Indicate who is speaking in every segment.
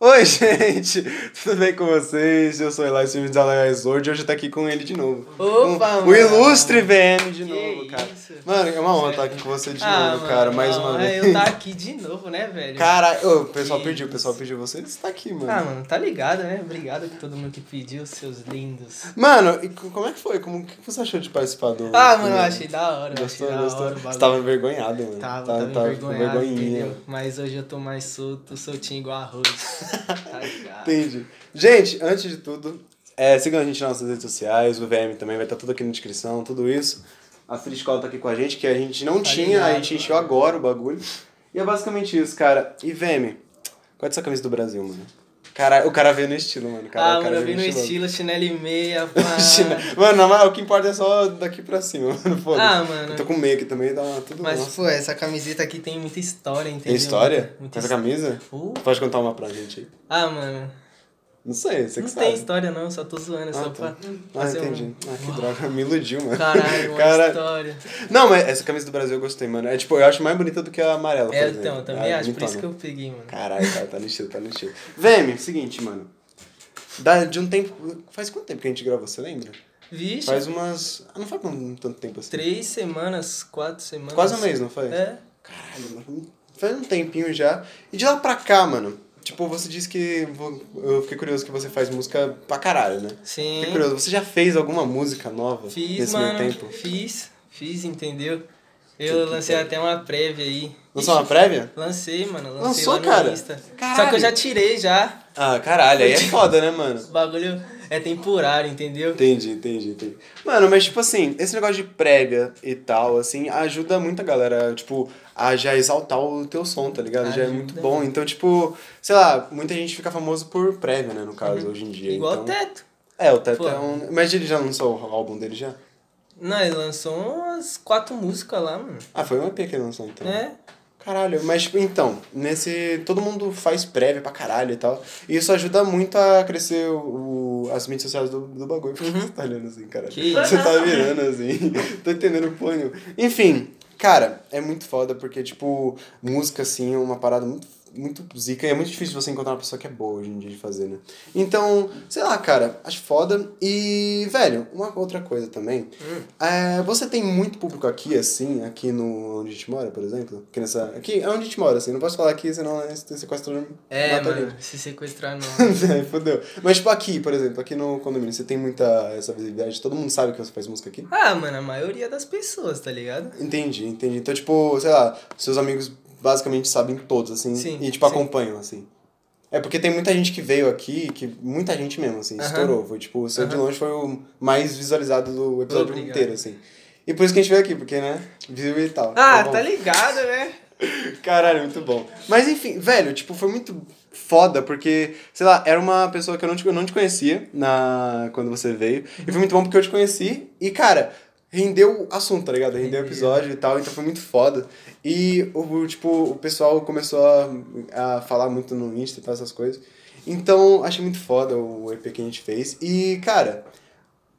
Speaker 1: Oi, gente! Tudo bem com vocês? Eu sou Eli Silvio de Alaya Sword e hoje eu tô aqui com ele de novo.
Speaker 2: Opa,
Speaker 1: Com
Speaker 2: mano.
Speaker 1: O ilustre VM de
Speaker 2: Que
Speaker 1: novo, cara.
Speaker 2: isso?
Speaker 1: Mano, é uma honra estar aqui com você de
Speaker 2: Ah,
Speaker 1: novo,
Speaker 2: mano,
Speaker 1: cara, mais
Speaker 2: não,
Speaker 1: uma
Speaker 2: é,
Speaker 1: vez.
Speaker 2: Eu tá aqui de novo, né, velho?
Speaker 1: Caralho, ô, o pessoal
Speaker 2: Que
Speaker 1: pediu, o pessoal
Speaker 2: isso.
Speaker 1: pediu você, você tá aqui, mano.
Speaker 2: Ah, mano, tá ligado, né? Obrigado por todo mundo que pediu, seus lindos.
Speaker 1: Mano, e co- como é que foi? Como o que você achou de participar do.
Speaker 2: Ah, mano, eu
Speaker 1: do-
Speaker 2: achei da hora. eu
Speaker 1: Gostou,
Speaker 2: achei da
Speaker 1: gostou?
Speaker 2: Hora, o
Speaker 1: você
Speaker 2: bagulho.
Speaker 1: tava envergonhado, mano.
Speaker 2: Tava,
Speaker 1: Tava-
Speaker 2: tava,
Speaker 1: tava com
Speaker 2: envergonhado,
Speaker 1: vergonhinha.
Speaker 2: entendeu? Mas hoje eu tô mais solto, soltinho igual arroz. tá ligado?
Speaker 1: Entendi. Gente, antes de tudo, é, sigam a gente nas nossas redes sociais, o VM também vai estar tudo aqui na descrição, tudo isso. A Friscal tá aqui com a gente, que a gente não
Speaker 2: Tá
Speaker 1: tinha, a
Speaker 2: ligado,
Speaker 1: gente encheu agora o bagulho. E é basicamente isso, cara. E VM, qual é essa camisa do Brasil, mano? Cara, o cara veio no estilo, mano. Cara,
Speaker 2: ah,
Speaker 1: o cara é
Speaker 2: mano, eu vi
Speaker 1: veio
Speaker 2: no
Speaker 1: estiloso.
Speaker 2: estilo, chinelo e meia, pá.
Speaker 1: Mano, na moral, o que importa é só daqui pra cima, mano. Foda-se.
Speaker 2: Ah, mano.
Speaker 1: Eu tô com meio aqui também, tá tudo
Speaker 2: Mas,
Speaker 1: nossa.
Speaker 2: pô, essa camiseta aqui tem muita história, entendeu?
Speaker 1: Tem história?
Speaker 2: Muita
Speaker 1: Essa
Speaker 2: his-
Speaker 1: camisa?
Speaker 2: Uh,
Speaker 1: Pode contar uma pra gente aí.
Speaker 2: Ah, mano.
Speaker 1: Não sei, você que
Speaker 2: Não
Speaker 1: sabe.
Speaker 2: tem história, não, só tô zoando, é só
Speaker 1: Ah, tá.
Speaker 2: pra.
Speaker 1: Ah,
Speaker 2: fazer um-
Speaker 1: entendi. Ah, que droga, me iludiu, mano.
Speaker 2: Caralho, um uma
Speaker 1: Cara-
Speaker 2: história.
Speaker 1: Não, mas essa camisa do Brasil eu gostei, mano. É tipo, eu acho mais bonita do que a amarela, por
Speaker 2: É,
Speaker 1: exemplo.
Speaker 2: então, eu também
Speaker 1: Ah,
Speaker 2: acho, por
Speaker 1: bonitona.
Speaker 2: isso que eu peguei, mano.
Speaker 1: Caralho, cara, tá lixido, tá lixido. VM, seguinte, mano. Da, de um tempo... Faz quanto tempo que a gente gravou, você lembra?
Speaker 2: Vixe,
Speaker 1: Faz umas... Ah, não faz um tanto tempo assim.
Speaker 2: três semanas, quatro semanas.
Speaker 1: Quase um mês, não foi?
Speaker 2: É.
Speaker 1: Caralho, mano. Faz um tempinho já. E de lá pra cá, mano... Tipo, você disse que... vo- Eu fiquei curioso que você faz música pra caralho, né?
Speaker 2: Sim.
Speaker 1: Fiquei curioso. Você já fez alguma música nova
Speaker 2: Fiz,
Speaker 1: nesse
Speaker 2: mano.
Speaker 1: meio tempo?
Speaker 2: Fiz, fiz, entendeu? Eu lancei até uma prévia aí.
Speaker 1: Lançou uma prévia?
Speaker 2: Lancei, mano. Lancei
Speaker 1: Lançou,
Speaker 2: lá no
Speaker 1: cara?
Speaker 2: Insta. Só
Speaker 1: Caralho.
Speaker 2: que eu já tirei já.
Speaker 1: Ah, caralho, aí é foda, né, mano?
Speaker 2: O bagulho é temporário, entendeu?
Speaker 1: Entendi, entendi, entendi. Mano, mas tipo assim, esse negócio de prévia e tal, assim, ajuda muito a galera, tipo, a já exaltar o teu som, tá ligado? Já é
Speaker 2: Ajuda.
Speaker 1: muito bom. Então, tipo, sei lá, muita gente fica famoso por prévia, né, no caso, hoje em dia.
Speaker 2: Igual o
Speaker 1: então...
Speaker 2: teto.
Speaker 1: É, o Teto
Speaker 2: Pô.
Speaker 1: é um. Mas ele já lançou o álbum dele já?
Speaker 2: Não, ele lançou umas quatro músicas lá, mano.
Speaker 1: Ah, foi um EP que ele lançou então.
Speaker 2: É.
Speaker 1: Caralho, mas tipo, então, nesse. Todo mundo faz prévia pra caralho e tal. E isso ajuda muito a crescer o, o- as mídias sociais do, do bagulho. Por que você tá olhando assim, cara?
Speaker 2: Que
Speaker 1: Você tá virando assim. Tô entendendo porra nenhuma. Enfim, cara, é muito foda porque, tipo, música assim é uma parada muito. Muito zica, e é muito difícil você encontrar uma pessoa que é boa hoje em dia de fazer, né? Então, sei lá, cara, acho foda. E, velho, uma outra coisa também.
Speaker 2: Hum.
Speaker 1: É, você tem muito público aqui, assim, aqui no onde a gente mora, por exemplo? Aqui, nessa, aqui é onde a gente mora, assim. Não posso falar aqui, senão né, você sequestra
Speaker 2: É,
Speaker 1: mata a
Speaker 2: mano,
Speaker 1: gente.
Speaker 2: se sequestrar não.
Speaker 1: É, Fudeu. Mas, tipo, aqui, por exemplo, aqui no condomínio, você tem muita essa visibilidade? Todo mundo sabe que você faz música aqui?
Speaker 2: Ah, mano, a maioria das pessoas, tá ligado?
Speaker 1: Entendi, entendi. Então, tipo, sei lá, seus amigos basicamente sabem todos, assim.
Speaker 2: Sim,
Speaker 1: e, tipo,
Speaker 2: sim.
Speaker 1: acompanham, assim. É porque tem muita gente que veio aqui, que muita gente mesmo, assim,
Speaker 2: Aham.
Speaker 1: estourou. Foi, tipo, o seu de
Speaker 2: Aham.
Speaker 1: longe foi o mais visualizado do episódio
Speaker 2: Obrigado.
Speaker 1: inteiro, assim. E por isso que a gente veio aqui, porque, né? Viu e tal.
Speaker 2: Ah,
Speaker 1: bom.
Speaker 2: tá ligado, né?
Speaker 1: Caralho, muito bom. Mas enfim, velho, tipo, foi muito foda, porque, sei lá, era uma pessoa que eu não te, eu não te conhecia na, quando você veio. E foi muito bom porque eu te conheci e, cara, rendeu o assunto, tá ligado? Rendeu o episódio e tal, então foi muito foda. E, o, o, tipo, o pessoal começou a, a falar muito no Insta e tal, essas coisas. Então, achei muito foda o EP que a gente fez. E, cara,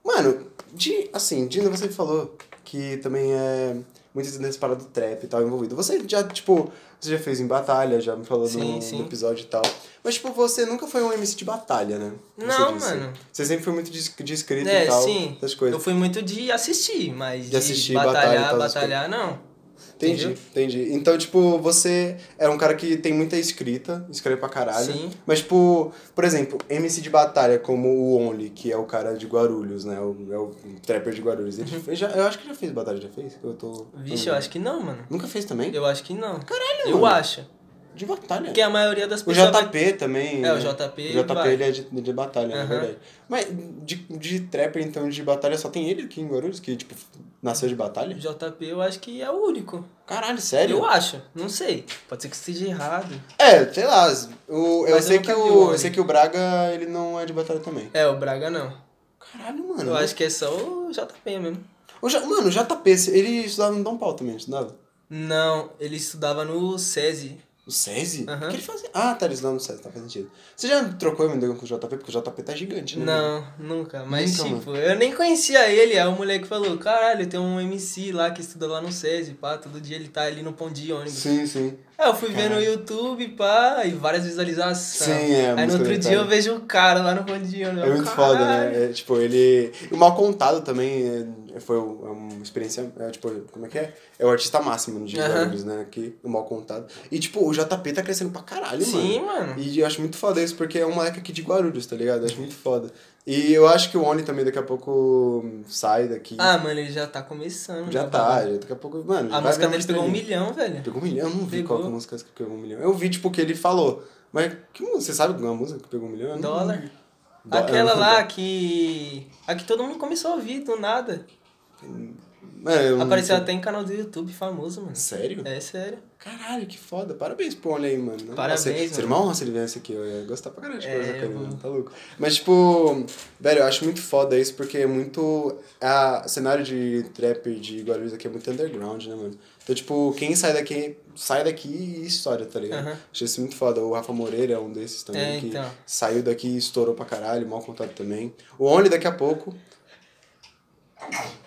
Speaker 1: Mano, de, assim, Dino, você falou que também é muitas vezes parada do trap e tal envolvido. Você já, tipo, você já fez em batalha, já me falou
Speaker 2: Sim,
Speaker 1: no,
Speaker 2: sim.
Speaker 1: no episódio e tal. Mas, tipo, você nunca foi um MC de batalha, né? Você
Speaker 2: Não,
Speaker 1: disse.
Speaker 2: mano.
Speaker 1: Você sempre foi muito de, de escrita
Speaker 2: É,
Speaker 1: e tal,
Speaker 2: sim.
Speaker 1: essas coisas.
Speaker 2: Eu fui muito de assistir, mas de,
Speaker 1: assistir, batalha e
Speaker 2: batalhar,
Speaker 1: tal, essas
Speaker 2: batalhar, não.
Speaker 1: Entendi,
Speaker 2: Entendeu?
Speaker 1: entendi. Então, tipo, você é um cara que tem muita escrita, escreve pra caralho.
Speaker 2: Sim.
Speaker 1: Mas, tipo, por exemplo, MC de batalha, como o Only, que é o cara de Guarulhos, né? O, é o trapper de Guarulhos. Ele fez- já, eu acho que já fez batalha, já fez? Eu tô.
Speaker 2: Uhum. Vixe, eu acho que não, mano.
Speaker 1: Nunca fez também?
Speaker 2: Eu acho que não. Caralho, Eu
Speaker 1: mano.
Speaker 2: acho.
Speaker 1: De batalha.
Speaker 2: Porque a maioria das
Speaker 1: O
Speaker 2: pessoas. vai-
Speaker 1: JP também.
Speaker 2: É, o
Speaker 1: né?
Speaker 2: JP
Speaker 1: O JP
Speaker 2: vai.
Speaker 1: ele é de, de batalha, na
Speaker 2: Aham.
Speaker 1: verdade. Mas de, de trapper, então, de batalha, só tem ele aqui em Guarulhos, que, tipo, nasceu de batalha?
Speaker 2: JP eu acho que é o único.
Speaker 1: Caralho, sério?
Speaker 2: Eu acho. Não sei. Pode ser que esteja errado.
Speaker 1: É, sei lá. O, eu,
Speaker 2: Mas
Speaker 1: sei
Speaker 2: eu
Speaker 1: que
Speaker 2: nunca vi um o
Speaker 1: o, eu
Speaker 2: Oli.
Speaker 1: sei que o Braga ele não é de batalha também.
Speaker 2: É, o Braga não.
Speaker 1: Caralho, mano.
Speaker 2: Eu acho que é só o JP mesmo.
Speaker 1: O J- mano, o JP, esse- ele estudava no Dom Paulo também, estudava?
Speaker 2: Não, ele estudava no SESI.
Speaker 1: O SESI?
Speaker 2: Aham.
Speaker 1: O que ele fazia? Ah, tá, ele estudava no SESI, tá fazendo sentido. Você já trocou o MDG com o JP? Porque o JP tá gigante, né? mano?
Speaker 2: Não, nunca. Mas,
Speaker 1: Nunca,
Speaker 2: tipo, eu nem conhecia ele. Aí o moleque falou: caralho, tem um MC lá que estuda lá no SESI, pá, todo dia ele tá ali no pão de ônibus.
Speaker 1: Sim, sim.
Speaker 2: É, eu fui vendo no YouTube, pá, e várias visualizações.
Speaker 1: Sim, é,
Speaker 2: Tá. Aí
Speaker 1: muito
Speaker 2: no outro dia
Speaker 1: comentário.
Speaker 2: eu vejo um cara lá no pandinho.
Speaker 1: É muito foda, né? É, tipo, ele. E o mal contado também é, foi um- é uma experiência. É, tipo, como é que é? É o artista máximo de
Speaker 2: Aham.
Speaker 1: bagulhos, né? Aqui, o mal contado. E, tipo, o JP tá crescendo pra caralho, mano.
Speaker 2: Sim, mano.
Speaker 1: E eu acho muito foda isso, porque é um moleque aqui de Guarulhos, tá ligado? Eu acho muito foda. E eu acho que o Oni também daqui a pouco sai daqui.
Speaker 2: Ah, mano, ele já tá começando.
Speaker 1: já
Speaker 2: né,
Speaker 1: tá,
Speaker 2: bagulho.
Speaker 1: já daqui a pouco. Mano, já
Speaker 2: A
Speaker 1: vai
Speaker 2: música
Speaker 1: virar
Speaker 2: dele pegou um
Speaker 1: estrelinha.
Speaker 2: milhão, velho.
Speaker 1: Pegou um milhão? Eu não vi
Speaker 2: Pegou.
Speaker 1: qual que é a música que pegou um milhão. Eu vi, tipo, que ele falou. Mas que música? Você sabe alguma música que pegou um milhão? é, Eu não-
Speaker 2: Dólar.
Speaker 1: Dó-
Speaker 2: Aquela
Speaker 1: eu não-
Speaker 2: lá que. A que todo mundo começou a ouvir, do nada.
Speaker 1: É, eu não
Speaker 2: Apareceu
Speaker 1: sei.
Speaker 2: até em canal do YouTube famoso, mano.
Speaker 1: Sério?
Speaker 2: É sério.
Speaker 1: Caralho, que foda. Parabéns pro Olho aí, mano. Nossa,
Speaker 2: Parabéns,
Speaker 1: ser-
Speaker 2: mano.
Speaker 1: Seria uma honra se ele viesse aqui. Eu ia gostar pra caralho de
Speaker 2: É,
Speaker 1: conversar com
Speaker 2: eu
Speaker 1: ele,
Speaker 2: vou-
Speaker 1: mano. Tá louco. Mas, tipo, velho, eu acho muito foda isso porque é muito. A o cenário de trap de Guarulhos aqui é muito underground, né, mano? Então, tipo, quem sai daqui, sai daqui e história, tá ligado?
Speaker 2: Aham.
Speaker 1: Achei isso muito foda. O Rafa Moreira é um desses também
Speaker 2: É,
Speaker 1: que
Speaker 2: então.
Speaker 1: saiu daqui e estourou pra caralho, mal contado também. O Only daqui a pouco.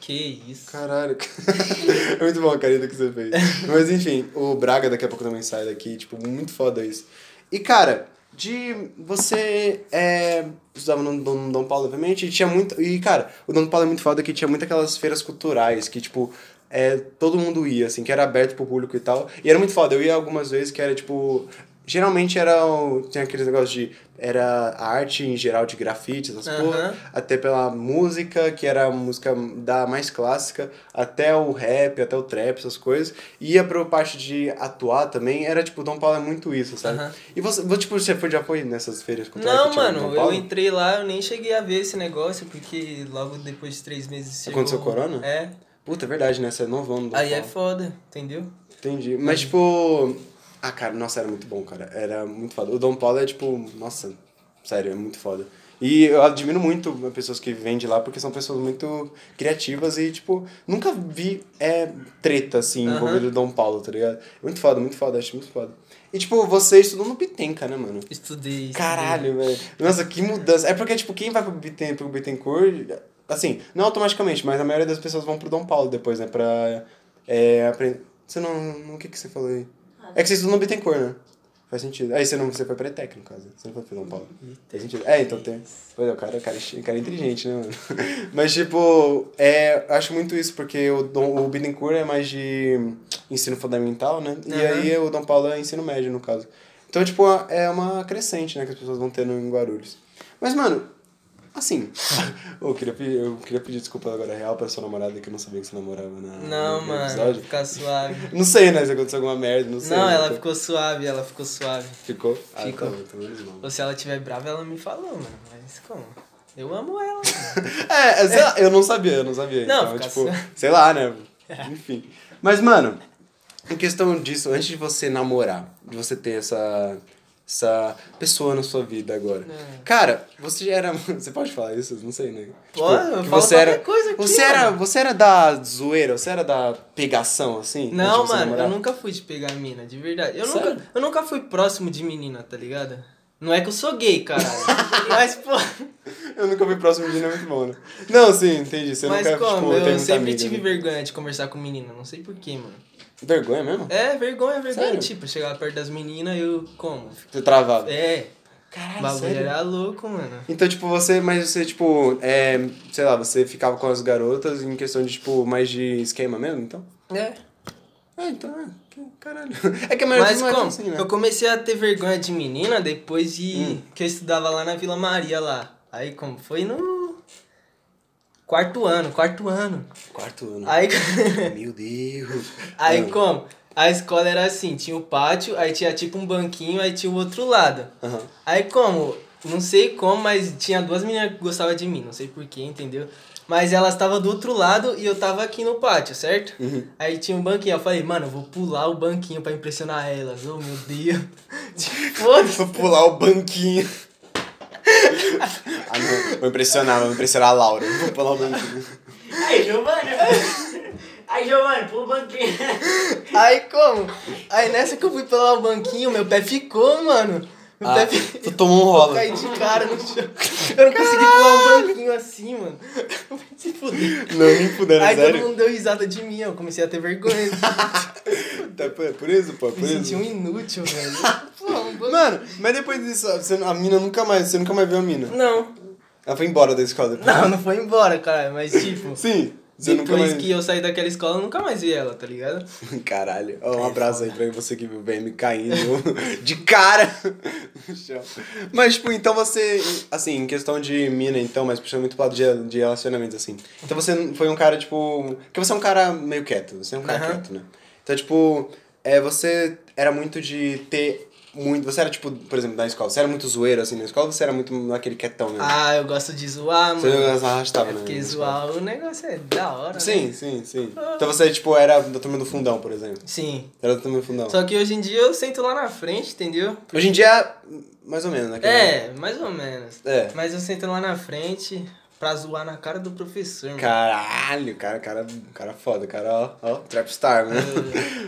Speaker 2: Que isso.
Speaker 1: Caralho. é muito bom a careta que você fez. Mas enfim, o Braga daqui a pouco também sai daqui. Tipo, muito foda isso. E cara, de você é, estudava no, no Dom Paulo, obviamente, e tinha muito. E cara, o Dom Paulo é muito foda que tinha muito aquelas feiras culturais que, tipo. É, todo mundo ia, assim, que era aberto pro público e tal. E era muito foda. Eu ia algumas vezes que era, tipo... Geralmente era o... Tinha aqueles negócios de... Era a arte em geral de grafite, essas
Speaker 2: Aham.
Speaker 1: porra até pela música, que era a música da mais clássica, até o rap, até o trap, essas coisas. E ia pra parte de atuar também, era tipo, Dom Paulo é muito isso, sabe?
Speaker 2: Aham.
Speaker 1: E você, vo- tipo, você foi, já foi nessas feiras culturais que
Speaker 2: Não,
Speaker 1: tinha no Dom
Speaker 2: mano, eu
Speaker 1: Paulo?
Speaker 2: entrei lá, eu nem cheguei a ver esse negócio, porque logo depois de três meses chegou...
Speaker 1: Aconteceu corona?
Speaker 2: É,
Speaker 1: Puta, é verdade, né? Você é novão no Dom
Speaker 2: aí é
Speaker 1: Paulo.
Speaker 2: foda, entendeu?
Speaker 1: Entendi. Mas, tipo... Ah, cara, nossa, era muito bom, cara. Era muito foda. O Dom Paulo é, tipo, nossa, sério, é muito foda. E eu admiro muito pessoas que vêm de lá, porque são pessoas muito criativas e, tipo, nunca vi é, treta, assim,
Speaker 2: Aham.
Speaker 1: envolvendo o Dom Paulo, tá ligado? Muito foda, muito foda, acho muito foda. E, tipo, você estudou no Bitenca, né, mano?
Speaker 2: Estudei, estudei.
Speaker 1: Caralho, velho. Nossa, que mudança. É porque, tipo, quem vai pro, Biten, pro Bittencourt, assim, não automaticamente, mas a maioria das pessoas vão pro Dom Paulo depois, né? Pra é, aprender. Você não. O que, que você falou aí? É que você estudou no Bittencourt, né? Faz sentido. Aí você não você foi pra ETEC, no caso. Você não foi pro Dom Paulo.
Speaker 2: Uhum.
Speaker 1: Faz sentido. É, então tem. Pois é, o cara, o cara, é- o cara é inteligente, né, mano? Mas, tipo, é, eu acho muito isso, porque o, Dom, o Bittencourt é mais de ensino fundamental, né? E
Speaker 2: Aham.
Speaker 1: aí o Dom Paulo é ensino médio, no caso. Então, tipo, é uma crescente, né, que as pessoas vão tendo em Guarulhos. Mas, mano, assim, eu queria pedir, eu queria pedir desculpa agora é real pra sua namorada, que eu não sabia que você namorava na,
Speaker 2: Não,
Speaker 1: no
Speaker 2: mano,
Speaker 1: episódio.
Speaker 2: ficar suave.
Speaker 1: Não sei, né, se aconteceu alguma merda, não sei.
Speaker 2: Não,
Speaker 1: né,
Speaker 2: ela
Speaker 1: então-
Speaker 2: ficou suave, ela ficou suave.
Speaker 1: Ficou? Ah,
Speaker 2: Ficou.
Speaker 1: tá bom, então menos mal.
Speaker 2: Ou se ela tiver brava, ela me falou, mano. Mas como? Eu amo ela.
Speaker 1: É, sei lá, eu não sabia, eu não sabia.
Speaker 2: Não,
Speaker 1: então,
Speaker 2: fica
Speaker 1: tipo,
Speaker 2: assim.
Speaker 1: sei lá, né? Enfim. Mas, mano, em questão disso, antes de você namorar, de você ter essa, essa pessoa na sua vida agora.
Speaker 2: É.
Speaker 1: Cara, você já era. Você pode falar isso? Não sei, né? Tipo,
Speaker 2: Pô, eu
Speaker 1: que
Speaker 2: falo
Speaker 1: você
Speaker 2: qualquer
Speaker 1: era,
Speaker 2: coisa aqui,
Speaker 1: você era,
Speaker 2: mano.
Speaker 1: você era da zoeira, você era da pegação, assim? antes de
Speaker 2: Não,
Speaker 1: você
Speaker 2: mano,
Speaker 1: namorar?
Speaker 2: eu nunca fui de pegar mina, de verdade. Eu
Speaker 1: Sério?
Speaker 2: nunca, eu nunca fui próximo de menina, tá ligado? Não é que eu sou gay, caralho. mas, pô,
Speaker 1: Eu nunca fui próximo de ninguém, é muito bom, né? Não, sim, entendi. Você
Speaker 2: mas
Speaker 1: nunca,
Speaker 2: como?
Speaker 1: tipo, tem
Speaker 2: eu
Speaker 1: muita
Speaker 2: sempre
Speaker 1: amiga,
Speaker 2: tive
Speaker 1: né?
Speaker 2: vergonha de conversar com menina, não sei porquê, mano.
Speaker 1: vergonha mesmo?
Speaker 2: É, vergonha, vergonha.
Speaker 1: Sério?
Speaker 2: Tipo, chegava perto das meninas, eu como?
Speaker 1: Você travava.
Speaker 2: É, o
Speaker 1: Caralho,
Speaker 2: bagulho
Speaker 1: sério?
Speaker 2: era louco, mano.
Speaker 1: Então, tipo, você, mas você, tipo, é, sei lá, você ficava com as garotas em questão de, tipo, mais de esquema mesmo, então?
Speaker 2: É.
Speaker 1: Ah, então, é, que- caralho. É que a maioria
Speaker 2: Mas
Speaker 1: dos moleques
Speaker 2: como?
Speaker 1: é assim, né? Hum.
Speaker 2: Eu comecei a ter vergonha de menina depois de que eu estudava lá na Vila Maria lá. Aí como? Foi no quarto ano, quarto ano.
Speaker 1: Quarto ano.
Speaker 2: Aí
Speaker 1: Meu Deus.
Speaker 2: Aí
Speaker 1: Ah,
Speaker 2: como? A escola era assim, tinha o pátio, aí tinha tipo um banquinho, aí tinha o outro lado.
Speaker 1: aham.
Speaker 2: Aí como? Não sei como, mas tinha duas meninas que gostavam de mim, não sei porquê, entendeu? Mas elas estavam do outro lado e eu tava aqui no pátio, certo?
Speaker 1: Uhum.
Speaker 2: Aí tinha um banquinho, eu falei, mano, eu vou pular o banquinho pra impressionar elas. Oh, meu Deus. Tipo,
Speaker 1: Vou pular o banquinho. ah, não. Vou impressionar, vou impressionar a Laura. Vou pular o banquinho.
Speaker 3: Aí, Giovana! Aí, Giovana, pula o banquinho.
Speaker 2: Aí como? Aí nessa que eu fui pular o banquinho, meu pé ficou, mano.
Speaker 1: Ah,
Speaker 2: Deve-
Speaker 1: tu tomou um rola.
Speaker 2: Caí de cara no chão. Eu não consegui pular um banquinho assim, mano. Se fuder.
Speaker 1: Não, nem puderam,
Speaker 2: Aí todo
Speaker 1: sério.
Speaker 2: mundo deu risada de mim, eu comecei a ter vergonha.
Speaker 1: Tá, pô, é por isso, pô, é por
Speaker 2: Me senti
Speaker 1: isso.
Speaker 2: um inútil, velho. Pô, um banco-
Speaker 1: Mano, mas depois disso, você, a mina nunca mais, você nunca mais viu a mina.
Speaker 2: Não,
Speaker 1: Ela foi embora da escola depois.
Speaker 2: não, não foi embora, cara. Mas tipo,
Speaker 1: Sim, você nunca
Speaker 2: depois
Speaker 1: mais...
Speaker 2: que eu saí daquela escola, eu nunca mais vi ela, tá ligado?
Speaker 1: Caralho. Ó, um abraço aí pra você que viu bem me caindo de cara no chão. Mas, tipo, então você. Assim, em questão de mina, então, mas puxando muito pro lado de, de relacionamentos, assim. Então você foi um cara, tipo. Porque você é um cara meio quieto, você é um cara
Speaker 2: Aham.
Speaker 1: quieto, né? Então, tipo, é, você era muito de ter. Muito, você era tipo, por exemplo, na escola, você era muito zoeiro assim na escola ou você era muito aquele quietão mesmo?
Speaker 2: Ah, eu gosto de zoar,
Speaker 1: É. você
Speaker 2: mano.
Speaker 1: arrastava,
Speaker 2: É
Speaker 1: né?
Speaker 2: porque
Speaker 1: na escola.
Speaker 2: zoar o negócio é da hora. né?
Speaker 1: Sim, sim, sim. Então você, tipo, era da turma do fundão, por exemplo.
Speaker 2: Sim.
Speaker 1: Era da turma do é fundão.
Speaker 2: Só que hoje em dia eu sento lá na frente, entendeu?
Speaker 1: Hoje em dia, mais ou menos, né? cara?
Speaker 2: É, mais ou menos.
Speaker 1: É.
Speaker 2: Mas eu sento lá na frente pra zoar na cara do professor, mano.
Speaker 1: Caralho, cara, cara, cara foda, cara, ó, ó, trapstar, né?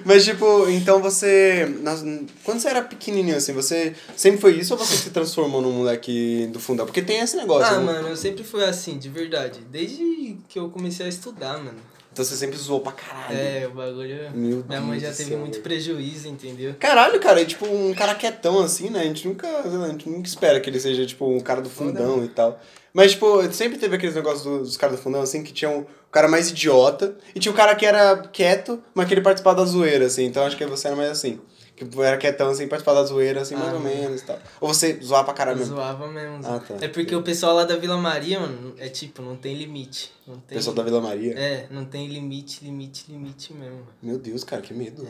Speaker 1: Mas, tipo, então você, nas- quando você era pequenininho, assim, você sempre foi isso ou você se transformou num moleque do fundão? Porque tem esse negócio,
Speaker 2: Ah,
Speaker 1: né?
Speaker 2: mano, eu sempre fui assim, de verdade. Desde que eu comecei a estudar, mano.
Speaker 1: Então você sempre zoou pra caralho.
Speaker 2: É, o bagulho.
Speaker 1: Meu
Speaker 2: minha mãe
Speaker 1: Deus
Speaker 2: já
Speaker 1: do
Speaker 2: teve
Speaker 1: céu,
Speaker 2: muito
Speaker 1: velho.
Speaker 2: prejuízo, entendeu?
Speaker 1: Caralho, cara, é tipo um cara quietão assim, né? A gente nunca, sei lá, a gente nunca espera que ele seja tipo um cara do
Speaker 2: né?
Speaker 1: fundão e tal. Mas, tipo, sempre teve aqueles negócios do- dos caras do fundão, assim, que tinha um cara mais idiota e tinha um cara que era quieto, mas que ele participava da zoeira, assim. Então acho que você era mais assim. Que era quietão, assim, participava da zoeira, assim, mais
Speaker 2: Ah,
Speaker 1: ou
Speaker 2: mano.
Speaker 1: menos e tal. Ou você zoar pra
Speaker 2: Eu
Speaker 1: caralho mesmo.
Speaker 2: zoava mesmo.
Speaker 1: Ah, tá.
Speaker 2: É porque o pessoal lá da Vila Maria, mano, é tipo, não tem limite. Não tem...
Speaker 1: Pessoal da Vila Maria.
Speaker 2: É, não tem limite, limite, limite mesmo.
Speaker 1: Meu Deus, cara, que medo.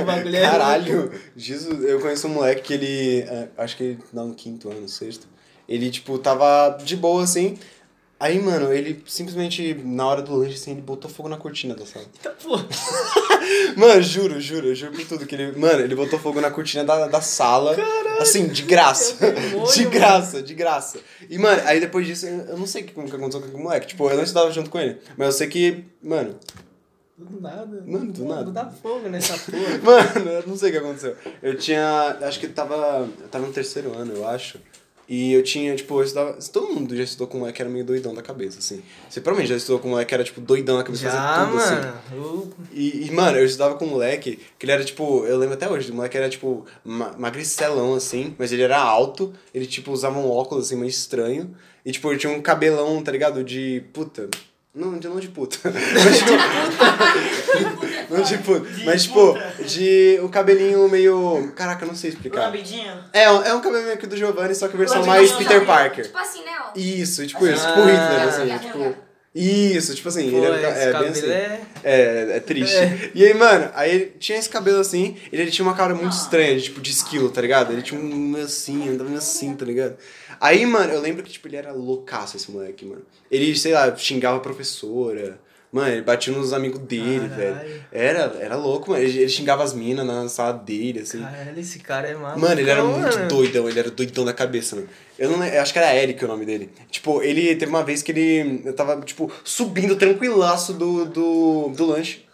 Speaker 2: o bagulho é.
Speaker 1: Caralho, Jesus, eu conheço um moleque que ele, eh, acho que ele lá no quinto ano, sexto, ele, tipo, tava de boa, assim, aí, mano, ele simplesmente, na hora do lanche, assim, ele botou fogo na cortina da sala.
Speaker 2: Eita, porra.
Speaker 1: Mano, juro, juro, eu juro por tudo que ele, mano, ele botou fogo na cortina da, da sala, assim, de graça,
Speaker 2: é um demônio,
Speaker 1: de
Speaker 2: mano.
Speaker 1: graça, de graça. E, mano, aí depois disso, eu eu não sei como que aconteceu com aquele moleque, tipo, eu não estudava junto com ele, mas eu sei que, mano,
Speaker 2: Do nada.
Speaker 1: Mano, do nada.
Speaker 2: Não dá fogo nessa porra.
Speaker 1: Mano, eu não sei o que aconteceu. Eu tinha. Acho que tava. Eu tava no terceiro ano, eu acho. E eu tinha, tipo, eu estudava. Todo mundo já estudou com um moleque que era meio doidão da cabeça, assim. Você provavelmente já estudou com um moleque que era, tipo, doidão na cabeça,
Speaker 2: Já,
Speaker 1: fazia tudo assim.
Speaker 2: mano. Eu-
Speaker 1: E, e, mano, eu estudava com um moleque que ele era, tipo, eu lembro até hoje, o moleque era, tipo, ma magricelão, assim, mas ele era alto, ele, tipo, usava um óculos, assim, meio estranho, e, tipo, ele tinha um cabelão, tá ligado, de puta. Não, de não de puta. Mas, tipo, não de puta.
Speaker 3: De
Speaker 1: Mas, tipo,
Speaker 3: puta.
Speaker 1: de o cabelinho meio... Caraca, eu não sei explicar.
Speaker 3: Lambidinho.
Speaker 1: É, um- é um cabelo meio que do Giovanni, só que versão
Speaker 3: Lambidinho,
Speaker 1: mais
Speaker 3: sabe?
Speaker 1: Peter Parker.
Speaker 4: Tipo assim, né? ó. Tá
Speaker 1: Isso, tipo isso, tipo
Speaker 2: Ah.
Speaker 1: Hitler, assim,
Speaker 4: Obrigado,
Speaker 1: tipo...
Speaker 4: obrigado.
Speaker 1: Isso, tipo assim,
Speaker 2: Pô,
Speaker 1: ele era,
Speaker 2: esse
Speaker 1: é, bem
Speaker 2: cabelo
Speaker 1: assim.
Speaker 2: é.
Speaker 1: É, é triste.
Speaker 2: É.
Speaker 1: E aí, mano, aí ele tinha esse cabelo assim, ele, ele tinha uma cara muito
Speaker 4: Ah.
Speaker 1: estranha, de, tipo, de esquilo, tá ligado? Ele tinha um meio assim, andava meio assim, tá ligado? Aí, mano, eu lembro que, tipo, ele era loucaço esse moleque, mano. Ele, sei lá, xingava a professora. Mano, ele batia nos amigos dele,
Speaker 2: Caralho.
Speaker 1: velho. Era, era louco, mano. Ele, ele xingava as minas na sala dele, assim.
Speaker 2: Caralho, esse cara é maluco.
Speaker 1: Mano, ele era
Speaker 2: mano.
Speaker 1: muito doidão, ele era doidão da cabeça, mano. Eu não eu acho que era Eric o nome dele. Tipo, ele teve uma vez que ele. Eu tava, tipo, subindo tranquilaço do, do, do lanche.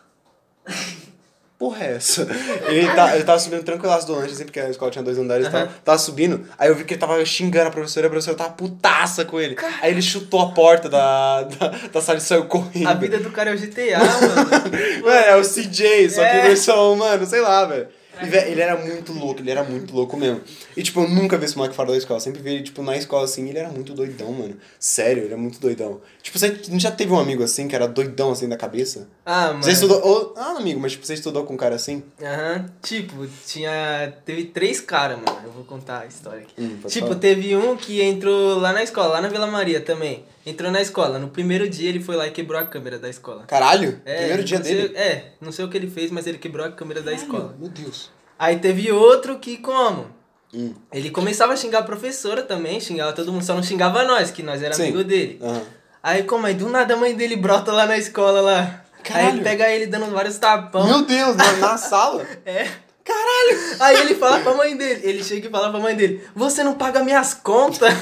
Speaker 1: Porra, é essa? Ele tá, eu tava subindo tranquilaço do lanche, assim, porque a escola tinha dois andares e tal.
Speaker 2: Aham.
Speaker 1: Tava subindo, aí eu vi que ele tava xingando a professora e a professora tava putaça com ele. Aí ele chutou a porta da, da, da sala e saiu correndo.
Speaker 2: A vida do cara é o GTA, mano.
Speaker 1: Mano, é o CJ, só que
Speaker 2: É.
Speaker 1: versão, mano, sei lá, velho. E, velho, Ele era muito louco, ele era muito louco mesmo. E, tipo, eu nunca vi esse moleque fora da escola. eu Sempre vi ele, tipo, na escola, assim, ele era muito doidão, mano. Sério, ele é muito doidão. Tipo, você já teve um amigo, assim, que era doidão, assim, da cabeça?
Speaker 2: Ah, mano.
Speaker 1: Você estudou... Ou, ah, amigo, mas, tipo, você estudou com um cara assim?
Speaker 2: Aham. Tipo, tinha. Teve três caras, mano. Eu vou contar a história aqui.
Speaker 1: Hum, pode
Speaker 2: tipo,
Speaker 1: falar.
Speaker 2: teve um que entrou lá na escola, lá na Vila Maria também. Entrou na escola. No primeiro dia ele foi lá e quebrou a câmera da escola.
Speaker 1: Caralho,
Speaker 2: É,
Speaker 1: primeiro dia
Speaker 2: não sei-
Speaker 1: dele.
Speaker 2: É, não sei o que ele fez, mas ele quebrou a câmera da escola.
Speaker 1: Meu Deus.
Speaker 2: Aí teve outro que como?
Speaker 1: Hum.
Speaker 2: Ele começava a xingar a professora também, xingava todo mundo, só não xingava nós, que nós era
Speaker 1: Sim. Ah.
Speaker 2: amigo dele.
Speaker 1: Aham.
Speaker 2: Aí como aí do nada a mãe dele brota lá na escola lá. Aí
Speaker 1: Caralho.
Speaker 2: ele pega ele dando vários tapão.
Speaker 1: Meu Deus, na, na sala?
Speaker 2: É. Caralho! Aí ele fala pra mãe dele, ele chega e fala pra mãe dele, você não paga minhas contas?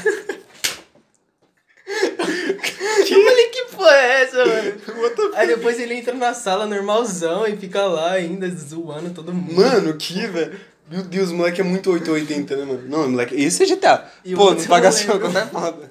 Speaker 2: Eu falei, que porra é essa, mano?
Speaker 1: What the
Speaker 2: Aí depois ele entra na sala normalzão e fica lá ainda zoando todo mundo.
Speaker 1: Mano, que, velho. Meu Deus, o moleque é muito 880, né, mano? Não, moleque, esse é GTA.
Speaker 2: E o
Speaker 1: Pô,
Speaker 2: outro
Speaker 1: não
Speaker 2: eu
Speaker 1: paga
Speaker 2: não
Speaker 1: assim, ó,
Speaker 2: lembro.
Speaker 1: conta é foda.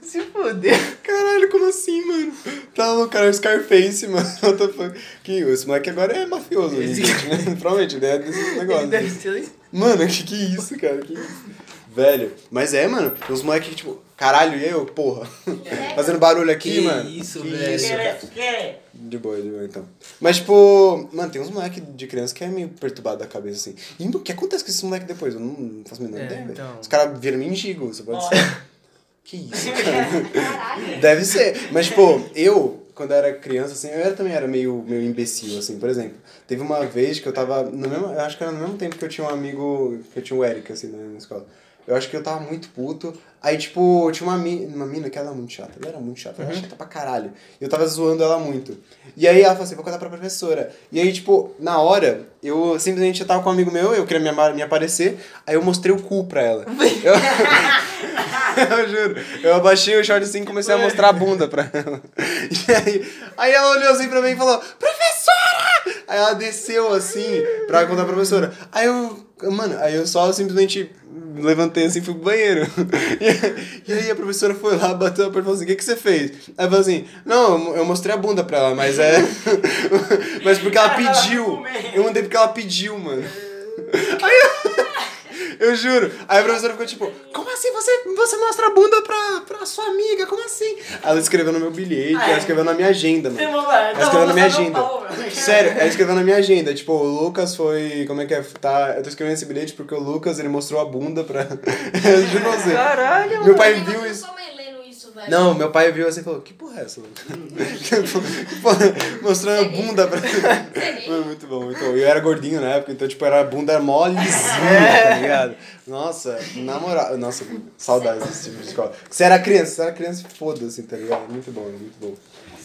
Speaker 2: Se fuder.
Speaker 1: Caralho, como assim, mano? Tá louco, cara, é o Scarface, mano. What the fuck? Que, esse moleque agora é mafioso,
Speaker 2: Esse
Speaker 1: gente. né? Provavelmente, né? Desse negócio.
Speaker 2: Ele deve ser... assim,
Speaker 1: Mano, que que é isso, cara? Que isso? Velho, mas é, mano, tem uns moleque que, tipo, caralho, e eu, porra? Fazendo barulho aqui,
Speaker 2: Que
Speaker 1: mano.
Speaker 2: isso, velho.
Speaker 1: isso, cara.
Speaker 3: Quer?
Speaker 1: De boa, de boa, então. Mas, tipo, mano, tem uns moleque de criança que é meio perturbado da cabeça, assim. E o que acontece com esses moleque depois? Eu não, não faço a menor
Speaker 2: É,
Speaker 1: ideia, velho.
Speaker 2: então.
Speaker 1: Os caras viram mendigo, você pode
Speaker 3: Olha.
Speaker 1: ser. Que isso, cara? Deve ser. Mas, tipo, eu, quando era criança, assim, eu era- também era meio, meio imbecil, assim. Por exemplo, teve uma vez que eu tava. No mesmo, eu acho que era no mesmo tempo que eu tinha um amigo. Que eu tinha o Eric, assim, na, na escola. Eu acho que eu tava muito puto. Aí, tipo, tinha uma, mi, uma mina que ela era muito chata. Ela era muito chata, ela era chata pra caralho. E eu tava zoando ela muito. E aí ela falou assim: vou contar pra professora. E aí, tipo, na hora, eu simplesmente eu tava com um amigo meu, eu queria me, ama- me aparecer. Aí eu mostrei o cu pra ela. Eu- eu juro. Eu abaixei o short assim e comecei a mostrar a bunda pra ela. E aí, aí ela olhou assim pra mim e falou, professora! Aí ela desceu assim pra contar pra professora. Aí eu, mano, aí eu só simplesmente levantei assim e fui pro banheiro. E, aí a professora foi lá, bateu a porta e falou assim, o que, que você fez? Aí eu falei assim, não, eu mostrei a bunda pra ela, mas é... mas porque ela pediu. Eu mandei porque ela pediu, mano. Eu juro. Aí a professora ficou tipo, como assim você, você mostra a bunda pra, pra sua amiga? Como assim? Ela escreveu no meu bilhete,
Speaker 3: Ah, é?
Speaker 1: ela escreveu na minha agenda,
Speaker 3: Você
Speaker 1: mano.
Speaker 3: manda lá,
Speaker 1: Ela escreveu na minha agenda. Sério,
Speaker 3: é
Speaker 1: ela escreveu na minha agenda. Tipo, o Lucas foi. Como é que é? Tá, eu tô escrevendo esse bilhete porque o Lucas ele mostrou a bunda pra. Eu juro pra você.
Speaker 2: Caralho.
Speaker 1: Meu pai
Speaker 4: Mas
Speaker 1: viu
Speaker 4: eu
Speaker 1: isso.
Speaker 4: sou mãe lendo isso, velho.
Speaker 1: Não, meu pai viu assim e falou: Que porra é essa, Lucas? Que porra- Mostrando a bunda pra. Mano, muito bom, muito bom. Eu era gordinho na época, então, tipo, era a bunda molezinha, tá ligado? Nossa, na moral. Nossa, saudades desse tipo de escola. Você era criança, você era criança e foda-se, tá ligado? Muito bom, muito bom.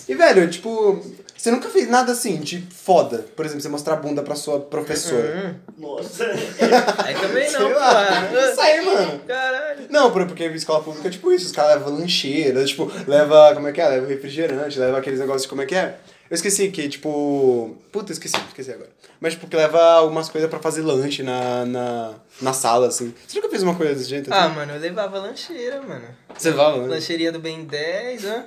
Speaker 1: E, velho, tipo, você nunca fez nada assim, de foda. Por exemplo, você mostrar a bunda pra sua professora.
Speaker 3: Nossa.
Speaker 2: Aí também não,
Speaker 1: Sei lá.
Speaker 2: pô.
Speaker 1: Isso aí, mano.
Speaker 2: Caralho.
Speaker 1: Não, por- porque escola pública é tipo isso, os caras levam lancheira, tipo, leva, como é que é? Leva refrigerante, leva aqueles negócios de como é que é? Eu esqueci que, tipo. Puta, esqueci, esqueci agora. Mas, tipo, que leva algumas coisas pra fazer lanche na, na, na sala, assim. Você nunca fez uma coisa desse jeito?
Speaker 2: Ah,
Speaker 1: Assim?
Speaker 2: mano, eu levava lancheira, mano.
Speaker 1: Você vai, né?
Speaker 2: Lancheria do Ben 10, ó.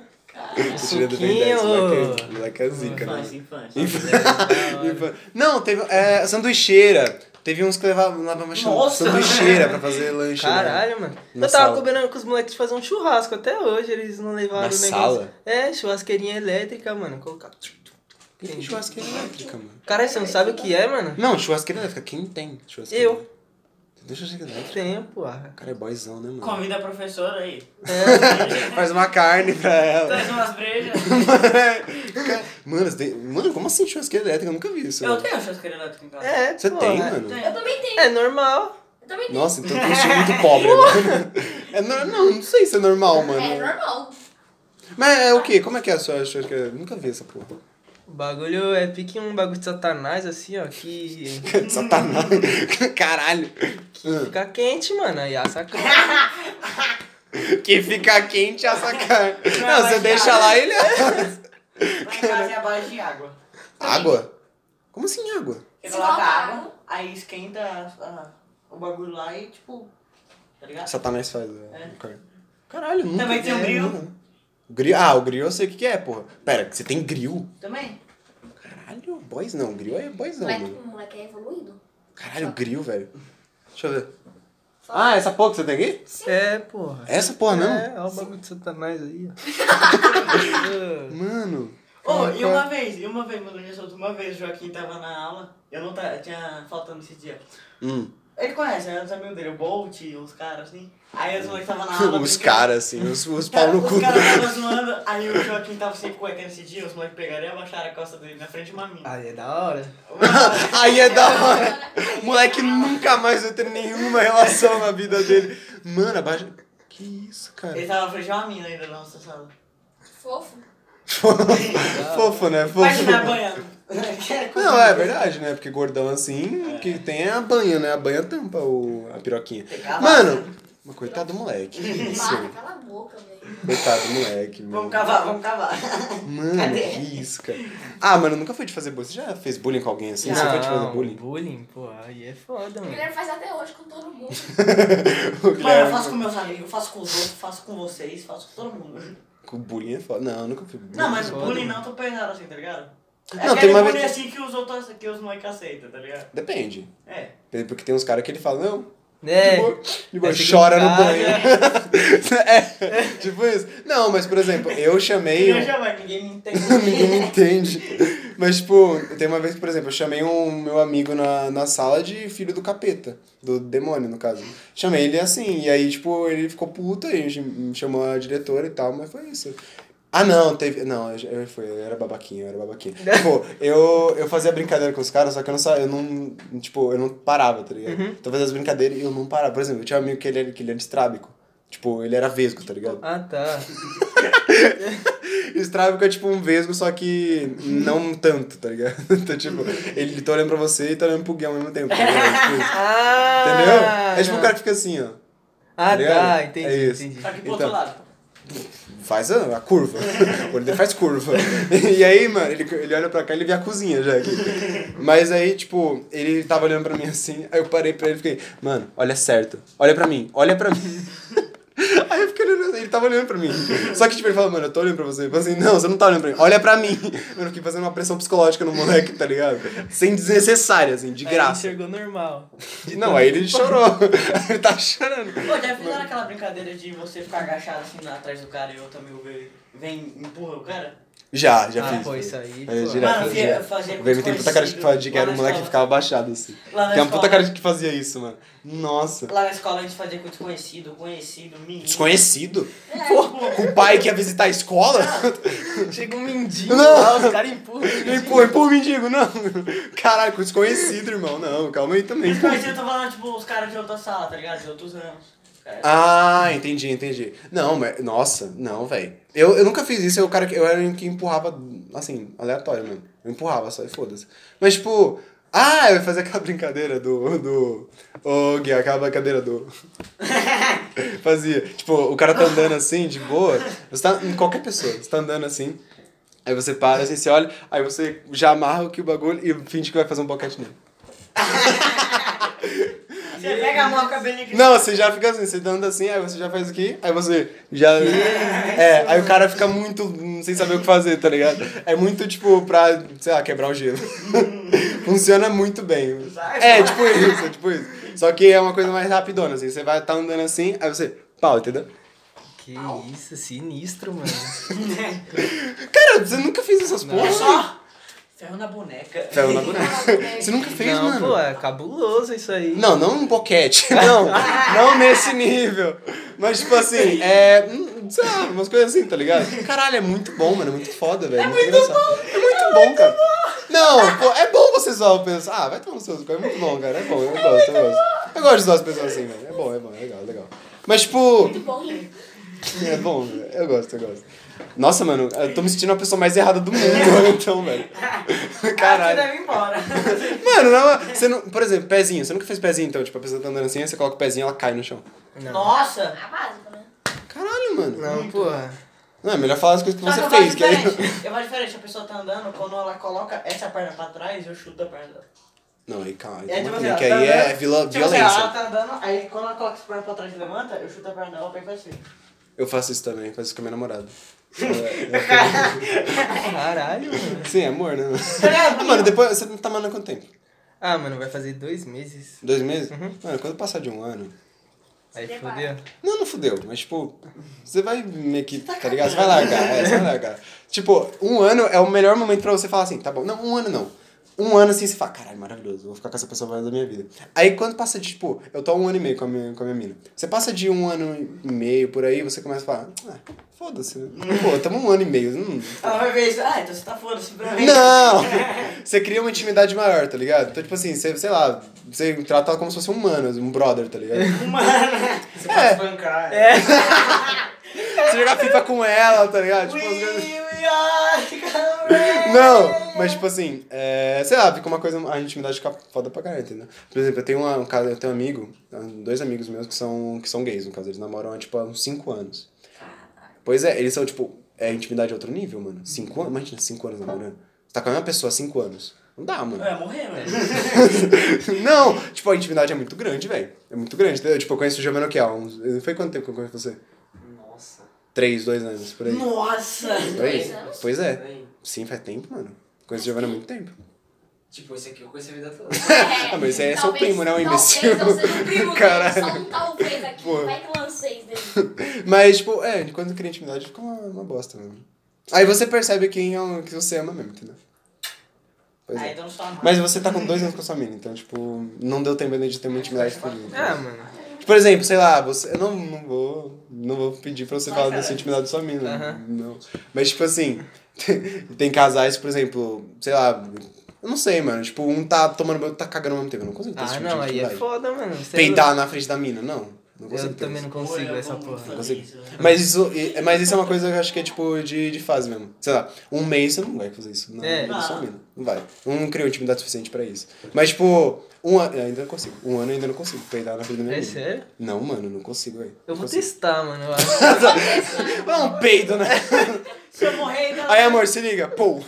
Speaker 1: Lancheira do Ben 10, moleque-
Speaker 2: Suquinho.
Speaker 1: moleque é zica, né?
Speaker 3: Infância, infância.
Speaker 1: Infa- Não, teve. É, sanduicheira. Teve uns que levavam levavam
Speaker 3: Nossa!
Speaker 1: sanduicheira pra fazer lanche. né?
Speaker 2: Caralho, mano.
Speaker 1: Na
Speaker 2: eu tava
Speaker 1: sala.
Speaker 2: combinando com os moleques de fazer um churrasco até hoje, eles não levaram
Speaker 1: Na
Speaker 2: o negócio.
Speaker 1: sala?
Speaker 2: É, churrasqueirinha elétrica, mano. Colocar.
Speaker 1: Por que Churrasqueira elétrica, mano.
Speaker 2: Cara, você não sabe o que é, mano?
Speaker 1: Não, churrasqueira elétrica. Quem tem churrasqueira?
Speaker 2: Eu
Speaker 1: Tem churrasqueira elétrica?
Speaker 2: tenho, porra.
Speaker 1: O cara é boyzão, né, mano?
Speaker 3: Convida a professora aí. né?
Speaker 1: Faz uma carne pra ela.
Speaker 3: Traz umas brejas.
Speaker 1: mano, você tem- mano, como assim churrasqueira elétrica? Eu nunca vi isso.
Speaker 3: Eu
Speaker 1: mano.
Speaker 3: tenho churrasqueira elétrica em casa.
Speaker 2: É,
Speaker 1: Você
Speaker 2: porra.
Speaker 1: tem, mano?
Speaker 3: Tenho.
Speaker 4: Eu também tenho.
Speaker 2: É normal.
Speaker 4: Eu também tenho.
Speaker 1: Nossa, então tem um estilo muito pobre, mano. É nor- não, não sei se é normal, mano.
Speaker 4: É normal.
Speaker 1: Mas é o quê? Como é que é a sua churrasqueira? Eu Nunca vi essa porra.
Speaker 2: O bagulho é pique um bagulho de satanás, assim, ó, que
Speaker 1: Satanás. Caralho.
Speaker 2: fica quente, mano. Aí assa a carne.
Speaker 1: Que fica quente essa carne.
Speaker 3: Vai
Speaker 1: Não, você
Speaker 3: baixar.
Speaker 1: deixa lá ele.
Speaker 2: É.
Speaker 3: Vai fazer a base de água.
Speaker 1: Água? Como assim água?
Speaker 3: Você
Speaker 4: Se
Speaker 3: coloca
Speaker 4: coloca
Speaker 3: água,
Speaker 4: água.
Speaker 3: aí esquenta a- a- o bagulho lá e tipo. Tá ligado?
Speaker 1: Satanás faz. a
Speaker 3: É.
Speaker 1: carne. Caralho, nunca
Speaker 3: Também tem
Speaker 1: vi,
Speaker 3: o grill.
Speaker 1: mano. Grill? Ah, o grill eu sei o que que é, porra. Pera, você tem grill?
Speaker 3: Também?
Speaker 1: Caralho, boys não. Grill é boys não,
Speaker 4: Moleque,
Speaker 1: mano.
Speaker 4: o moleque é evoluído.
Speaker 1: Caralho, grill, velho. Deixa eu ver. Ah, essa porra que você tem aqui?
Speaker 2: É, porra.
Speaker 1: Essa porra mesmo?
Speaker 2: É, olha o bagulho de satanás aí, ó.
Speaker 1: Mano.
Speaker 3: Oh, e
Speaker 1: Caraca.
Speaker 3: uma vez, e uma vez, meu Deus, solto, uma vez o Joaquim tava na aula, eu não tava, tinha faltando esse dia.
Speaker 1: Hum.
Speaker 3: Ele conhece, né? Os amigos dele, o Bolt, os caras assim. Aí os moleques estavam na aula.
Speaker 1: Os
Speaker 3: brincando.
Speaker 1: caras, assim, os, os
Speaker 3: Cara,
Speaker 1: pau no cu.
Speaker 3: Os caras estavam zoando, aí o Joaquim tava assim, sem cueca nesse dia, os moleques pegaram e abaixaram a calça dele na frente de uma mina.
Speaker 2: Aí é da hora. Ah.
Speaker 1: Aí é da hora. O moleque nunca mais vai ter nenhuma relação na vida dele. Mano, abaixa. Que isso,
Speaker 3: Ele
Speaker 1: cara?
Speaker 3: tava na frente de uma mina ainda na nossa sala.
Speaker 4: Fofo.
Speaker 1: Fofo, né?
Speaker 3: Imagina
Speaker 1: Fofo.
Speaker 3: banhando.
Speaker 1: Não, é verdade, né? Porque gordão
Speaker 3: É.
Speaker 1: assim, que tem a banha, né? A banha
Speaker 3: né?
Speaker 1: tampa o, a piroquinha. Mano, mas coitado do moleque. Que isso?
Speaker 4: Para, cala a boca, velho.
Speaker 1: Coitado, do moleque, mano.
Speaker 3: Vamos cavar, vamos cavar.
Speaker 1: Mano,
Speaker 3: Cadê?
Speaker 1: que isso, cara. Ah, mano, nunca foi de fazer bullying. Você já fez bullying com alguém assim? Você foi de fazer bullying?
Speaker 2: bullying, pô, aí é foda,
Speaker 4: O
Speaker 2: mano.
Speaker 4: Guilherme faz até hoje com todo mundo.
Speaker 1: O
Speaker 3: Mano, eu
Speaker 1: Guilherme-
Speaker 3: faço com meus amigos, eu faço com os outros, faço com vocês, faço com todo mundo.
Speaker 1: Com bullying é foda. Não, eu nunca fui bullying. é
Speaker 3: Não, mas
Speaker 2: Foda,
Speaker 3: bullying
Speaker 2: mano.
Speaker 3: não, tô pesado assim, tá ligado? É
Speaker 1: Não,
Speaker 3: não,
Speaker 1: tem
Speaker 3: aquele
Speaker 1: uma
Speaker 3: bullying
Speaker 1: vez-
Speaker 3: assim que os outros, que os moleques aceitam, tá ligado?
Speaker 1: Depende.
Speaker 3: É.
Speaker 1: Porque tem uns caras que ele fala, não,
Speaker 2: Né?
Speaker 1: de boa, de boa,
Speaker 2: Aí chega em
Speaker 1: chora no
Speaker 2: casa,
Speaker 1: banho.
Speaker 3: né?
Speaker 1: é, tipo isso. Não, mas por exemplo, eu chamei.
Speaker 3: Eu
Speaker 1: um-
Speaker 3: já vai, ninguém me entende.
Speaker 1: Ninguém me entende. Mas, tipo, tem uma vez, que, por exemplo, eu chamei um meu amigo na, na sala de filho do capeta, do demônio, no caso. Chamei ele assim, e aí, tipo, ele ficou puto aí, me chamou a diretora e tal, mas foi isso. Ah, não, teve. Não, eu, eu, foi, eu era babaquinho, eu era babaquinho. Tipo, eu, eu fazia brincadeira com os caras, só que eu não sa- eu não. Tipo, eu não parava, tá ligado? Então eu fazia as brincadeiras e eu não parava. Por exemplo, eu tinha um amigo que ele, era- que ele era estrábico. Tipo, ele era vesgo, tá ligado?
Speaker 2: Ah, tá.
Speaker 1: Estrábico é tipo um vesgo, só que não tanto, tá ligado? Então, tipo, ele tá olhando pra você e tá olhando pro Gui ao mesmo tempo, tá ligado? Tipo isso.
Speaker 2: Ah,
Speaker 1: Entendeu? É tipo o
Speaker 2: não.
Speaker 1: cara que fica assim, ó.
Speaker 2: Ah, tá,
Speaker 1: ligado?
Speaker 2: entendi,
Speaker 1: É isso.
Speaker 2: entendi.
Speaker 3: Só que tá pro
Speaker 1: Então.
Speaker 3: outro lado.
Speaker 1: Faz a, a curva. O olho dele faz curva. E aí, mano, ele, ele olha pra cá e ele vê a cozinha já aqui. Mas aí, tipo, ele tava olhando pra mim assim, aí eu parei pra ele e fiquei, mano, olha certo. Olha pra mim, olha pra mim. Aí eu fiquei olhando, assim, ele tava olhando pra mim. Só que, tipo, ele fala, mano, eu tô olhando pra você. Eu falei assim, não, você não tá olhando pra mim, olha pra mim. Mano, eu fiquei fazendo uma pressão psicológica no moleque, tá ligado? Sem desnecessária, assim, de
Speaker 2: Aí
Speaker 1: graça.
Speaker 2: enxergou normal.
Speaker 1: Não, aí ele chorou. ele tá
Speaker 2: Ah,
Speaker 1: chorando.
Speaker 3: Pô, já fizeram aquela brincadeira de você ficar agachado assim lá atrás do cara e outro amigo vem, vem e empurra o cara?
Speaker 1: Já, já
Speaker 2: Ah,
Speaker 1: fiz.
Speaker 2: pô, isso aí,
Speaker 1: Mas é
Speaker 2: pô.
Speaker 1: direto, é
Speaker 3: Mano, eu
Speaker 1: direto.
Speaker 3: fazia com
Speaker 1: Velho, tem puta cara de que
Speaker 3: desconhecido.
Speaker 1: fala de que era um
Speaker 3: Lá na
Speaker 1: moleque que
Speaker 3: escola.
Speaker 1: ficava abaixado, assim.
Speaker 3: Lá na
Speaker 1: Tem uma puta
Speaker 3: escola.
Speaker 1: cara de que fazia isso, mano. Nossa.
Speaker 3: Lá na escola a gente fazia com desconhecido, conhecido, menino.
Speaker 1: Desconhecido?
Speaker 3: É,
Speaker 1: Com o pai que ia visitar a escola?
Speaker 2: Chega um mendigo
Speaker 1: Não.
Speaker 2: lá, os caras empurram. o mendigo.
Speaker 1: Empurra, empurra o um mendigo, não. Caralho, com desconhecido, irmão. Não, calma aí também. pô.
Speaker 3: Desconhecido, eu tô falando, tipo, os caras de outra sala, tá ligado? De outros anos. Cara,
Speaker 1: Ah, entendi, entendi. Não, mas. Nossa, não, velho. Eu, eu nunca fiz isso, eu, cara, que- eu era um que empurrava, assim, aleatório, mano. Eu empurrava só e foda-se. Mas, tipo. Ah, eu ia fazer aquela brincadeira do. do Ô, Gui, aquela brincadeira do. Fazia. Tipo, o cara tá andando assim, de boa. Você tá em qualquer pessoa, você tá andando assim. Aí você para, assim, você olha, aí você já amarra o que o bagulho e finge que vai fazer um boquete nele.
Speaker 3: Você pega a mão, o cabelinho que...
Speaker 1: Não, você já fica assim, você anda assim, aí você já faz aqui, aí você já. É, aí o cara fica muito hum, sem saber o que fazer, tá ligado? É muito tipo pra, sei lá, quebrar o gelo. Funciona muito bem. É, tipo isso, é tipo isso. Só que é uma coisa mais rapidona, assim. Você vai tá andando assim, aí você. Pau, entendeu?
Speaker 2: Que isso, sinistro, mano.
Speaker 1: Cara, você nunca fez essas
Speaker 2: Não.
Speaker 3: É
Speaker 1: porras?
Speaker 3: só ferro na boneca.
Speaker 1: Ferro na boneca. Você nunca fez,
Speaker 2: não,
Speaker 1: mano?
Speaker 2: pô, é cabuloso isso aí.
Speaker 1: Não, não um boquete. Não, não nesse nível. Mas, tipo assim, é. hum, Sei lá, umas coisas assim, tá ligado? Caralho, é muito bom, mano. É muito foda, velho. É muito bom. É muito bom, cara. Não, pô, é bom você só pensar. Ah, vai tomar no seu cu, É muito bom, cara. É bom, eu gosto, eu gosto. Eu gosto de usar as pessoas assim, velho. É bom, é bom, é legal, é legal. Mas, tipo.
Speaker 4: Muito bom rir.
Speaker 1: É bom, velho. eu gosto, eu gosto. Nossa, mano, eu tô me sentindo a pessoa mais errada do mundo, então, velho. Caralho.
Speaker 3: Ah, você deve ir embora.
Speaker 1: Mano, não, você não. Por exemplo, pezinho. Você nunca fez pezinho, então? Tipo, a pessoa tá andando assim, aí você coloca o pezinho e ela cai no chão.
Speaker 2: Não,
Speaker 3: Nossa.
Speaker 4: A básica, né?
Speaker 1: Caralho, mano. Não,
Speaker 2: não porra.
Speaker 1: é melhor falar as coisas que
Speaker 3: Só
Speaker 1: você
Speaker 3: que eu faço
Speaker 1: fez, tá que aí.
Speaker 3: diferente. Eu faço diferente. A pessoa tá andando, quando ela coloca essa perna pra trás, eu chuto a perna dela.
Speaker 1: Não, aí calma.
Speaker 3: É,
Speaker 1: É,
Speaker 3: tipo assim,
Speaker 1: que
Speaker 3: ela
Speaker 1: aí
Speaker 3: tá
Speaker 1: é
Speaker 3: andando-
Speaker 1: vila,
Speaker 3: Tipo assim, ela
Speaker 1: violência.
Speaker 3: tá andando, aí quando ela coloca essa perna pra trás e levanta, eu chuto a perna dela pra ir pra cima.
Speaker 1: Eu faço isso também, faço isso com a minha namorada.
Speaker 2: Caralho, mano.
Speaker 1: Sim, é amor, né?
Speaker 3: Tá. ligado?
Speaker 1: Ah, mano, depois você tá mandando quanto tempo?
Speaker 2: Ah, mano, vai fazer dois meses.
Speaker 1: Dois meses? Mano, quando passar de um ano.
Speaker 2: Aí
Speaker 4: Você
Speaker 2: fodeu.
Speaker 1: Não, não fudeu, mas tipo, você vai meio que, tá ligado? Você vai largar, é, você vai largar. Tipo, um ano é o melhor momento pra você falar assim, tá bom, não, um ano não. Um ano assim, você fala, caralho, maravilhoso, vou ficar com essa pessoa mais da minha vida. Aí quando passa de, tipo, eu tô há um ano e meio com a minha, com a minha mina. Você passa de um ano e meio por aí, você começa a falar, ah, foda-se, né? Pô, tamo um ano e meio, hum,
Speaker 3: Ela vai ver isso. Ah, então você tá foda-se pra mim.
Speaker 1: não! Você cria uma intimidade maior, tá ligado? Então, tipo assim, você, sei lá, você trata ela como se fosse um mano, um brother, tá ligado?
Speaker 3: Mano. Você pode espancar. É.
Speaker 1: Você jogar FIFA com ela, tá ligado?
Speaker 3: We,
Speaker 1: Tipo, as coisas-
Speaker 3: we are comrades.
Speaker 1: Não, mas tipo assim, é, sei lá, fica uma coisa, a intimidade fica foda pra caralho, entendeu? Por exemplo, eu tenho uma- um cara, eu tenho um amigo, dois amigos meus que são, que são gays, no caso, eles namoram há tipo há uns 5 anos. Pois é, eles são, tipo, é intimidade a outro nível, mano. Cinco anos, imagina, cinco anos namorando. Você tá com a mesma pessoa há cinco anos. Não dá, mano.
Speaker 3: Eu ia morrer, velho.
Speaker 1: Não, tipo, a intimidade é muito grande, velho. É muito grande, entendeu? Tipo, eu conheço o Giovanni aqui há uns... Foi quanto tempo que eu conheço você?
Speaker 3: Nossa.
Speaker 1: Três, dois anos, por aí.
Speaker 3: Nossa!
Speaker 1: Por aí?
Speaker 4: Dois anos?
Speaker 1: Pois é.
Speaker 5: Bem,
Speaker 1: Sim, faz tempo, mano. Conheço o Giovanni há muito tempo.
Speaker 5: Tipo, esse aqui eu conheci a vida toda.
Speaker 1: Ah, mas esse aí é seu
Speaker 4: Talvez-
Speaker 1: primo, né, o imbecil?
Speaker 4: Talvez eu seja o primo
Speaker 1: Caralho.
Speaker 4: dele, só um talvez aqui.
Speaker 1: Pô.
Speaker 4: Vai que lanceis dele.
Speaker 1: Mas, tipo, é, quando cria intimidade fica uma, uma bosta mesmo. Aí você percebe quem é o que você ama mesmo, entendeu? Pois
Speaker 3: Aí
Speaker 1: é.
Speaker 3: então só
Speaker 1: Mas você tá com dois anos com a sua mina, então, tipo, não deu tempo ainda de ter uma intimidade fodida.
Speaker 2: Ah, mano.
Speaker 1: Tipo, Por exemplo, sei lá, você. Eu não, não vou. Não vou pedir pra você
Speaker 3: Vai,
Speaker 1: falar
Speaker 3: cara.
Speaker 1: da sua intimidade da sua mina.
Speaker 2: Aham.
Speaker 1: Não. Mas, tipo assim, tem casais, por exemplo, sei lá. Eu não sei, mano. Tipo, um tá tomando banho, outro tá cagando ao mesmo tempo. Eu não consigo ter esse
Speaker 2: Ah,
Speaker 1: tipo
Speaker 2: não,
Speaker 1: de
Speaker 2: aí é
Speaker 1: intimidade.
Speaker 2: foda, mano. Você é
Speaker 1: Peidar na frente da mina, não. Não
Speaker 2: louco.
Speaker 1: consigo
Speaker 2: Eu
Speaker 1: ter
Speaker 2: também
Speaker 1: isso.
Speaker 2: não consigo
Speaker 3: Pô, eu
Speaker 2: essa
Speaker 3: vou
Speaker 2: porra.
Speaker 3: muito né?
Speaker 1: Consigo.
Speaker 3: fazer isso.
Speaker 1: Mas isso, e- mas isso é uma coisa que eu acho que é tipo de, de fase mesmo. Sei lá, um mês você não vai fazer isso. Não,
Speaker 2: É.
Speaker 1: não, sou menino. não vai. Não criou intimidade suficiente pra isso. Mas, tipo, um ano. Ainda não consigo. Um ano eu ainda não consigo peidar na frente da minha
Speaker 2: É
Speaker 1: mina.
Speaker 2: sério?
Speaker 1: Não, mano, eu não consigo, velho.
Speaker 2: Eu
Speaker 1: Não
Speaker 2: vou
Speaker 1: consigo.
Speaker 2: testar, mano. eu acho.
Speaker 1: Vai um peido, né?
Speaker 3: Se eu morrer, então- ainda.
Speaker 1: Aí, amor, se liga. Pô.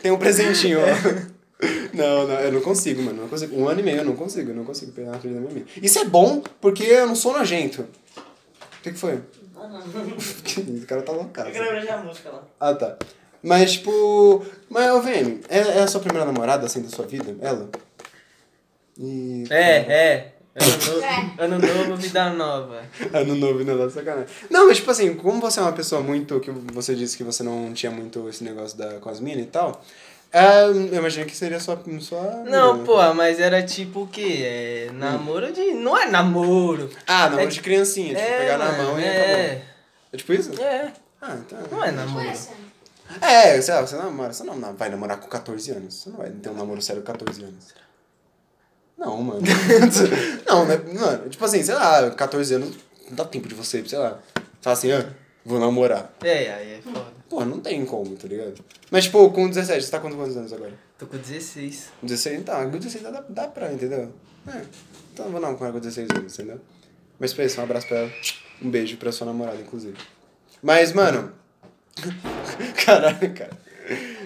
Speaker 1: Tem um presentinho, ó. Não, não, eu não consigo, mano. eu Não consigo. Um ano e meio eu não consigo. Eu não consigo peidar na frente da minha mina. Isso é bom porque eu não sou nojento. O que, que foi? o cara tá loucado.
Speaker 3: Eu Ah, quero ver a música lá.
Speaker 1: Ah, tá. Mas, tipo. Mas, ô, VM, é, é a sua primeira namorada, assim, da sua vida? Ela? E.
Speaker 2: É, é.
Speaker 4: É.
Speaker 2: Ano novo, ano novo, vida nova.
Speaker 1: Ano novo, né? Lá, sacanagem. Não, mas, tipo assim, como você é uma pessoa muito. que você disse que você não tinha muito esse negócio da, com as minas e tal. é, eu imagino que seria sua. sua
Speaker 2: Não,
Speaker 1: né?
Speaker 2: porra, mas era tipo o quê? É namoro de. Não é namoro.
Speaker 1: Ah, namoro
Speaker 2: É
Speaker 1: de criancinha, tipo,
Speaker 2: é,
Speaker 1: pegar na
Speaker 2: mano,
Speaker 1: mão e acabou.
Speaker 2: é,
Speaker 1: É tipo isso?
Speaker 2: É,
Speaker 1: Ah, então.
Speaker 2: não é
Speaker 4: Não
Speaker 2: namoro.
Speaker 4: é sério.
Speaker 1: É, sei lá, você namora. Você não vai namorar com 14 anos. Você não vai ter um namoro sério com 14 anos. Não, mano. não, né? Mano, tipo assim, sei lá, 14 anos não dá tempo de você, sei lá, falar assim, ah, vou namorar.
Speaker 2: É, aí é foda.
Speaker 1: Porra, não tem como, tá ligado? Mas, tipo, com 17, você tá com quantos anos agora?
Speaker 2: Tô com 16.
Speaker 1: Com 16? Então, com 16 dá, dá pra, entendeu? É. Então eu vou namorar com 16 anos, entendeu? Mas pensa, um abraço pra ela. Um beijo pra sua namorada, inclusive. Mas, mano. Caralho, cara.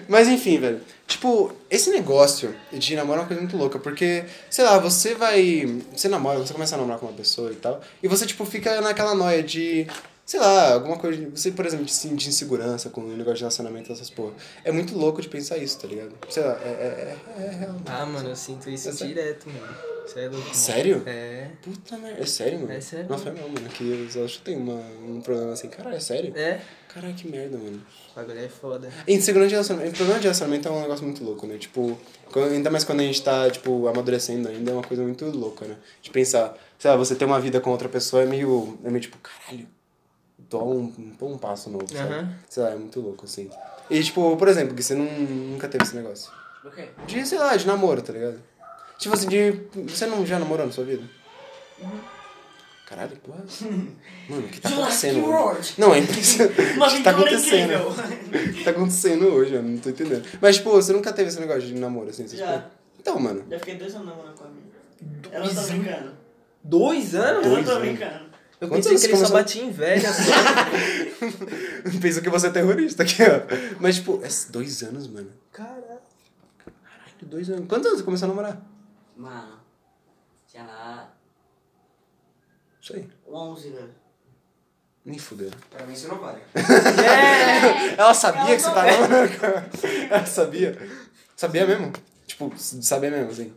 Speaker 1: Mas enfim, velho. Tipo, esse negócio de namorar é uma coisa muito louca, porque, sei lá, você vai. Você namora, você começa a namorar com uma pessoa e tal, e você, tipo, fica naquela noia de. Sei lá, alguma coisa. de- Você, por exemplo, de, se- de insegurança com o negócio de relacionamento, essas porra. É muito louco de pensar isso, tá ligado? Sei lá, é. é, é, é real.
Speaker 2: Ah, mano, eu sinto isso
Speaker 1: Essa-
Speaker 2: direto, mano. Você é louco. mano.
Speaker 1: Sério?
Speaker 2: É.
Speaker 1: Puta merda. É sério, mano?
Speaker 2: É sério.
Speaker 1: Nossa, é não, mano. Que eu acho que tem uma, um problema assim. Caralho, é sério?
Speaker 2: É.
Speaker 1: Caralho, que merda, mano.
Speaker 2: O bagulho é foda.
Speaker 1: Insegurança de relacionamento. Problema de relacionamento é um negócio muito louco, né? Tipo, quando- ainda mais quando a gente tá, tipo, amadurecendo ainda, é uma coisa muito louca, né? De pensar, sei lá, você ter uma vida com outra pessoa é meio. É meio tipo, caralho. Tô um, tô um passo novo, sabe?
Speaker 2: Aham.
Speaker 1: Sei lá, é muito louco, assim. E, tipo, por exemplo, que você não, nunca teve esse negócio.
Speaker 5: Do quê?
Speaker 1: De, sei lá, de namoro, tá ligado? Tipo assim, de. Você não já namorou na sua vida? Caralho, que porra. Mano, o que tá
Speaker 3: Jurassic
Speaker 1: acontecendo? hoje?
Speaker 3: World.
Speaker 1: Não, é impressionante.
Speaker 3: Uma
Speaker 1: O que tá
Speaker 3: aventura
Speaker 1: acontecendo?
Speaker 3: incrível.
Speaker 1: O que tá acontecendo hoje, eu não tô entendendo. Mas, tipo, você nunca teve esse negócio de namoro, assim? essas
Speaker 3: Já.
Speaker 1: coisas? Então, mano.
Speaker 3: Já fiquei dois anos namorando com a minha. Eu não tô tá brincando.
Speaker 2: Dois anos?
Speaker 3: Eu não
Speaker 1: Dois
Speaker 3: tô
Speaker 1: anos?
Speaker 3: brincando.
Speaker 2: Eu
Speaker 1: Quantos
Speaker 2: pensei
Speaker 1: anos
Speaker 2: que ele só
Speaker 1: começou?
Speaker 2: batia em velha.
Speaker 1: Pensa que você é terrorista aqui, ó. Mas, tipo, é dois anos, mano.
Speaker 2: Caralho.
Speaker 1: Caralho, dois anos. Quantos anos você começou a namorar?
Speaker 5: Mano, tinha lá.
Speaker 1: Isso aí.
Speaker 3: 11, velho.
Speaker 1: Nem fudeu.
Speaker 5: Pra mim isso não vale.
Speaker 2: É,
Speaker 1: Ela sabia
Speaker 3: Ela é.
Speaker 1: que você tava namorando com ela? Ela sabia. Sabia mesmo? Tipo, sabia mesmo, assim.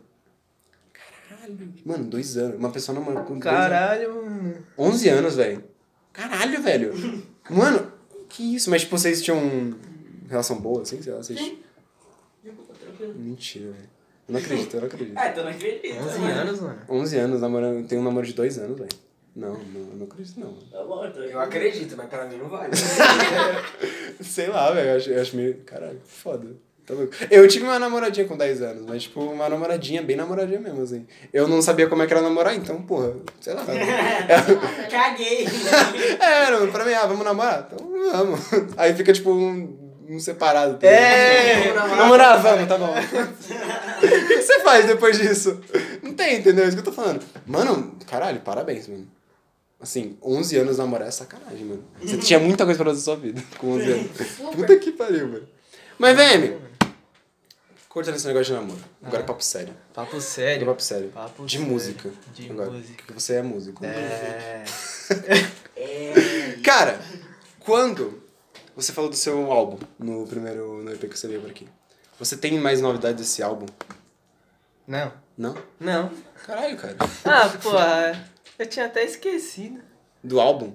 Speaker 1: Caralho. Mano, dois anos. Uma pessoa namorando com dois anos.
Speaker 2: Caralho, mano.
Speaker 1: 11 anos, velho. Caralho, velho. Mano, que isso? Mas, tipo, vocês tinham relação boa, assim? Sei lá, vocês... Mentira, velho. Eu não acredito, eu não acredito.
Speaker 3: Ah, então não
Speaker 1: É
Speaker 3: acredito.
Speaker 1: assim,
Speaker 2: 11
Speaker 3: mano.
Speaker 2: anos, mano.
Speaker 1: 11 anos, namorando... Tem um namoro de dois anos, velho. Não, não, eu não acredito, não.
Speaker 3: Tá bom, então.
Speaker 5: Eu acredito, mas pra mim não vale.
Speaker 1: Sei lá, velho. Eu acho, eu acho meio... Caralho, foda. Tá louco. Eu tive uma namoradinha com 10 anos, mas, tipo, uma namoradinha, bem namoradinha mesmo, assim. Eu não sabia como é que era namorar, então, porra, sei lá.
Speaker 3: Caguei.
Speaker 1: É, não, pra mim, ah, vamos namorar? Então vamos. Aí fica tipo um, um separado. tá
Speaker 2: É!
Speaker 1: ligado? Vamos namorar, vamos, tá bom. O que que você faz depois disso? Não tem, entendeu? É isso que eu tô falando. Mano, caralho, parabéns, mano. Assim, 11 anos namorar é sacanagem, mano. Você tinha muita coisa pra fazer na sua vida com 11 anos.
Speaker 4: Super.
Speaker 1: Puta que pariu, mano. Mas, VM, cortando esse negócio de namoro. Agora é
Speaker 2: Ah.
Speaker 1: papo sério.
Speaker 2: Papo
Speaker 1: Agora
Speaker 2: sério.
Speaker 1: papo sério.
Speaker 2: Papo
Speaker 1: de
Speaker 2: sério.
Speaker 1: música.
Speaker 2: De
Speaker 1: agora,
Speaker 2: música.
Speaker 1: Porque você é músico.
Speaker 2: É.
Speaker 1: Cara, quando você falou do seu álbum no primeiro no EP que você veio por aqui, você tem mais novidade desse álbum?
Speaker 2: Não.
Speaker 1: Não?
Speaker 2: Não.
Speaker 1: Caralho, cara.
Speaker 2: Ah, porra. Eu tinha até esquecido.
Speaker 1: Do álbum?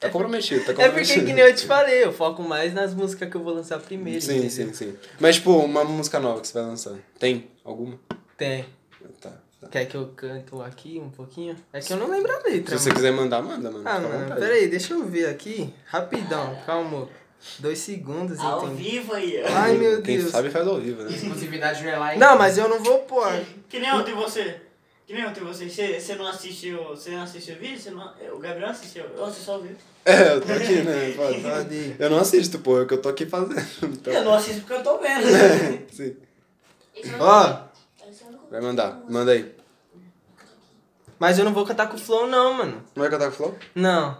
Speaker 1: Tá comprometido, tá
Speaker 2: É
Speaker 1: comprometido.
Speaker 2: porque, que nem eu te falei, eu foco mais nas músicas que eu vou lançar primeiro.
Speaker 1: Sim,
Speaker 2: entendeu?
Speaker 1: sim, sim. Mas, tipo, uma música nova que você vai lançar. Tem? Alguma?
Speaker 2: Tem.
Speaker 1: Tá. tá.
Speaker 2: Quer que eu canto aqui um pouquinho? É que eu não lembro a letra.
Speaker 1: Se você
Speaker 2: mano.
Speaker 1: quiser mandar, manda, mano.
Speaker 2: Ah,
Speaker 1: Fica à
Speaker 2: mano,
Speaker 1: vontade.
Speaker 2: peraí, deixa eu ver aqui. Rapidão, calma. Dois segundos,
Speaker 3: Ao
Speaker 2: entendeu?
Speaker 3: vivo aí, ó.
Speaker 2: Ai, meu
Speaker 1: Quem
Speaker 2: Deus.
Speaker 1: sabe faz ao vivo, né?
Speaker 5: Exclusividade não é lá, hein?
Speaker 2: Não, mas eu não vou pôr.
Speaker 3: Que nem ontem você. Que nem ontem você. Você você não assistiu. Você não assistiu o vídeo? Você não, é, o Gabriel assistiu. Eu assisti só o vídeo.
Speaker 1: É, eu tô aqui, né? Pô, tá-
Speaker 2: Cadê?
Speaker 1: Eu não assisto, pô, é o que eu tô aqui fazendo. então.
Speaker 3: Eu não assisto porque eu tô vendo.
Speaker 1: Sim.
Speaker 4: Esse é o único-
Speaker 2: Ó,
Speaker 4: esse é o único-
Speaker 1: Vai mandar, manda aí.
Speaker 2: mas eu não vou cantar com o Flow, não, mano.
Speaker 1: Não vai cantar com é o Flow?
Speaker 2: Não.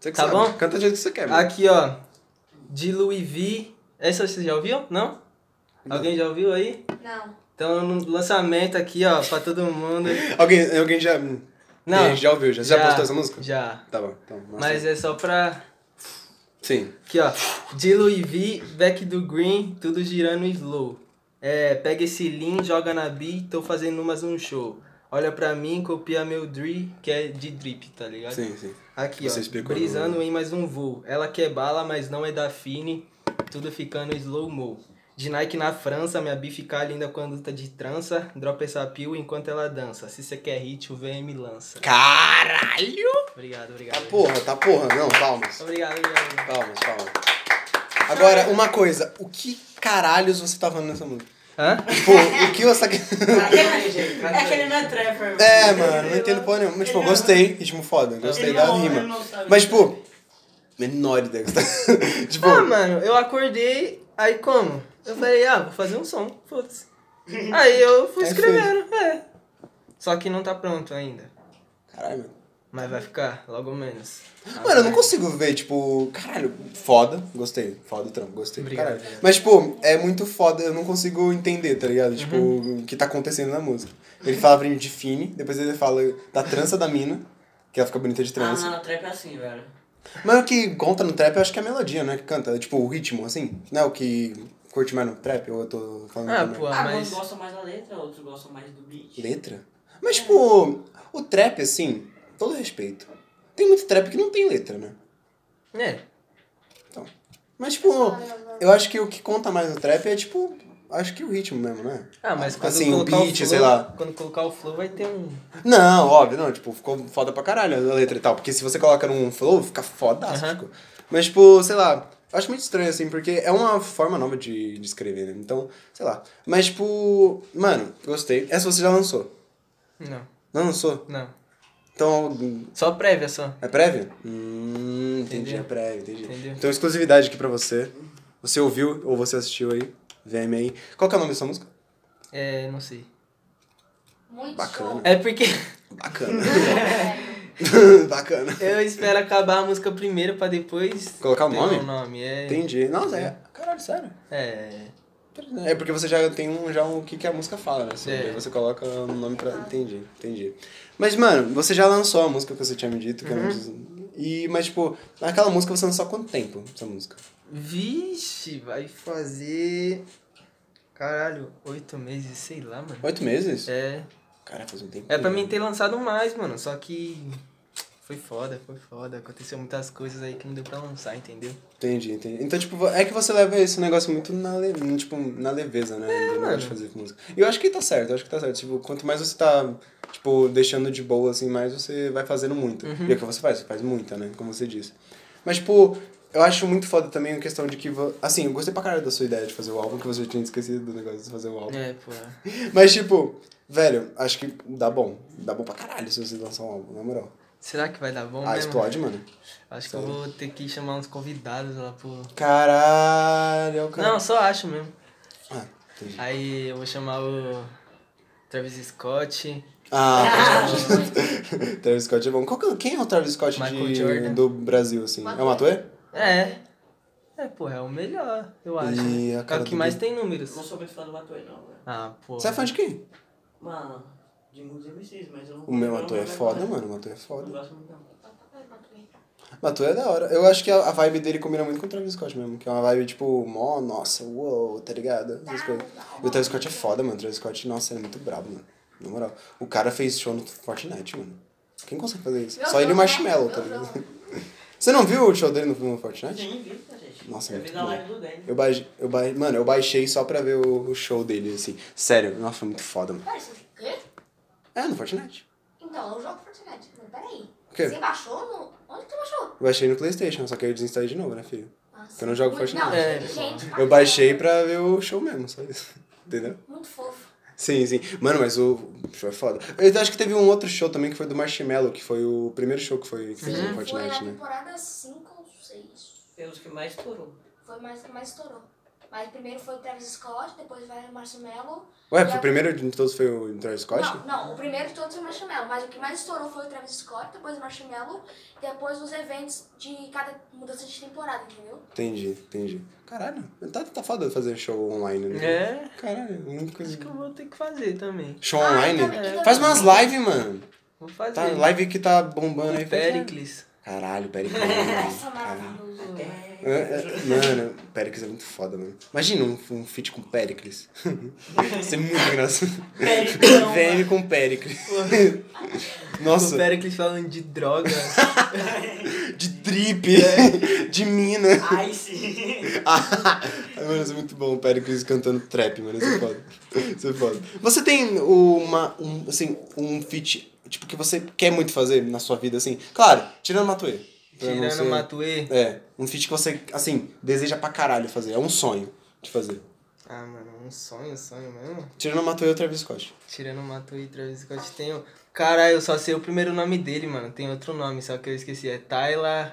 Speaker 1: Você que
Speaker 2: Tá
Speaker 1: sabe.
Speaker 2: bom? Ah,
Speaker 1: Canta do jeito que você quer, mano.
Speaker 2: Aqui, ó. De Louis V. Essa você já ouviu? Não? Alguém já ouviu aí?
Speaker 4: Não.
Speaker 2: Então, no lançamento aqui, ó, pra todo mundo.
Speaker 1: Alguém, alguém já. hum,
Speaker 2: Não.
Speaker 1: Alguém já ouviu? Já, já postou essa música?
Speaker 2: Já.
Speaker 1: Tá bom, então. mostra
Speaker 2: Mas
Speaker 1: aí.
Speaker 2: é só pra.
Speaker 1: Sim.
Speaker 2: Aqui, ó. De Louis V, back do green, tudo girando slow. É, pega esse lean, joga na beat, tô fazendo mais um show. Olha pra mim, copia meu drip, que é de drip, tá ligado?
Speaker 1: Sim, sim.
Speaker 2: Aqui,
Speaker 1: Você
Speaker 2: ó.
Speaker 1: explicou
Speaker 2: Brisando
Speaker 1: no-
Speaker 2: em mais um voo. Ela quer bala, mas não é da Fini. Tudo ficando slow-mo. De Nike na França, minha bi fica linda quando tá de trança. Dropa essa pio enquanto ela dança. Se você quer hit, o VM lança.
Speaker 1: Caralho!
Speaker 2: Obrigado, obrigado.
Speaker 1: Tá porra, tá porra. Não, palmas.
Speaker 2: Obrigado, obrigado.
Speaker 1: Palmas, palmas. Agora, uma coisa. O que caralhos você tá falando nessa música?
Speaker 2: Hã?
Speaker 1: Tipo, o que você...
Speaker 3: É que ele não é trapper.
Speaker 1: Tá É, mano, não entendo porra nenhuma. Mas, tipo, eu gostei. Ritmo foda. Gostei
Speaker 3: Ele
Speaker 1: da
Speaker 3: não-
Speaker 1: rima.
Speaker 3: ele não sabe.
Speaker 1: Mas, tipo... Menor ideia que você tá... Tipo...
Speaker 2: Ah, mano, eu acordei, aí como? Eu falei, ah, vou fazer um som, foda-se. Aí eu fui
Speaker 1: Aí
Speaker 2: escrevendo, é. Só que não tá pronto ainda.
Speaker 1: Caralho, mano.
Speaker 2: Mas vai ficar, logo menos.
Speaker 1: Mano, eu
Speaker 2: né?
Speaker 1: não consigo ver, tipo, caralho, foda, gostei, foda o trampo, gostei,
Speaker 2: Obrigado,
Speaker 1: caralho.
Speaker 2: obrigado.
Speaker 1: Mas, tipo, é muito foda, eu não consigo entender, tá ligado? Tipo,
Speaker 2: Uhum.
Speaker 1: o que tá acontecendo na música. Ele fala pra mim de Fini, depois ele fala da trança da mina, que ela fica bonita de
Speaker 5: Ah,
Speaker 1: trança.
Speaker 5: mano, trap é assim, velho.
Speaker 1: Mas o que conta no trap, eu acho que é a melodia, né, que canta, tipo, o ritmo, assim, né, o que curte mais no trap, ou eu tô falando...
Speaker 2: Ah,
Speaker 1: também?
Speaker 2: pô,
Speaker 5: Ah,
Speaker 2: mas.
Speaker 5: uns gostam mais da letra, outros gostam mais do beat.
Speaker 1: Letra? Mas, tipo, o trap, assim, todo respeito, tem muito trap que não tem letra, né?
Speaker 2: É.
Speaker 1: Mas, tipo, eu acho que o que conta mais no trap é, tipo, acho que o ritmo mesmo, né?
Speaker 2: Ah, mas quando
Speaker 1: Assim, o
Speaker 2: colocar
Speaker 1: beat,
Speaker 2: flow,
Speaker 1: sei lá.
Speaker 2: Quando colocar o flow vai ter um.
Speaker 1: Não, óbvio, não, tipo, ficou foda pra caralho a letra e tal, porque se você coloca num flow, fica fodástico. Mas, tipo, sei lá, eu acho muito estranho, assim, porque é uma forma nova de, de escrever, né? Então, sei lá. Mas, tipo, mano, gostei. Essa você já lançou?
Speaker 2: Não,
Speaker 1: Não lançou?
Speaker 2: não.
Speaker 1: Então,
Speaker 2: Só prévia só.
Speaker 1: é prévia? Hum, entendi,
Speaker 2: Entendeu?
Speaker 1: é prévia, entendi.
Speaker 2: Entendeu?
Speaker 1: Então, exclusividade aqui pra você. Você ouviu ou você assistiu aí, VM aí. Qual que é o nome dessa música?
Speaker 2: É, não sei.
Speaker 4: Muito
Speaker 1: Bacana.
Speaker 4: show.
Speaker 2: É porque
Speaker 1: Bacana.
Speaker 4: Sério.
Speaker 1: Bacana.
Speaker 2: eu espero acabar a música primeiro pra depois.
Speaker 1: Colocar o
Speaker 2: pegar
Speaker 1: nome?
Speaker 2: O nome, é.
Speaker 1: Entendi. Nossa, é. Caralho, sério.
Speaker 2: É.
Speaker 1: É porque você já tem um, já um, o que, que a música fala, né? Você,
Speaker 2: É.
Speaker 1: Daí você coloca o nome pra. Entendi, entendi. Mas, mano, você já lançou a música que você tinha me dito, que era um dos- E, mas, tipo, naquela música você lançou há quanto tempo essa música?
Speaker 2: Vixe, vai fazer. Caralho, oito meses, sei lá, mano.
Speaker 1: Oito meses?
Speaker 2: É.
Speaker 1: Cara, faz um tempo.
Speaker 2: É pra mim ter lançado mais, mano. Só que. Foi foda, foi foda. Aconteceu muitas coisas aí que não deu pra lançar, entendeu?
Speaker 1: Entendi, entendi. Então, tipo, é que você leva esse negócio muito na, le- tipo, na leveza, né? do negócio
Speaker 2: É, mano.
Speaker 1: de fazer música. E eu acho que tá certo, eu acho que tá certo. Tipo, quanto mais você tá, tipo, deixando de boa, assim, mais você vai fazendo muito.
Speaker 2: Uhum.
Speaker 1: E é o que você faz, você faz muita, né? Como você disse. Mas, tipo, eu acho muito foda também a questão de que... vo- Assim, eu gostei pra caralho da sua ideia de fazer o álbum, que você tinha esquecido do negócio de fazer o álbum.
Speaker 2: É, pô.
Speaker 1: Mas, tipo, velho, acho que dá bom. Dá bom pra caralho se você lançar um álbum, na moral.
Speaker 2: Será que vai dar bom
Speaker 1: Ah,
Speaker 2: mesmo?
Speaker 1: explode, mano.
Speaker 2: Acho que eu vou ter que chamar uns convidados lá pro.
Speaker 1: Caralho, é cara.
Speaker 2: Não, só acho mesmo.
Speaker 1: Ah, entendi.
Speaker 2: Aí eu vou chamar o Travis Scott,
Speaker 1: Ah, Travis Scott é bom. Qual que é- quem é o Travis Scott
Speaker 2: Michael
Speaker 1: de-
Speaker 2: Jordan.
Speaker 1: do Brasil, assim? É o Matuê?
Speaker 2: É. É, pô, é o melhor, eu acho.
Speaker 1: E a
Speaker 2: É
Speaker 1: cara
Speaker 2: o que
Speaker 1: do-
Speaker 2: mais tem números.
Speaker 5: Não sou muito fã do Matuê, não, velho.
Speaker 2: Ah, pô.
Speaker 1: Você é fã de quem?
Speaker 5: Mano,
Speaker 3: De muitos MCs, mas eu não
Speaker 1: O meu
Speaker 3: eu não
Speaker 1: Matuê é
Speaker 3: gosto
Speaker 1: foda,
Speaker 3: muito.
Speaker 1: mano. O Matuê é
Speaker 3: Não
Speaker 1: foda.
Speaker 3: gosto muito, não.
Speaker 1: Matuê é da hora. Eu acho que a, a vibe dele combina muito com o Travis Scott mesmo. Que é uma vibe tipo, mó, nossa, uou, tá ligado? Essas coisas. E o Travis Scott é foda, mano. O Travis Scott, nossa, ele é muito brabo, mano. Na moral. O cara fez show no Fortnite, mano. Quem consegue fazer isso? Só ele e o Marshmallow, tá ligado? Você não viu o show dele no, no Fortnite?
Speaker 5: tem invicta, gente.
Speaker 1: Nossa, é
Speaker 5: eu
Speaker 1: muito
Speaker 5: vi na
Speaker 1: bom.
Speaker 5: live do Danny.
Speaker 1: Eu baixei, eu baixei, mano, eu baixei só pra ver o, o show dele, assim. Sério, nossa, foi muito foda, mano.
Speaker 4: Pera, você... Quê?
Speaker 1: É, no Fortnite.
Speaker 4: Então, eu jogo Fortnite. Mas peraí.
Speaker 1: O quê?
Speaker 4: Você baixou no... Onde que você baixou?
Speaker 1: Eu baixei no Playstation, só que aí eu desinstalei de novo, né, filho?
Speaker 4: Nossa,
Speaker 1: Eu não jogo
Speaker 4: muito-
Speaker 1: Fortnite.
Speaker 4: Não,
Speaker 2: É.
Speaker 4: gente,
Speaker 1: Eu
Speaker 4: bacana.
Speaker 1: baixei pra ver o show mesmo, só isso. Entendeu?
Speaker 4: Muito fofo.
Speaker 1: Sim, sim. Mano, mas o show é foda. Eu acho que teve um outro show também que foi do Marshmello, que foi o primeiro show que foi que fez no
Speaker 4: foi na
Speaker 1: Uhum. Fortnite, né?
Speaker 4: temporada 5 ou 6.
Speaker 5: Foi os que mais estourou.
Speaker 4: Foi mais, mais estourou. Mas primeiro foi o Travis Scott, depois vai o Marshmello.
Speaker 1: Ué,
Speaker 4: E
Speaker 1: o
Speaker 4: a-
Speaker 1: primeiro de todos foi o Travis Scott?
Speaker 4: Não, não, o primeiro de todos foi o Marshmello, mas o que mais estourou foi o Travis Scott, depois o Marshmello, depois os eventos de cada mudança de temporada, entendeu?
Speaker 1: Entendi, entendi. Caralho, tá, tá foda fazer show online, né?
Speaker 2: É,
Speaker 1: Caralho, muita
Speaker 2: acho
Speaker 1: coisa.
Speaker 2: que eu vou ter que fazer também.
Speaker 1: Show
Speaker 4: Ah,
Speaker 1: online?
Speaker 4: também, também.
Speaker 1: Faz umas lives, mano.
Speaker 2: Vou fazer.
Speaker 1: Tá, live que tá bombando aí.
Speaker 2: Com Pericles.
Speaker 1: Caralho, Pericles. mano.
Speaker 4: Nossa, maravilhoso.
Speaker 1: É, é, Mano, Pericles é muito foda, mano. Imagina um, um feat com Pericles. Isso é muito engraçado.
Speaker 5: Então,
Speaker 3: Periclão,
Speaker 5: né?
Speaker 1: VM com Pericles.
Speaker 2: Com
Speaker 1: Nossa,
Speaker 2: Pericles falando de droga.
Speaker 1: de drip,
Speaker 2: É.
Speaker 1: de mina.
Speaker 3: Ai, sim.
Speaker 1: mano, isso é muito bom. O Pericles cantando trap, mano. Isso é foda. Isso é foda. Você tem uma, um, assim, um feat, tipo, que você quer muito fazer na sua vida, assim? Claro, tirando Matuê. Pra não
Speaker 2: Tirando
Speaker 1: ser-
Speaker 2: o Matuê.
Speaker 1: É, um feat que você, assim, deseja pra caralho fazer. É um sonho de fazer.
Speaker 2: Ah, mano, um sonho, um sonho mesmo.
Speaker 1: Tirando a Matuê e o Travis Scott.
Speaker 2: Tirando o Matuê e Travis Scott tem o... Caralho, eu só sei o primeiro nome dele, mano. Tem outro nome, só que eu esqueci. É Tyler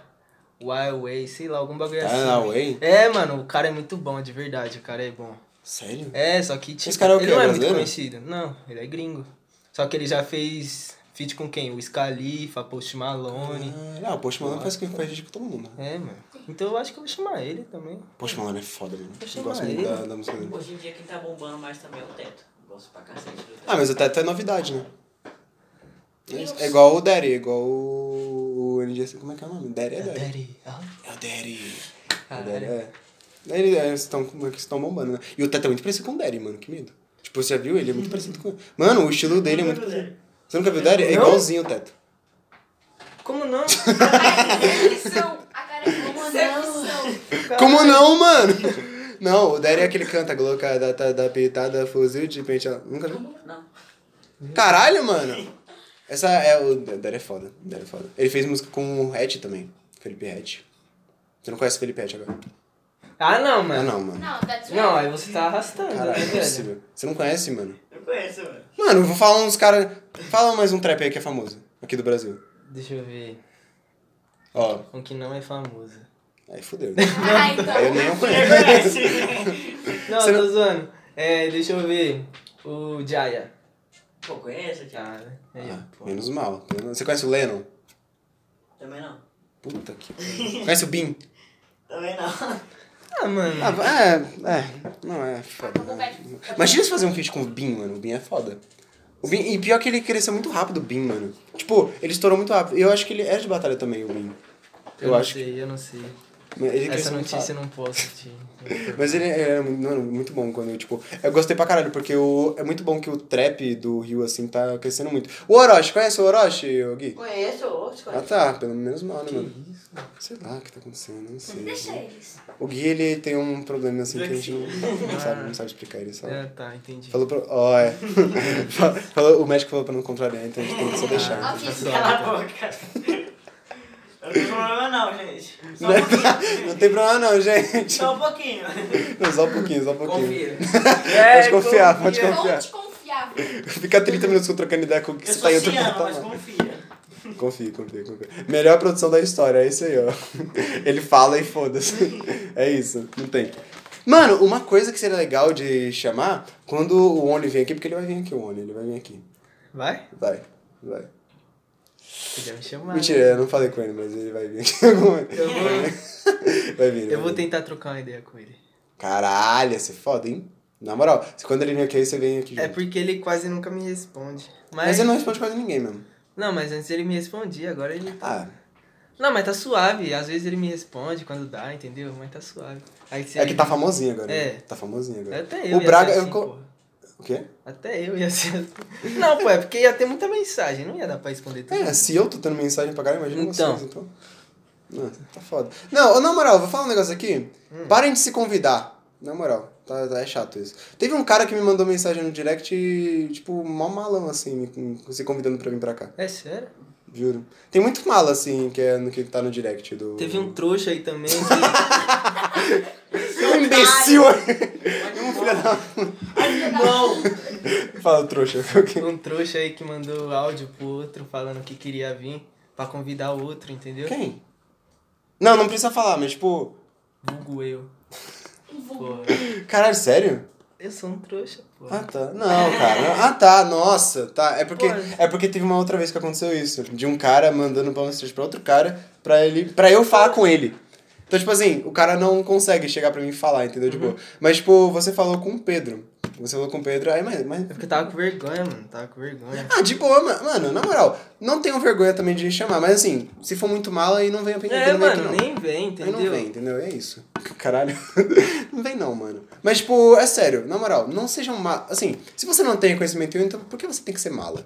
Speaker 2: Wileway, sei lá, algum bagulho assim.
Speaker 1: Ah, Way?
Speaker 2: É, mano, o cara é muito bom, de verdade, o cara é bom.
Speaker 1: Sério?
Speaker 2: É, só que tipo,
Speaker 1: Esse cara é o
Speaker 2: ele
Speaker 1: quê?
Speaker 2: não é muito
Speaker 1: Brasileiro?
Speaker 2: conhecido. Não, ele é gringo. Só que ele já fez feat com quem? O Scalifa, Post Malone.
Speaker 1: Ah, o Post Malone faz, faz vídeo com todo mundo. Né?
Speaker 2: É, mano. Então eu acho que eu vou chamar ele também.
Speaker 1: Post Malone é foda, mano. Eu
Speaker 2: Post
Speaker 1: gosto
Speaker 2: Malone. é
Speaker 1: muito da, da música dele.
Speaker 5: Hoje em dia quem tá bombando mais também é o Teto. Gosto pra cacete do Teto.
Speaker 1: Ah, mas o Teto é novidade, né? É isso. É igual o Daddy, é igual o, o NGC. Como é que é o nome? Daddy é Daddy.
Speaker 2: Daddy. Ah,
Speaker 1: É o Daddy. É o
Speaker 2: Caralho.
Speaker 1: Daddy, é. Daí Eles eles estão eles estão bombando, né? E o Teto é muito parecido com o Daddy, mano. Que medo. Tipo, você já viu? Ele é muito parecido com... Mano, o estilo dele é muito parecido. Você nunca viu o Daddy? É
Speaker 2: Não?
Speaker 1: igualzinho o Teto.
Speaker 2: Como não?
Speaker 4: A cara de decepção, a cara de decepção.
Speaker 1: Como não, mano? Não, o Daddy é aquele que canta, Gloca da, da, da pitada, fuzil de pente. ó. Nunca viu?
Speaker 5: Não.
Speaker 1: Caralho, mano! Essa é o. Daddy é foda. Daddy é foda. Ele fez música com o Hatch também. Felipe Hatch. Você não conhece o Felipe Hatch agora?
Speaker 2: Ah, não,
Speaker 1: Ah,
Speaker 2: mano.
Speaker 1: não, mano.
Speaker 4: Não, that's right.
Speaker 2: Não, aí você tá arrastando,
Speaker 1: Caralho,
Speaker 2: né,
Speaker 1: não é
Speaker 2: velho?
Speaker 1: possível. Você não conhece, mano?
Speaker 3: Eu conheço, mano.
Speaker 1: Mano, eu vou falar uns caras. Fala mais um trap aí que é famoso. Aqui do Brasil.
Speaker 2: Deixa eu ver.
Speaker 1: Ó.
Speaker 2: Um que não é famoso.
Speaker 1: Aí fudeu. Né?
Speaker 4: Ah, então.
Speaker 1: Aí eu nem o
Speaker 3: Você
Speaker 1: conheço.
Speaker 3: conhece?
Speaker 2: Não,
Speaker 1: Você
Speaker 2: eu tô
Speaker 1: não-
Speaker 2: zoando. É, deixa eu ver. O Jaya.
Speaker 5: Pô, conhece, Thiago?
Speaker 2: Ah, né? Aí,
Speaker 1: Ah,
Speaker 2: ó, pô.
Speaker 1: menos mal. Você conhece o Lennon?
Speaker 5: Também não.
Speaker 1: Puta que. pariu. Conhece o Bin?
Speaker 3: Também não.
Speaker 2: Ah, mano.
Speaker 1: Ah, é, é, não é foda.
Speaker 4: Acabou,
Speaker 1: né?
Speaker 4: velho.
Speaker 1: Imagina se fazer um feat com o Bin, mano. O Bin é foda. O Bin, e pior que ele cresceu muito rápido, o Bin, mano. Tipo, ele estourou muito rápido. Eu acho que ele era de batalha também, o Bin. Eu,
Speaker 2: não
Speaker 1: acho que.
Speaker 2: sei, eu não sei.
Speaker 1: Ele
Speaker 2: Essa
Speaker 1: cresceu muito
Speaker 2: notícia
Speaker 1: rápido.
Speaker 2: eu não posso te.
Speaker 1: Mas ele é mano, muito bom quando, tipo. Eu gostei pra caralho, porque o, é muito bom que o trap do Rio, assim, tá crescendo muito. O Orochi, conhece o Orochi, ô Gui?
Speaker 5: Conheço, outros
Speaker 1: Ah
Speaker 5: conhece.
Speaker 1: tá, pelo menos mal, né,
Speaker 2: Que
Speaker 1: mano?
Speaker 2: isso?
Speaker 1: Sei lá o que tá acontecendo, não sei.
Speaker 4: Deixa eles.
Speaker 1: O Gui, ele tem um problema assim que a gente não, não sabe, não sabe explicar ele, só.
Speaker 2: Ah, tá, entendi.
Speaker 1: Falou pra. Ó, é. Fa- falou, o médico falou pra não contrariar, então a gente tem que só
Speaker 4: Ah,
Speaker 1: deixar.
Speaker 4: ok.
Speaker 3: Cala a
Speaker 1: tá.
Speaker 3: boca. Não tem problema não, gente. Só um
Speaker 1: Não,
Speaker 3: pouquinho.
Speaker 1: não tem problema não, gente.
Speaker 3: Só um pouquinho.
Speaker 1: Não, só um pouquinho, só um pouquinho.
Speaker 5: Confia.
Speaker 1: Pode confiar, pode
Speaker 2: É, confia.
Speaker 1: confiar.
Speaker 4: Fonte confiável.
Speaker 1: Fica 30 minutos trocando ideia com o que
Speaker 3: Eu
Speaker 1: você
Speaker 3: sou
Speaker 1: tá em outro
Speaker 3: ciano, mas
Speaker 1: patamar.
Speaker 3: confia.
Speaker 1: Confia, confia, confia. Melhor produção da história, é isso aí, ó. Ele fala e foda-se. É isso, não tem. Mano, uma coisa que seria legal de chamar, quando o Oni vem aqui, porque ele vai vir aqui, o Oni, ele vai vir aqui.
Speaker 2: Vai?
Speaker 1: Vai, vai.
Speaker 2: Podia me chamar.
Speaker 1: Mentira, eu não falei com ele, mas ele vai vir aqui algum momento.
Speaker 2: Eu vou,
Speaker 1: Vai vir.
Speaker 2: eu vou
Speaker 1: ter.
Speaker 2: tentar trocar uma ideia com ele.
Speaker 1: Caralho, ia ser foda, hein? Na moral, se quando ele vir aqui, você vem aqui junto.
Speaker 2: É porque ele quase nunca me responde. Mas,
Speaker 1: Mas ele não responde quase ninguém mesmo.
Speaker 2: Não, mas antes ele me respondia, agora ele.
Speaker 1: Ah,
Speaker 2: Não, mas tá suave. Às vezes ele me responde quando dá, entendeu? Mas tá suave. Aí você...
Speaker 1: é que tá famosinho agora. né?
Speaker 2: É.
Speaker 1: Tá famosinho agora.
Speaker 2: Até eu.
Speaker 1: O
Speaker 2: ia
Speaker 1: Braga,
Speaker 2: ser
Speaker 1: eu
Speaker 2: assim,
Speaker 1: co-
Speaker 2: porra.
Speaker 1: O quê?
Speaker 2: Até eu ia ser assim. Não, pô, é porque ia ter muita mensagem, não ia dar pra responder tudo.
Speaker 1: É, se eu tô tendo mensagem pra caralho, imagina
Speaker 2: Então.
Speaker 1: vocês, então. Não, tá foda. Não, ô, na moral, vou falar um negócio aqui. Parem de se convidar. Na moral, tá, tá- é chato isso. Teve um cara que me mandou mensagem no direct, e, tipo, mó malão, assim, me- me- se convidando pra vir pra cá.
Speaker 2: É sério?
Speaker 1: Juro. Tem muito mala, assim, que, é no, que tá no direct do...
Speaker 2: Teve um trouxa aí também que.
Speaker 1: Um imbecil! um filho da...
Speaker 2: Não!
Speaker 1: Fala, trouxa. ok.
Speaker 2: um trouxa aí que mandou áudio pro outro falando que queria vir pra convidar o outro, entendeu?
Speaker 1: Quem? Não, não precisa falar, mas, tipo...
Speaker 2: Vulgo eu. Porra.
Speaker 1: Caralho, sério?
Speaker 2: Eu sou um trouxa, pô.
Speaker 1: Ah, tá. Não, cara. Ah, tá. Nossa, tá. É porque,
Speaker 2: Pô.
Speaker 1: é porque teve uma outra vez que aconteceu isso. De um cara mandando pra mensagem pra outro cara pra ele. para eu falar com ele. Então, tipo assim, o cara não consegue chegar pra mim e falar, entendeu? Tipo,
Speaker 2: Uhum.
Speaker 1: mas, tipo, você falou com o Pedro. Você falou com o Pedro, aí, mas. mas...
Speaker 2: É porque eu tava com vergonha, mano. Tava com vergonha.
Speaker 1: Ah, de boa, ma- mano, na moral, não tenho vergonha também de chamar, mas assim, se for muito mal, aí não venha pensar
Speaker 2: É,
Speaker 1: não vem aqui,
Speaker 2: mano,
Speaker 1: não.
Speaker 2: nem vem,
Speaker 1: Aí
Speaker 2: entendeu?
Speaker 1: não vem, entendeu? É isso. Caralho. não vem não, mano. Mas, tipo, é sério, na moral, não sejam mal. Assim, se você não tem conhecimento nenhum, então por que você tem que ser mala?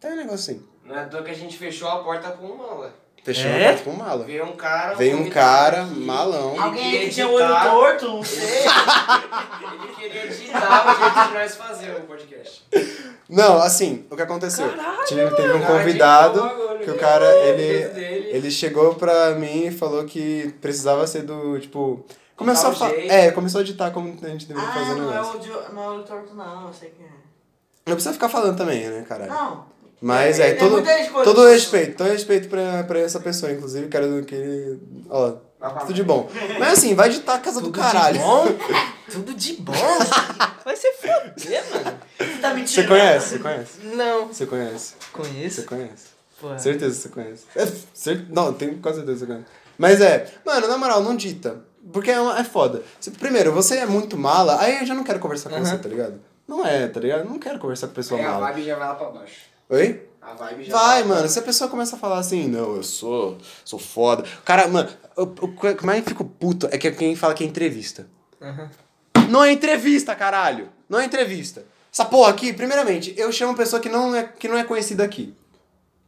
Speaker 1: Tá um negócio assim.
Speaker 6: Não é à toa que a gente fechou a porta com um mala.
Speaker 1: Fechou
Speaker 2: É?
Speaker 1: a porta com mala.
Speaker 6: Veio um cara.
Speaker 1: Veio um
Speaker 6: convidado
Speaker 1: cara
Speaker 6: aqui.
Speaker 1: malão.
Speaker 3: Alguém aí que tinha o
Speaker 6: Queria
Speaker 3: olho
Speaker 6: editar.
Speaker 3: torto, não sei.
Speaker 6: Ele queria digitar o jeito de nós fazer o podcast.
Speaker 1: Não, assim, o que aconteceu? Tive- teve um
Speaker 6: Cara,
Speaker 1: convidado
Speaker 6: digitou o bagulho.
Speaker 1: que o cara,
Speaker 6: jeito
Speaker 1: ele,
Speaker 6: dele.
Speaker 1: ele chegou pra mim e falou que precisava ser do, tipo... Começou a
Speaker 6: Digitar o
Speaker 1: falar...
Speaker 6: jeito.
Speaker 1: É, começou a ditar como a gente deveria
Speaker 3: Ah,
Speaker 1: fazer o
Speaker 3: não é
Speaker 1: negócio.
Speaker 3: o de- não é olho torto, não, eu sei que é.
Speaker 1: Não precisa ficar falando também, né, caralho?
Speaker 3: Não.
Speaker 1: Mas
Speaker 3: Tem
Speaker 1: é, todo,
Speaker 3: muita escolha.
Speaker 1: todo respeito, todo respeito pra, pra essa pessoa, inclusive, quero que ele. Ó,
Speaker 6: Vai pra
Speaker 1: tudo de bom. Mas assim, vai ditar a casa
Speaker 2: Tudo
Speaker 1: do caralho.
Speaker 2: de bom? Tudo de bom? Vai ser foder, mano.
Speaker 3: Você tá mentindo.
Speaker 1: Você conhece, você conhece?
Speaker 2: Não.
Speaker 1: Você conhece, você
Speaker 2: Conheço,
Speaker 1: conhece.
Speaker 2: porra.
Speaker 1: Certeza que você conhece. É, cer- Não, tenho quase certeza que você conhece. Mas é, mano, na moral, não dita. Porque é, uma- é foda. Se- Primeiro, você é muito mala, aí eu já não quero conversar com
Speaker 2: Aham.
Speaker 1: você, tá ligado? Não é, tá ligado? Não quero conversar com pessoa
Speaker 6: Aí É, a
Speaker 1: mala.
Speaker 6: vibe já vai lá pra baixo.
Speaker 1: Oi?
Speaker 6: A vibe já
Speaker 1: Vai,
Speaker 6: lá pra
Speaker 1: mano. Se a pessoa começa a falar assim, não, eu sou, sou foda. Cara, mano, o, o que mais eu fico puto é que é quem fala que é entrevista.
Speaker 2: Aham.
Speaker 1: Não é entrevista, caralho. Não é entrevista. Essa porra aqui, primeiramente, eu chamo pessoa que não é, que não é conhecida aqui.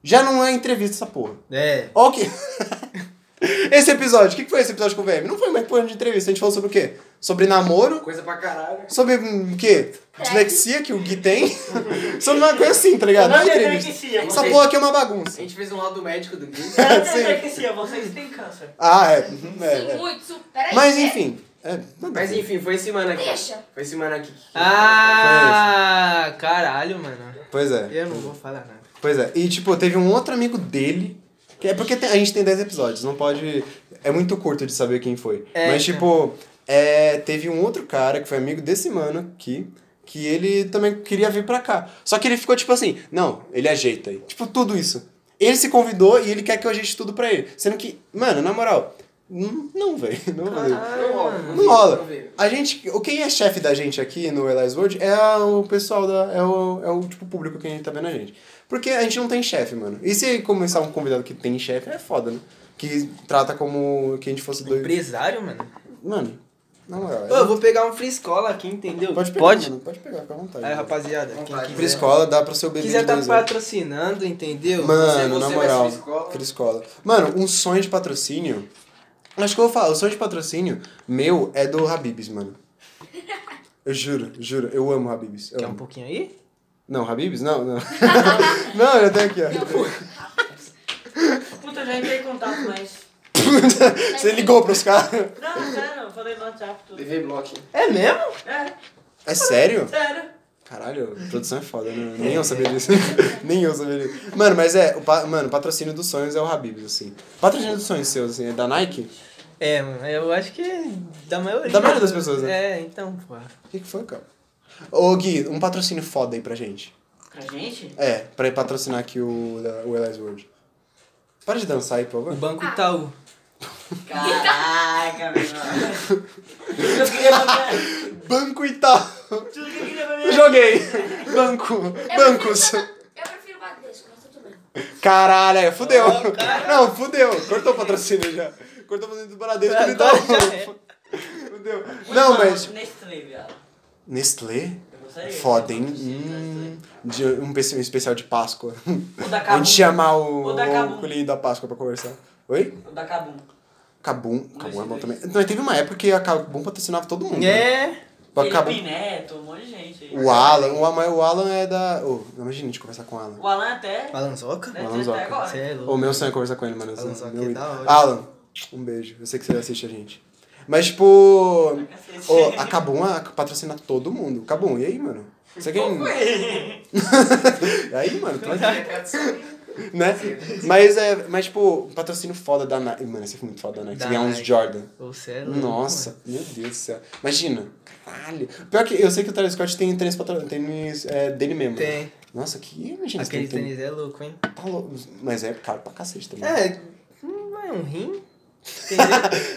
Speaker 1: Já não é entrevista essa porra.
Speaker 2: É.
Speaker 1: Ó o que... esse episódio, o que que foi esse episódio com o VM? Não foi uma porra de entrevista, a gente falou sobre o quê? Sobre namoro,
Speaker 6: Coisa pra caralho.
Speaker 1: sobre hum, o quê? Dislexia que o Gui tem. sobre uma coisa assim, tá ligado?
Speaker 3: Eu não
Speaker 1: Não é
Speaker 3: tenho
Speaker 1: entrevista.
Speaker 3: dislexia,
Speaker 1: Essa
Speaker 6: vocês-
Speaker 1: porra aqui é uma
Speaker 6: A
Speaker 1: bagunça.
Speaker 6: gente fez um lado médico do Gui.
Speaker 5: É,
Speaker 3: Eu não
Speaker 1: Sim.
Speaker 3: tenho
Speaker 5: assim,
Speaker 3: dislexia, vocês têm câncer.
Speaker 1: Ah, é. uhum, é,
Speaker 4: Sim,
Speaker 1: é.
Speaker 4: muito. su- Peraí.
Speaker 1: Mas
Speaker 4: quê?
Speaker 1: enfim. É, nada a
Speaker 6: Mas
Speaker 1: ver.
Speaker 6: enfim, foi semana aqui.
Speaker 4: Deixa.
Speaker 6: Foi semana aqui.
Speaker 2: Ah, caralho, mano.
Speaker 1: Pois é.
Speaker 2: Eu não vou falar nada.
Speaker 1: Pois é. E tipo, teve um outro amigo dele. Que é porque tem- a gente tem 10 episódios, não pode. É muito curto de saber quem foi.
Speaker 2: É,
Speaker 1: Mas
Speaker 2: então.
Speaker 1: tipo, é, teve um outro cara que foi amigo desse mano aqui. Que ele também queria vir pra cá. Só que ele ficou tipo assim: não, ele ajeita aí. Tipo, tudo isso. Ele se convidou e ele quer que eu ajeite tudo pra ele. Sendo que, mano, na moral, n- não, velho. Não, velho.
Speaker 6: Não rola.
Speaker 1: Não rola.
Speaker 6: Não veio.
Speaker 1: A gente, o quem é chefe da gente aqui no Elias World é a- o pessoal da é o, é o tipo público que a gente tá vendo a gente. Porque a gente não tem chefe, mano. E se começar um convidado que tem chefe é foda, né? Que trata como que a gente fosse dois.
Speaker 2: Empresário, mano.
Speaker 1: Mano, na moral.
Speaker 2: Ô, eu vou pegar um free escola aqui, entendeu?
Speaker 1: é- Pode pegar,
Speaker 2: Pode?
Speaker 1: mano, pode pegar, fica à vontade.
Speaker 2: Aí, rapaziada, quem
Speaker 6: Vontade. né?
Speaker 1: Free
Speaker 2: quiser,
Speaker 1: escola dá pra seu bebê
Speaker 2: quiser
Speaker 1: de
Speaker 2: tá
Speaker 1: dois anos.
Speaker 2: patrocinando, entendeu?
Speaker 6: Você-
Speaker 1: Mano, na
Speaker 6: você vai
Speaker 1: moral.
Speaker 6: ser escola?
Speaker 1: Free escola. Mano, um sonho de patrocínio. Acho que eu vou falar, o sonho de patrocínio meu é do Habibs, mano. Eu juro, juro, eu amo Habibs. Eu
Speaker 2: Quer um
Speaker 1: amo.
Speaker 2: pouquinho aí?
Speaker 1: Não, Habibs? Não, não. não, eu tenho aqui, ó.
Speaker 3: Puta, eu já entrei em contato, mas.
Speaker 1: Você ligou pros caras.
Speaker 3: Não, sério, eu falei no WhatsApp tudo.
Speaker 6: Levei bloco.
Speaker 2: É mesmo?
Speaker 3: É,
Speaker 1: É sério?
Speaker 3: sério.
Speaker 1: Caralho, produção é foda, né? Nem eu sabia disso. Nem eu sabia disso. Mano, mas é, o pa- mano, patrocínio dos sonhos é o Habibs, assim. Patrocínio dos sonhos seus, assim, é da Nike?
Speaker 2: É, mano, eu acho que é da maioria.
Speaker 1: Da maioria das pessoas, né?
Speaker 2: É, então, pô.
Speaker 1: O que, que foi, cara? Ô, Gui, um patrocínio foda aí pra gente.
Speaker 5: Pra gente?
Speaker 1: É, pra patrocinar aqui o, da- o Elias World. Para de dançar aí, por
Speaker 2: O
Speaker 1: favor.
Speaker 2: Banco Itaú.
Speaker 5: Caraca, meu irmão. Eu queria mandar-
Speaker 1: Banco Itaú.
Speaker 3: Tudo que eu queria pra mim.
Speaker 1: Eu Joguei. Banco. Bancos.
Speaker 4: Eu prefiro Bradesco, mas tudo bem.
Speaker 1: Caralho, é, fudeu.
Speaker 2: Ah, cara.
Speaker 1: Não, fudeu. Cortou o patrocínio já. Cortou o patrocínio do Bradesco pro
Speaker 2: Agora
Speaker 1: Itaú.
Speaker 2: já é.
Speaker 1: Fudeu. Não, mas...
Speaker 5: Nestlé, viado.
Speaker 1: Nestlé?
Speaker 5: Eu
Speaker 3: É
Speaker 5: gostaria.
Speaker 1: Foda, hein?
Speaker 5: Eu gostaria de
Speaker 1: Hum,
Speaker 5: Nestlé.
Speaker 1: de um pe- um especial de Páscoa.
Speaker 5: O da
Speaker 1: Hum. A
Speaker 5: Cabum.
Speaker 1: gente chamar o,
Speaker 5: O da Kabum.
Speaker 1: o coelhinho da Páscoa pra conversar. Oi?
Speaker 5: O da Cabum.
Speaker 1: Cabum. Cabum é
Speaker 5: dois,
Speaker 1: bom
Speaker 5: dois.
Speaker 1: também. Mas teve uma época que a Cabum patrocinava todo mundo. né?
Speaker 2: É.
Speaker 1: O
Speaker 5: Felipe
Speaker 1: Kabum-
Speaker 5: Neto, um monte de gente. aí.
Speaker 1: O Alan, o, Ama- o Alan é da. Ô, não imagina a gente conversar com o Alan.
Speaker 5: O Alan até.
Speaker 2: Balanzoca?
Speaker 5: Deve
Speaker 1: Alan
Speaker 5: ter até
Speaker 1: Zoca.
Speaker 5: agora.
Speaker 2: Você é louco.
Speaker 1: O meu sonho é conversar com ele, mano.
Speaker 2: Alan Zoca
Speaker 1: meu
Speaker 2: é
Speaker 1: ídolo.
Speaker 2: da hora.
Speaker 1: Alan, um beijo. Eu sei que você assiste a gente. Mas, tipo.
Speaker 5: Cacete.
Speaker 1: ô, a Kabum a- patrocina todo mundo. Kabum, e aí, mano? Você quem. E aí, mano? tu vai-
Speaker 6: É,
Speaker 1: né? Mas, é, mas, tipo, patrocínio foda da Nike. Mano, esse foi muito foda da Nike.
Speaker 2: Da
Speaker 1: Você ganhar uns
Speaker 2: Nike.
Speaker 1: Jordan.
Speaker 2: Você é louco.
Speaker 1: Nossa,
Speaker 2: mano.
Speaker 1: meu Deus do céu. Imagina. Caralho. Pior que eu sei que o Travis Scott tem tênis, patro... tênis é, dele mesmo. né?
Speaker 2: Tem.
Speaker 1: Nossa, que imagina você
Speaker 2: Aquele
Speaker 1: tem tênis.
Speaker 2: tênis é louco, hein?
Speaker 1: Tá louco. Mas é caro pra cacete também.
Speaker 2: É. Não é um rim. Entendeu?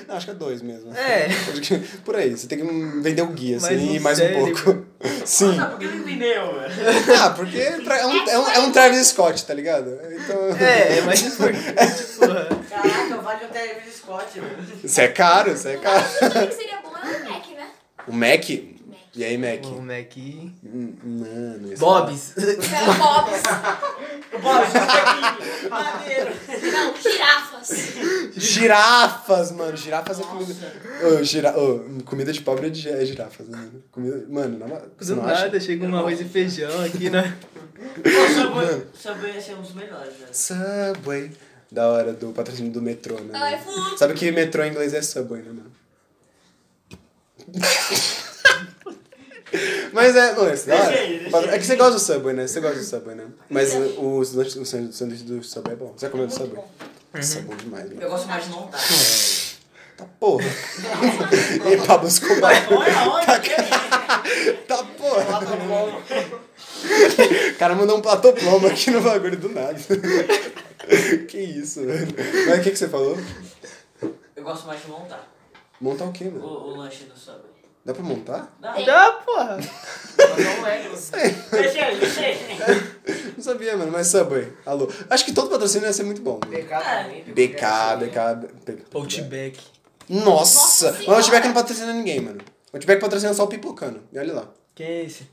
Speaker 1: Não, acho que é dois mesmo.
Speaker 2: É.
Speaker 1: Acho que- Por aí, você tem que vender o guia,
Speaker 2: Mais
Speaker 1: assim,
Speaker 2: um né?
Speaker 1: e mais um
Speaker 2: cérebro.
Speaker 1: pouco. Sim.
Speaker 5: Nossa, por que não entendeu, velho?
Speaker 1: Ah, porque tra- é um, é, um, é um Travis Scott, tá ligado? Então.
Speaker 2: é, mas importante, porra.
Speaker 5: Caraca, vale o Travis Scott, velho.
Speaker 1: Isso é caro, isso é
Speaker 4: Eu
Speaker 1: caro.
Speaker 4: acho que o que seria bom é o Mac, né?
Speaker 1: O Mac.
Speaker 4: Mac.
Speaker 1: E aí, Mac?
Speaker 2: O tipo, um Mac.
Speaker 1: Hum, Mano, esse-
Speaker 2: Bobs.
Speaker 4: Não, Bobs.
Speaker 5: Bora, aqui. Maneiro.
Speaker 4: Não, um girafas.
Speaker 1: Girafas, mano. Girafas é comida. Ô, gira... ô, comida de pobre é de é girafas, né? mano? Comida... Mano, não... você
Speaker 2: Do
Speaker 1: não acha?
Speaker 2: nada, chega um arroz e feijão aqui, né?
Speaker 5: Pô, Subway ia ser um dos melhores, velho.
Speaker 1: Subway. Da hora do patrocínio do metrô, né?
Speaker 4: Ai,
Speaker 1: mano?
Speaker 4: fui.
Speaker 1: Sabe que metrô em inglês é subway, né, mano? Mas é, mano, isso é da hora.
Speaker 3: Deixa aí, deixa
Speaker 1: Patro- É
Speaker 3: aí.
Speaker 1: que você gosta do Subway, né? Você gosta do Subway, né? Mas o, o, lanche- o sandu- sanduíche do Subway é bom. Você já comeu do
Speaker 4: Muito
Speaker 1: Subway?
Speaker 4: bom. Uhum.
Speaker 1: Isso é bom demais,
Speaker 5: Eu
Speaker 1: mano.
Speaker 5: gosto mais de montar.
Speaker 1: Tá porra. e Pablo Escobar.
Speaker 3: Olha aonde que
Speaker 1: Tá porra. O cara mandou um platoploma aqui no bagulho do nada. que isso, velho. Mas o que, que você falou?
Speaker 5: Eu gosto mais de montar.
Speaker 1: Montar o quê,
Speaker 5: O,
Speaker 1: mano?
Speaker 5: o lanche do Subway.
Speaker 1: Dá pra montar?
Speaker 5: Dá.
Speaker 3: Então,
Speaker 2: Dá, Tá, porra.
Speaker 6: Não é, você.
Speaker 3: é. Deixa aí, deixa aí.
Speaker 1: Não sabia, mano, mas Subway. Alô. Acho que todo patrocínio ia ser muito bom. Mano.
Speaker 6: BK também.
Speaker 1: BK, BK, BK.
Speaker 2: Outback.
Speaker 1: Nossa!
Speaker 4: Nossa
Speaker 1: Mas o
Speaker 4: Senhora!
Speaker 1: Outback não patrocina ninguém, mano. O Outback patrocina só o Pipocano. E olha lá.
Speaker 2: Quem é esse?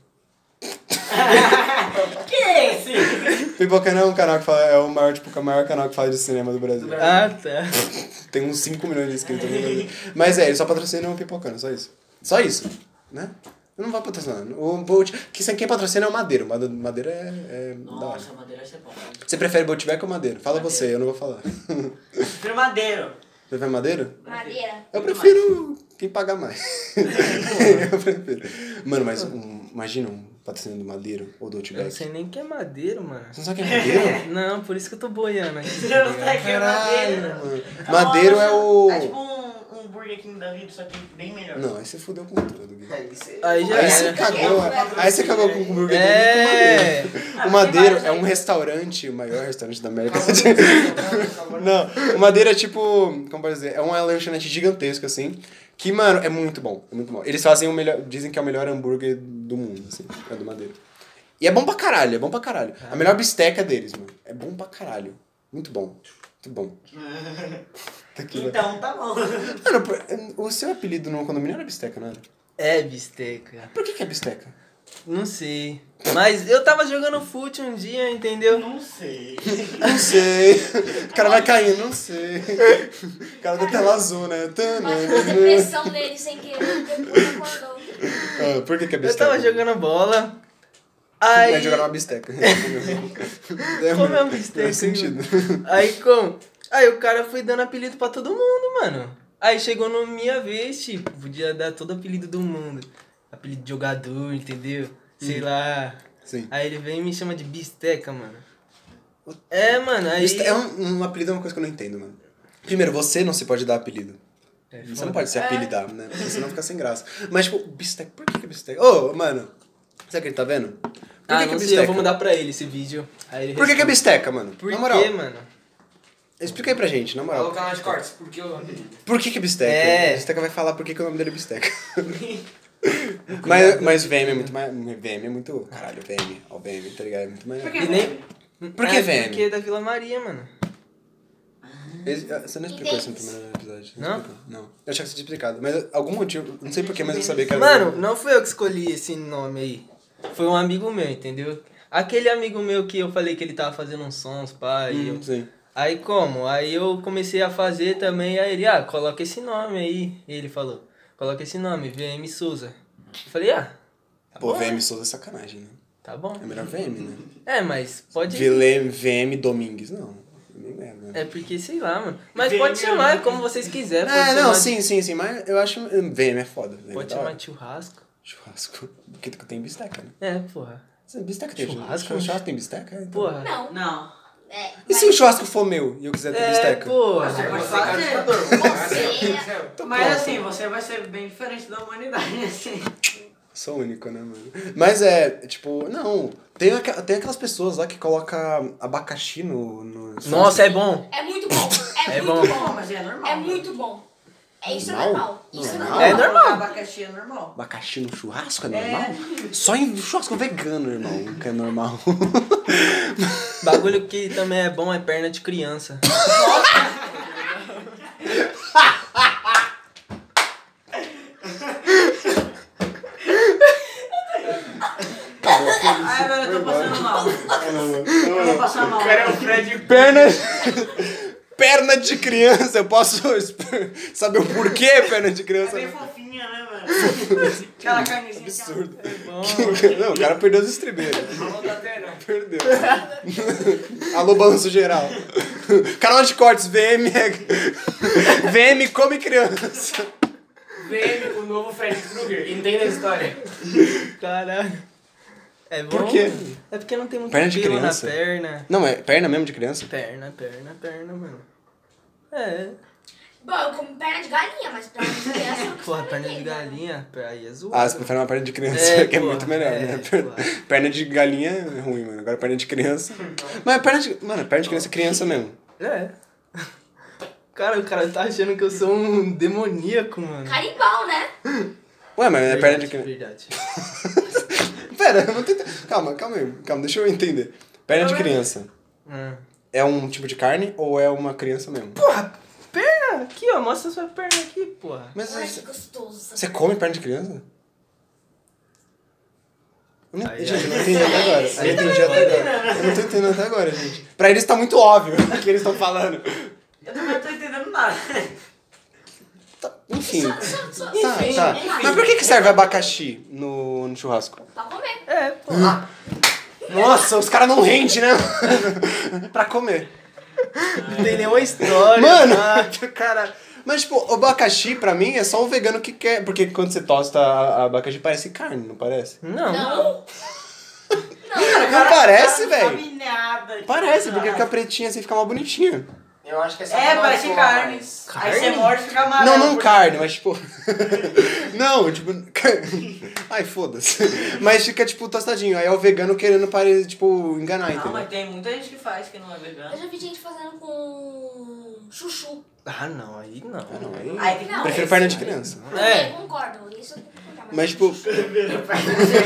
Speaker 5: Que é esse?
Speaker 1: Pipocano é um canal que fala, é o maior, tipo, o maior canal que fala de cinema do Brasil.
Speaker 2: Ah, tá.
Speaker 1: Tem uns 5 milhões de inscritos no Brasil. Mas é, ele só patrocina o Pipocano, só isso. Só isso, né? Eu não vou patrocinar. O Bolt, que sem quem patrocina é o Madeiro. Made- Madeiro é, é da hora.
Speaker 5: Nossa, madeira vai ser bom. velho.
Speaker 1: Você prefere Boltback ou Madeiro? Fala você, eu não vou falar. Você
Speaker 5: Prefiro madeiro.
Speaker 1: prefere Madeiro?
Speaker 4: Madeira.
Speaker 1: Eu
Speaker 5: Muito
Speaker 1: prefiro quem pagar mais. eu prefiro. Mano, mas um, imagina um patrocínio do Madeiro ou do
Speaker 2: Eu não
Speaker 1: Outback. Você
Speaker 2: sei nem que é madeiro, mano.
Speaker 1: não sabe quem é tá Madeiro?
Speaker 2: Não, por isso que eu tô boiando aqui. tá
Speaker 5: Eu não sei que é
Speaker 1: Caralho,
Speaker 5: madeiro.
Speaker 1: mano. Madeiro é o...
Speaker 3: É tipo um, um Burger King da vida, só que bem melhor.
Speaker 1: Não, aí você fudeu com tudo, Gui.
Speaker 6: É, isso aí.
Speaker 2: Aí já
Speaker 1: Aí você
Speaker 2: era.
Speaker 1: cagou, aí você cagou com o Burger King
Speaker 2: É.
Speaker 1: com o Madeiro. O Madeiro é um restaurante, o maior restaurante da América Latina. Não, o Madeiro é tipo, como pode dizer, é uma lanchonete gigantesca, assim, que, mano, é muito bom, é muito bom. Eles fazem o melhor, dizem que é o melhor hambúrguer do mundo, assim, é do Madeiro. E é bom pra caralho, é bom pra caralho. A melhor bisteca deles, mano, é bom pra caralho. Muito bom, muito bom. Tá aqui, né?
Speaker 5: Então tá bom.
Speaker 1: Mano, o seu apelido no condomínio era bisteca, não era?
Speaker 2: É bisteca.
Speaker 1: Por que que é bisteca?
Speaker 2: Não sei. Mas eu tava jogando fute um dia, entendeu?
Speaker 3: Não sei.
Speaker 1: Não sei. O cara vai caindo, não sei. O cara da tela azul, né?
Speaker 4: Mas deu
Speaker 1: Tanana.
Speaker 4: depressão nele sem querer, depois acordou.
Speaker 1: Ah, por que, que é
Speaker 2: Eu
Speaker 1: bisteca?
Speaker 2: tava jogando bola.
Speaker 1: Aí...
Speaker 2: Aí.
Speaker 1: jogar uma bisteca. É,
Speaker 2: Como é uma
Speaker 1: Faz
Speaker 2: bisteca? hein,
Speaker 1: sentido.
Speaker 2: mano? Aí como? Aí o cara foi dando apelido pra todo mundo, mano. Aí chegou na minha vez, tipo, podia dar todo apelido do mundo. Apelido de jogador, entendeu?
Speaker 1: Hum.
Speaker 2: Sei lá.
Speaker 1: Sim.
Speaker 2: Aí ele vem e me chama de bisteca, mano. É, mano, aí.
Speaker 1: Biste- É um, um apelido é uma coisa que eu não entendo, mano. Primeiro, você não se pode dar apelido.
Speaker 2: É
Speaker 1: Você
Speaker 2: foda.
Speaker 1: não pode se apelidar, né? Porque senão fica sem graça. Mas, tipo, bisteca, por que, que é bisteca? Ô, mano, sabe o que ele tá vendo? Por
Speaker 2: ah,
Speaker 1: que, que é
Speaker 2: não sei,
Speaker 1: bisteca?
Speaker 2: eu vou mandar pra ele esse vídeo. Aí ele
Speaker 1: Por que, que é
Speaker 2: responde.
Speaker 1: bisteca, mano?
Speaker 2: Por
Speaker 1: na moral,
Speaker 2: quê, mano?
Speaker 1: explica aí pra gente, na
Speaker 6: Olha o
Speaker 1: moral.
Speaker 6: canal de cortes, porque eu...
Speaker 1: Por que, que é bisteca?
Speaker 2: É.
Speaker 1: A bisteca vai falar por que, que o nome dele é bisteca. mas, mas VM é muito mais. VM é muito. Caralho, VM. Ó, VM, tá ligado? É muito melhor.
Speaker 2: E nem...
Speaker 1: Por que
Speaker 2: Ah,
Speaker 1: VM?
Speaker 2: Porque é da Vila Maria, mano.
Speaker 1: Esse- ah, Você não explicou isso no
Speaker 4: Entendi.
Speaker 1: primeiro episódio.
Speaker 2: Não?
Speaker 1: explicou. Não. Eu achei que você tinha explicado. Mas algum motivo, não sei porquê, mas eu sabia que era. um-
Speaker 2: Mano, não fui eu que escolhi esse nome aí. Foi um amigo meu, entendeu? Aquele amigo meu que eu falei que ele tava fazendo uns sons, pá, e eu...
Speaker 1: Hum, sim.
Speaker 2: Aí como? Aí eu comecei a fazer também, aí ele, ah, coloca esse nome aí. E ele falou, coloca esse nome, VM Souza. Eu falei, ah, tá
Speaker 1: Pô,
Speaker 2: bom,
Speaker 1: VM Souza é sacanagem, né?
Speaker 2: tá bom.
Speaker 1: É melhor VM, né?
Speaker 2: É, mas pode...
Speaker 1: Vilém, VM Domingues, não. Nem lembro. né?
Speaker 2: É porque, sei lá, mano. Mas
Speaker 3: VM,
Speaker 2: pode chamar como vocês quiserem. Pode
Speaker 1: É,
Speaker 2: chamar,
Speaker 1: não, sim, sim, sim, mas eu acho. VM é foda. VM é
Speaker 2: Pode
Speaker 1: da hora.
Speaker 2: chamar de churrasco.
Speaker 1: Churrasco. Porque tu tem bisteca, né?
Speaker 2: É, porra.
Speaker 1: Você- Bisteca tem
Speaker 2: Churrasco?
Speaker 1: churrasco? Churrasco tem bisteca? Então.
Speaker 2: Porra.
Speaker 4: Não.
Speaker 5: Não.
Speaker 4: É,
Speaker 1: E se o churrasco for meu e eu quiser ter
Speaker 2: É,
Speaker 1: bisteca?
Speaker 6: Você
Speaker 2: porra.
Speaker 6: pode ser cara de ditador.
Speaker 4: Você-
Speaker 1: Tô
Speaker 5: Mas
Speaker 1: pronto.
Speaker 5: assim, você vai ser bem diferente da humanidade, assim.
Speaker 1: Sou único, né, mano? Mas é, tipo, não. Tem, aqua- tem aquelas pessoas lá que colocam abacaxi no. no
Speaker 2: Nossa, é bom.
Speaker 4: é muito bom. É,
Speaker 2: É
Speaker 4: muito
Speaker 2: bom.
Speaker 4: bom.
Speaker 5: Não, mas é normal.
Speaker 4: É muito bom. É isso é
Speaker 1: Normal?
Speaker 4: normal. Isso é
Speaker 1: Normal?
Speaker 4: normal.
Speaker 2: É normal.
Speaker 5: Abacaxi é normal.
Speaker 1: Abacaxi no churrasco é normal? Só em churrasco vegano, irmão, que é normal.
Speaker 2: Bagulho que também é bom é perna de criança.
Speaker 1: Tá
Speaker 5: Ai, Ah, agora eu tô passando mal. Eu tô passando mal.
Speaker 6: O cara é o Fred...
Speaker 1: Perna. Perna de criança, eu posso saber o porquê perna de
Speaker 3: É
Speaker 1: criança? um
Speaker 3: bem fofinha, né, mano?
Speaker 5: é Aquela camisinha.
Speaker 1: Absurdo.
Speaker 2: Bom.
Speaker 1: Não, o cara perdeu as estribeiras.
Speaker 6: Falou da terra.
Speaker 1: Perdeu. Alô, balanço geral. Canal de cortes, VM. é- VM come criança.
Speaker 6: Vem o novo Fred Krueger. Entenda a história.
Speaker 2: Caralho. É bom.
Speaker 1: Por quê?
Speaker 2: É porque não tem muito
Speaker 1: Perna de
Speaker 2: pelo na
Speaker 1: criança?
Speaker 2: perna.
Speaker 1: Não, é perna mesmo de criança?
Speaker 2: Perna, perna, perna, mano. É.
Speaker 4: Bom, eu como perna de galinha, mas perna de criança eu não
Speaker 2: Porra,
Speaker 4: como
Speaker 2: perna de
Speaker 4: ninguém,
Speaker 2: galinha. Aí é zoado.
Speaker 1: Ah, você prefere uma perna de criança,
Speaker 2: É,
Speaker 1: que é
Speaker 2: porra,
Speaker 1: muito melhor,
Speaker 2: é,
Speaker 1: né? Per-
Speaker 2: porra.
Speaker 1: Perna de galinha é ruim, mano. Agora perna de criança. Mas perna de. Mano, perna de criança é criança mesmo.
Speaker 2: É. Cara, o cara tá achando que eu sou um demoníaco, mano.
Speaker 4: né? Caribal, né?
Speaker 1: Ué, mas é perna de
Speaker 2: Verdade,
Speaker 1: criança.
Speaker 2: Verdade.
Speaker 1: Pera, eu não tô entendendo. Calma, calma aí. Calma, deixa eu entender. Perna
Speaker 2: é-
Speaker 1: de criança
Speaker 2: Ah.
Speaker 1: é um tipo de carne ou é uma criança mesmo?
Speaker 2: Porra, perna! Aqui, ó, mostra sua perna aqui, porra.
Speaker 1: Mas
Speaker 4: Ai, que
Speaker 1: você-
Speaker 4: gostoso.
Speaker 1: você come perna de criança? Eu não-
Speaker 2: Aí,
Speaker 1: gente,
Speaker 2: aí. tá
Speaker 1: eu não entendi até agora. Eu não entendi até agora. Eu não tô entendendo até agora, gente. Pra eles tá muito óbvio o que eles estão falando.
Speaker 5: Eu também não tô entendendo nada.
Speaker 1: Tá- enfim.
Speaker 4: Só, só, só.
Speaker 1: Tá, tá. Mas por que, que serve abacaxi no, no churrasco?
Speaker 4: Pra comer.
Speaker 2: É, porra.
Speaker 1: Nossa, os caras não rendem, né? pra comer.
Speaker 2: Não tem nenhuma história.
Speaker 1: Mano,
Speaker 2: tá?
Speaker 1: cara. Mas, tipo, o abacaxi pra mim é só o vegano que quer. Porque quando você tosta a- a abacaxi parece carne, não parece?
Speaker 2: Não.
Speaker 1: Não
Speaker 4: Não.
Speaker 1: parece,
Speaker 5: O cara não
Speaker 1: velho.
Speaker 5: sabe Ah. nada.
Speaker 1: Parece, porque fica pretinha assim, fica mais bonitinha.
Speaker 6: Eu acho que essa
Speaker 5: É, parece carne.
Speaker 2: Carne?
Speaker 5: Aí você morde e fica amarelo.
Speaker 1: Não, não
Speaker 5: é por
Speaker 1: carne, mas tipo. não, tipo. Ai, foda-se. Mas fica, tipo, tostadinho. Aí é o vegano querendo, pare... tipo, enganar,
Speaker 5: Não,
Speaker 1: entendeu?
Speaker 5: mas tem muita gente que faz que não é
Speaker 4: Eu
Speaker 5: vegano.
Speaker 4: já vi gente fazendo com chuchu.
Speaker 2: Ah, não, aí não.
Speaker 1: Ah, não, aí-
Speaker 5: Aí tem que
Speaker 4: Não,
Speaker 1: Prefiro perna de criança.
Speaker 2: É.
Speaker 4: Eu concordo. Isso eu tenho que concordar.
Speaker 1: Mas, tipo.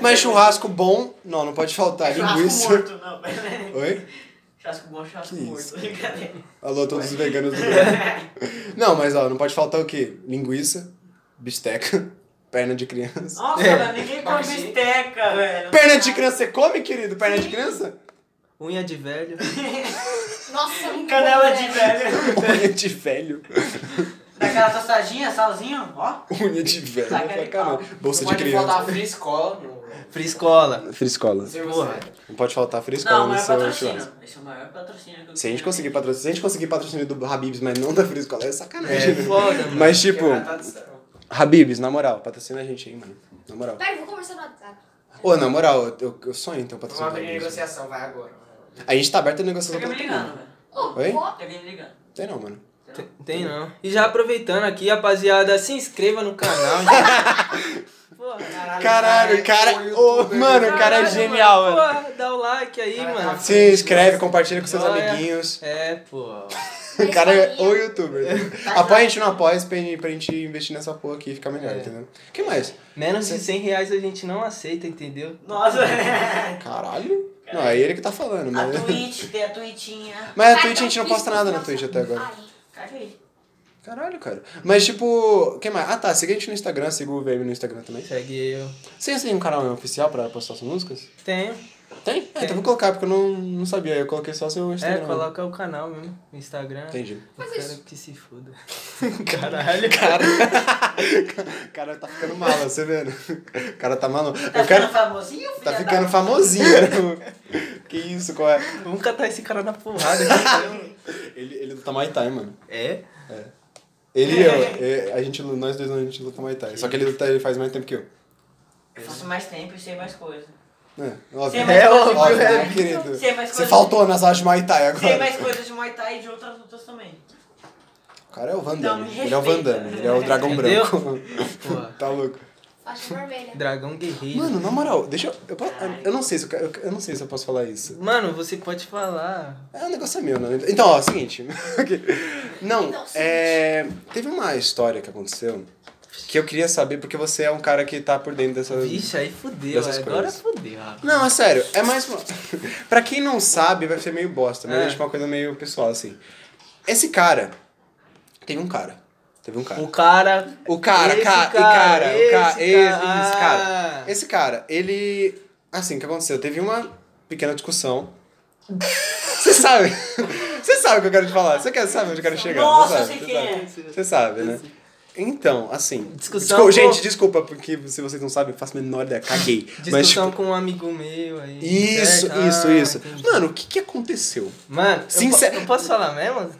Speaker 1: Mas churrasco bom. Não, não pode faltar.
Speaker 3: Churrasco
Speaker 1: Linguiça.
Speaker 3: morto, não, pera.
Speaker 1: Oi?
Speaker 5: Churrasco bom, churrasco
Speaker 1: Que
Speaker 5: morto.
Speaker 1: isso?
Speaker 5: Brincadeira.
Speaker 1: Alô, todos os veganos do Brasil. Não, mas ó, não pode faltar o quê? Linguiça, bisteca, perna de criança.
Speaker 5: Nossa,
Speaker 2: É.
Speaker 5: velho, ninguém come
Speaker 6: Mas sim.
Speaker 5: bisteca, velho.
Speaker 1: Perna de criança, você come, querido? Perna de criança?
Speaker 2: Unha de velho.
Speaker 4: Nossa, muito
Speaker 5: Canela
Speaker 4: bom,
Speaker 5: de
Speaker 4: né?
Speaker 5: velho.
Speaker 1: Unha de velho.
Speaker 5: Daquela tostadinha, salzinho, ó.
Speaker 1: Unha de velho.
Speaker 5: Saca de
Speaker 1: Sacanagem. Bolsa
Speaker 6: Não
Speaker 1: de
Speaker 6: pode faltar a
Speaker 1: criança.
Speaker 6: free escola
Speaker 2: Friscola.
Speaker 6: no
Speaker 1: Friscola.
Speaker 2: Porra.
Speaker 6: serviço.
Speaker 1: Não pode faltar
Speaker 5: Não,
Speaker 1: friscola no
Speaker 5: maior
Speaker 1: seu churrasco.
Speaker 5: patrocínio. Esse é o maior patrocínio que eu
Speaker 1: Se a gente conseguir patrocínio, se a gente conseguir patrocínio do Habibs, mas não da friscola, é sacanagem.
Speaker 2: É
Speaker 1: né?
Speaker 2: foda, mano.
Speaker 1: Mas tipo,
Speaker 6: Tipo...
Speaker 1: Habibs, na moral, patrocina a gente aí, mano. Na moral.
Speaker 4: Pera, eu vou conversar no WhatsApp.
Speaker 1: Ô, na moral, eu- eu, eu sonho em ter um
Speaker 6: Vamos
Speaker 1: patrocínio. do
Speaker 6: abrir
Speaker 1: Habib's.
Speaker 6: negociação, vai agora.
Speaker 1: A gente tá aberto a negociação
Speaker 5: Tá me
Speaker 1: pra todo mundo.
Speaker 5: ligando, velho.
Speaker 4: Ô,
Speaker 1: Oi?
Speaker 4: ó,
Speaker 5: Tá me ligando.
Speaker 1: Tem não, mano.
Speaker 2: Tem, tem não. E já aproveitando aqui, rapaziada, se inscreva no canal. Porra.
Speaker 1: Caralho, o cara.
Speaker 6: Foi o
Speaker 1: Ô,
Speaker 6: tudo,
Speaker 1: mano, o cara é
Speaker 2: Caralho,
Speaker 1: genial,
Speaker 2: mano.
Speaker 1: mano.
Speaker 2: Porra, dá o like aí,
Speaker 6: Cara,
Speaker 2: mano.
Speaker 6: tá-
Speaker 1: Se inscreve, compartilha com seus
Speaker 2: Ah, Olha.
Speaker 1: amiguinhos.
Speaker 2: É, pô.
Speaker 1: O cara é
Speaker 4: Escolinha.
Speaker 1: o youtuber. Apoia a gente no apoia pra, gente- pra gente investir nessa porra aqui e ficar melhor,
Speaker 2: É.
Speaker 1: entendeu? O que mais?
Speaker 2: Menos de 100 reais a gente não aceita, entendeu?
Speaker 5: Nossa,
Speaker 1: Caralho? Não, é ele que tá falando,
Speaker 5: a
Speaker 1: mas.
Speaker 5: Twitch, tem a Twitchinha.
Speaker 1: Mas a
Speaker 4: Cartão
Speaker 1: é Twitch a gente não
Speaker 4: físico,
Speaker 1: posta nada na
Speaker 4: nossa.
Speaker 1: Twitch até agora.
Speaker 4: Aí.
Speaker 5: Caga aí.
Speaker 1: Caralho, cara. Mas tipo, quem mais? Ah tá, siga a gente no Instagram, siga o VM no Instagram também.
Speaker 2: Segue eu.
Speaker 1: Vocês têm um canal oficial pra postar suas músicas?
Speaker 2: Tenho.
Speaker 1: Tem? É, então eu vou colocar, porque eu não, não sabia. Eu coloquei só seu Instagram.
Speaker 2: É, coloca o canal mesmo. no Instagram.
Speaker 1: Entendi.
Speaker 2: Eu quero que se foda. Caralho.
Speaker 1: Cara. o cara tá ficando mal, você vendo? O cara tá maluco.
Speaker 5: Tá
Speaker 1: eu quero.
Speaker 5: ficando famosinho, filha
Speaker 1: Tá
Speaker 5: da-
Speaker 1: ficando famosinho, né? Que isso, qual é?
Speaker 2: Vamos catar tá esse cara na porrada. entendeu?
Speaker 1: Ele, ele luta Muay Thai, mano.
Speaker 2: é?
Speaker 1: Ele e eu. é, a gente, lu- nós dois a gente luta Muay Thai. Só que ele luta, ele faz mais tempo que eu.
Speaker 5: Eu faço mais tempo e sei mais coisa.
Speaker 1: É, óbvio.
Speaker 5: Sei mais
Speaker 2: É
Speaker 5: coisa de
Speaker 1: óbvio,
Speaker 5: Muay
Speaker 1: né,
Speaker 5: Thai.
Speaker 1: querido?
Speaker 5: Sei mais
Speaker 1: Você
Speaker 5: coisa.
Speaker 1: faltou nas aulas de Muay Thai
Speaker 5: Sei
Speaker 1: agora.
Speaker 5: mais coisas de Muay Thai e de outras lutas também.
Speaker 1: O cara é o Van
Speaker 5: Então,
Speaker 1: Damme.
Speaker 5: me
Speaker 1: ele é o Van Damme.
Speaker 5: respeita. né?
Speaker 1: Ele é o Dragão
Speaker 2: Entendeu?
Speaker 1: Branco.
Speaker 2: Pô,
Speaker 1: tá louco.
Speaker 4: Faixa vermelha.
Speaker 2: dragão guerreiro. Mano.
Speaker 1: Mano, na moral, deixa eu. Eu, po- eu não sei se eu, quero- eu não sei se eu posso falar isso.
Speaker 2: você pode falar.
Speaker 1: É, o negócio é meu, né? Então, ó, seguinte. Ok. não,
Speaker 4: Então, seguinte.
Speaker 1: é. Teve uma história que aconteceu que eu queria saber, porque você é um cara que tá por dentro dessa.
Speaker 2: Vixe, aí fudeu. é,
Speaker 1: Dessas
Speaker 2: Agora
Speaker 1: coisas.
Speaker 2: fudeu. ah.
Speaker 1: Não, é sério, é mais. uma- pra quem não sabe, vai ser meio bosta, mas
Speaker 2: É.
Speaker 1: é tipo uma coisa meio pessoal, assim. Esse cara. Teve um cara. Teve um cara.
Speaker 2: O cara.
Speaker 1: O cara,
Speaker 2: esse
Speaker 1: cara, e cara, o cara,
Speaker 2: esse
Speaker 1: esse,
Speaker 2: cara.
Speaker 1: esse cara.
Speaker 2: Ah.
Speaker 1: É. Esse cara, ele. Assim, o que aconteceu? Teve uma pequena discussão. Você sabe? Você sabe o que eu quero te falar? Você quer saber onde eu quero chegar? Você
Speaker 5: Nossa, eu
Speaker 1: sabe,
Speaker 5: sei
Speaker 1: você
Speaker 5: quem
Speaker 1: sabe.
Speaker 5: é.
Speaker 1: Você sabe, né? Então, assim.
Speaker 2: Discussão
Speaker 1: desculpa-
Speaker 2: com-
Speaker 1: gente, desculpa, porque se vocês não sabem, eu faço a menor ideia, caguei. Mas,
Speaker 2: Discussão
Speaker 1: tipo,
Speaker 2: com um amigo meu aí.
Speaker 1: isso,
Speaker 2: certo? Ah,
Speaker 1: isso, isso.
Speaker 2: entendi.
Speaker 1: Mano, o que, que aconteceu?
Speaker 2: Mano, eu
Speaker 1: Sincer-
Speaker 2: po- eu, posso falar mesmo?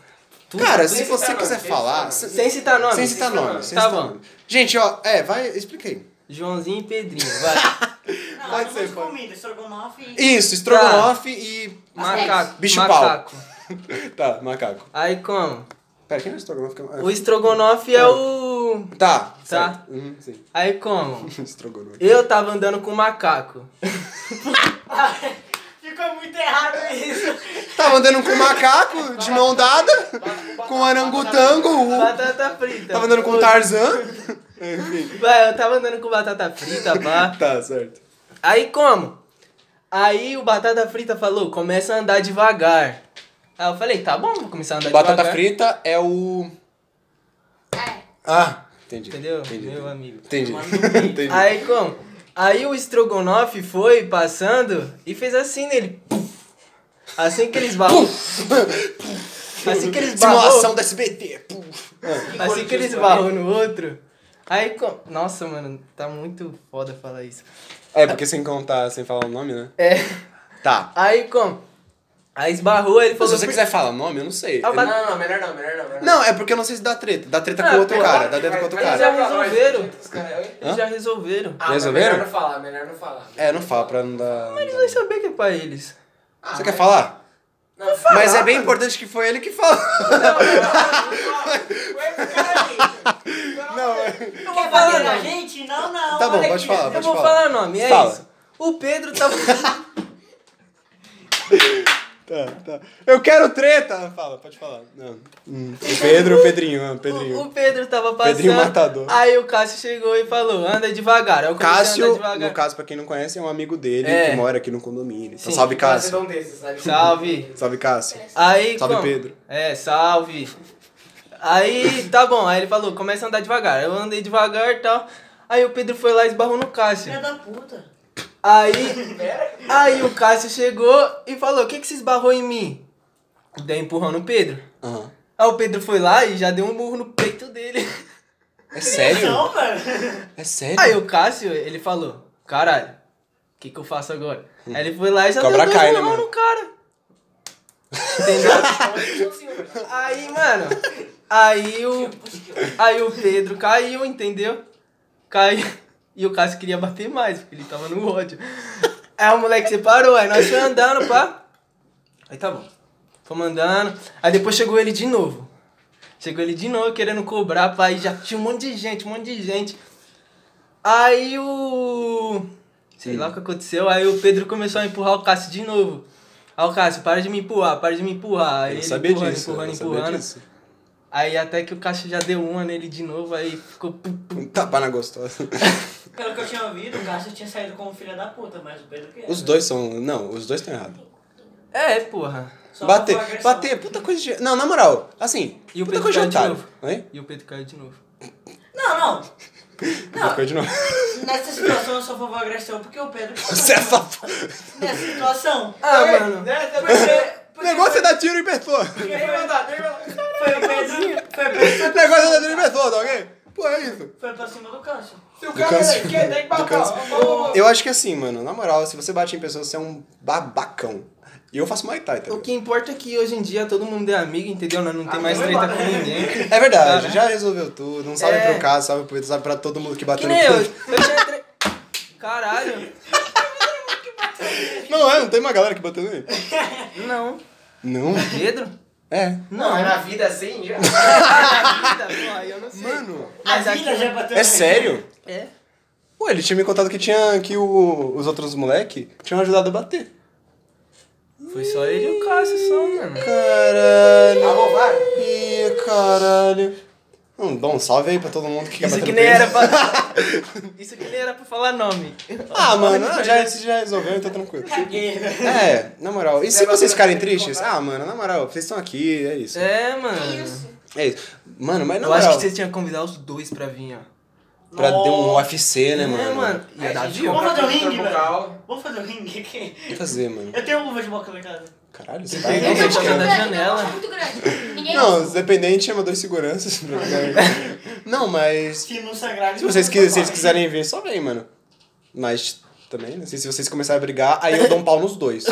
Speaker 2: Tu-
Speaker 1: Cara,
Speaker 6: sem
Speaker 1: se
Speaker 6: citar
Speaker 1: você
Speaker 6: nome,
Speaker 1: quiser
Speaker 6: sem
Speaker 1: falar.
Speaker 6: citar
Speaker 1: se-
Speaker 2: Sem citar nome.
Speaker 1: Sem citar nome, sem
Speaker 2: Tá
Speaker 1: citar
Speaker 2: bom.
Speaker 1: nome. Gente, ó, é, vai, explica aí.
Speaker 2: Joãozinho e Pedrinho, vai.
Speaker 5: Não,
Speaker 1: Pode
Speaker 5: eu
Speaker 1: ser,
Speaker 5: não gosto de
Speaker 1: pode.
Speaker 5: comida, estrogonofe e...
Speaker 1: Isso, estrogonofe e.
Speaker 2: Macaco.
Speaker 1: Bicho
Speaker 2: macaco.
Speaker 1: Tá, macaco.
Speaker 2: Aí como?
Speaker 1: Pera, quem é o estrogonofe? Ah,
Speaker 2: O estrogonofe é o...
Speaker 1: Tá. Tá.
Speaker 2: Tá.
Speaker 1: Uhum, sim.
Speaker 2: Aí como?
Speaker 1: Estrogonofe.
Speaker 2: Eu tava andando com o macaco.
Speaker 5: Ficou muito errado isso.
Speaker 1: Tava andando com um macaco de mão dada, com um arangotango, um-
Speaker 2: Batata frita.
Speaker 1: tava andando com um Tarzan. Enfim.
Speaker 2: Vai, eu tava andando com batata frita, pá.
Speaker 1: Tá, certo.
Speaker 2: Aí como? Aí o batata frita falou, começa a andar devagar. Aí eu falei, tá bom, vou começar a andar
Speaker 1: Batata
Speaker 2: devagar.
Speaker 1: frita é o.
Speaker 4: É.
Speaker 1: Ah, entendi.
Speaker 2: Entendeu?
Speaker 1: Entendi.
Speaker 2: Meu amigo.
Speaker 1: Entendi. Entendi.
Speaker 2: Aí como? Aí o estrogonofe foi passando e fez assim nele. Assim que eles barrou. Assim que eles barrou.
Speaker 1: Simulação da SBT. Puf.
Speaker 2: Assim que eles barrou no outro. Aí como? Nossa, mano, tá muito foda falar isso.
Speaker 1: É, porque sem contar, sem falar o nome, né?
Speaker 2: É.
Speaker 1: Tá.
Speaker 2: Aí como? Aí esbarrou, ele
Speaker 1: Se
Speaker 2: falou. assim,
Speaker 1: você quiser falar o nome, eu não sei.
Speaker 2: Ah,
Speaker 1: Eu
Speaker 2: mas-
Speaker 1: não-
Speaker 6: Não, não, melhor não, melhor não. é Melhor
Speaker 1: Não, é porque eu não sei se dá treta. Dá treta com
Speaker 2: Ah,
Speaker 1: o outro
Speaker 2: pô,
Speaker 1: cara. Dá treta com o outro
Speaker 2: mas
Speaker 1: cara.
Speaker 2: já resolveram.
Speaker 6: Os caras- oi?
Speaker 2: Eles
Speaker 1: Hã?
Speaker 2: já resolveram.
Speaker 6: Ah, mas
Speaker 1: Resolveram?
Speaker 6: Melhor não falar, melhor não falar.
Speaker 1: É, não fala pra não dar.
Speaker 2: Eles vão saber que é pra eles.
Speaker 6: Ah,
Speaker 1: Você
Speaker 6: mas-
Speaker 1: quer falar?
Speaker 6: Não,
Speaker 1: Mas é bem importante que foi ele que falou. Não, é.
Speaker 5: Não vou falar na gente? Não, não.
Speaker 1: Tá bom,
Speaker 5: olha
Speaker 1: pode
Speaker 5: aqui.
Speaker 1: falar.
Speaker 2: Eu vou falar o nome, é
Speaker 1: Fala.
Speaker 2: isso. O Pedro tava.
Speaker 1: Tá, tá. Eu quero treta! Fala, pode falar. Não. Hum, o Pedro, o Pedrinho, ah, o Pedrinho.
Speaker 2: O, o Pedro tava passando.
Speaker 1: Pedrinho Matador.
Speaker 2: Aí o Cássio chegou e falou: anda devagar. Aí eu comecei a
Speaker 1: Cássio,
Speaker 2: andar devagar.
Speaker 1: no caso, pra quem não conhece, tá é um amigo dele
Speaker 2: É.
Speaker 1: que mora aqui no condomínio. Então,
Speaker 2: Sim.
Speaker 1: salve,
Speaker 6: Cássio.
Speaker 1: Cássio.
Speaker 6: Não desses, né? sabe?
Speaker 2: Salve.
Speaker 1: Salve, Cássio.
Speaker 2: Aí,
Speaker 1: Salve,
Speaker 2: como-
Speaker 1: Pedro.
Speaker 2: É, salve. Aí, tá bom. Aí ele falou: começa a andar devagar. Eu andei devagar e tal. Aí o Pedro foi lá e esbarrou no Cássio.
Speaker 5: Filha da puta.
Speaker 2: Aí, aí o Cássio chegou e falou: O que, que você esbarrou em mim? Deu empurrão no Pedro.
Speaker 1: Aham.
Speaker 2: Aí o Pedro foi lá e já deu um burro no peito dele.
Speaker 1: É sério?
Speaker 5: Não, mano.
Speaker 1: É sério?
Speaker 2: Aí o Cássio, ele falou: Caralho, o que, que eu faço agora? Aí ele foi lá e já
Speaker 1: Cobra
Speaker 2: deu
Speaker 1: cai, né,
Speaker 2: um burrão
Speaker 1: mano?
Speaker 2: no cara. Entendeu?
Speaker 6: Salve.
Speaker 2: aí, mano, aí o, aí o Pedro caiu, entendeu? Caiu. E o Cássio queria bater mais, porque ele tava no ódio. Aí o moleque separou, aí nós foi andando, pá. Aí tá bom. Fomos andando. Aí depois chegou ele de novo. Chegou ele de novo querendo cobrar, pá. E já tinha um monte de gente, um monte de gente. Aí o. Sei lá o que aconteceu. Aí o Pedro começou a empurrar o Cássio de novo. Aí o Cássio, para de me empurrar, para de me empurrar.
Speaker 1: Eu
Speaker 2: Aí ele
Speaker 1: sabia
Speaker 2: empurrando,
Speaker 1: disso.
Speaker 2: empurrando,
Speaker 1: eu sabia
Speaker 2: empurrando.
Speaker 1: disso.
Speaker 2: Aí até que o Cássio já deu uma nele de novo, aí ficou. pu- pu-
Speaker 1: Um tapa na gostosa.
Speaker 3: Pelo que eu tinha ouvido, o Cássio tinha saído como filha da puta, mas o Pedro que é.
Speaker 1: Os dois são. Não, os dois estão errados.
Speaker 2: É, porra.
Speaker 3: Só não
Speaker 1: Bater,
Speaker 3: foi agressão.
Speaker 1: bater, puta coisa de. Não, na moral, assim.
Speaker 2: E o
Speaker 1: puta
Speaker 2: Pedro
Speaker 1: coisa de
Speaker 2: caiu de
Speaker 1: otário.
Speaker 2: novo.
Speaker 1: Oi?
Speaker 2: E o Pedro caiu de novo.
Speaker 3: Não, não.
Speaker 1: Pedro caiu de novo.
Speaker 3: Nessa situação eu só vou agressão porque o Pedro.
Speaker 1: Você é safado.
Speaker 3: Nessa situação.
Speaker 2: Ah,
Speaker 6: Ei,
Speaker 2: mano.
Speaker 6: né, tá
Speaker 3: Porque.
Speaker 1: O
Speaker 3: porque
Speaker 1: negócio é dar tiro em pessoa.
Speaker 3: foi-
Speaker 6: Deixa eu mandar, deixa eu mandar.
Speaker 3: Foi o Pedro. Foi o Pedro.
Speaker 1: O negócio é dar tiro em pessoa, tá ok? Pô, é isso.
Speaker 3: Foi pra cima do Cássio.
Speaker 6: Se o
Speaker 1: Do
Speaker 6: cara é da
Speaker 1: câncer.
Speaker 6: esquerda, tem que
Speaker 1: Do
Speaker 6: babar.
Speaker 1: câncer.
Speaker 6: Vamos, vamos, vamos.
Speaker 1: Eu acho que assim, mano, na moral, se você bate em pessoas, você é um babacão. E eu faço Muay Thai, tá
Speaker 2: O
Speaker 1: ligado?
Speaker 2: que importa é que hoje em dia todo mundo é amigo, entendeu? Nós não tem
Speaker 6: Ah,
Speaker 2: mais
Speaker 6: foi
Speaker 2: treta
Speaker 6: lá.
Speaker 2: com ninguém.
Speaker 1: É verdade,
Speaker 2: Cara.
Speaker 1: já resolveu tudo. Um salve
Speaker 2: É.
Speaker 1: pro caso, salve pro Pedro, salve pra todo mundo que
Speaker 2: Que
Speaker 1: bateu no
Speaker 2: nem eu.
Speaker 1: Pedro.
Speaker 2: Eu tinha tre... Caralho.
Speaker 1: Não é, não tem uma galera que bateu nele.
Speaker 2: Não.
Speaker 1: Não?
Speaker 2: Pedro?
Speaker 1: É.
Speaker 6: Não, mas na vida assim já.
Speaker 2: Na vida, não, aí eu não sei.
Speaker 1: Mano,
Speaker 2: Mas
Speaker 3: a
Speaker 2: aqui-
Speaker 3: Vila já bateu.
Speaker 1: é
Speaker 3: na-
Speaker 1: sério?
Speaker 2: É.
Speaker 1: Pô, ele tinha me contado que tinha que o- os outros moleque tinham ajudado a bater.
Speaker 2: Foi só ele e o né? Cássio só, um- mano.
Speaker 1: Caralho.
Speaker 6: Alô, vai.
Speaker 1: Ih, caralho. Hum, bom, salve aí pra todo mundo que quer
Speaker 2: Isso
Speaker 1: bater
Speaker 2: que
Speaker 1: no
Speaker 2: nem
Speaker 1: Pedro.
Speaker 2: era pra. Isso que nem era pra falar nome.
Speaker 1: Ah, mano, não, já, isso já resolveu, então tranquilo.
Speaker 2: né?
Speaker 1: É, na moral. E se vocês ficarem tristes? Ah, mano, na moral, vocês estão aqui, é isso.
Speaker 2: É, mano.
Speaker 4: Que isso?
Speaker 1: É isso. Mano, mas na
Speaker 2: Eu acho
Speaker 1: moral,
Speaker 2: que você tinha que convidar os dois pra vir, ó.
Speaker 1: pra ter um
Speaker 3: Nossa.
Speaker 1: UFC, né, mano?
Speaker 2: É, mano. E a
Speaker 6: Aí,
Speaker 2: Davi,
Speaker 6: gente,
Speaker 2: ó.
Speaker 3: Vamos fazer o
Speaker 6: compra
Speaker 3: ringue,
Speaker 6: tudo,
Speaker 3: velho.
Speaker 6: calma.
Speaker 3: Vamos fazer o ringue aqui.
Speaker 1: O que fazer, mano?
Speaker 3: Eu tenho uva de boca na casa.
Speaker 1: Caralho, você tá
Speaker 2: Tem
Speaker 4: Eu
Speaker 2: gente
Speaker 4: gosto
Speaker 2: que anda
Speaker 4: é muito
Speaker 2: na
Speaker 4: grande,
Speaker 2: janela.
Speaker 4: eu gosto muito grande. Ninguém
Speaker 1: Não, dependente, chama dois seguranças. pra ficar- não, mas.
Speaker 3: Se não sagrar,
Speaker 1: Se vocês, quis- se eles quiserem vir, só vem, mano. Mas também, né? Se se vocês começarem a brigar, aí eu dou um pau nos dois.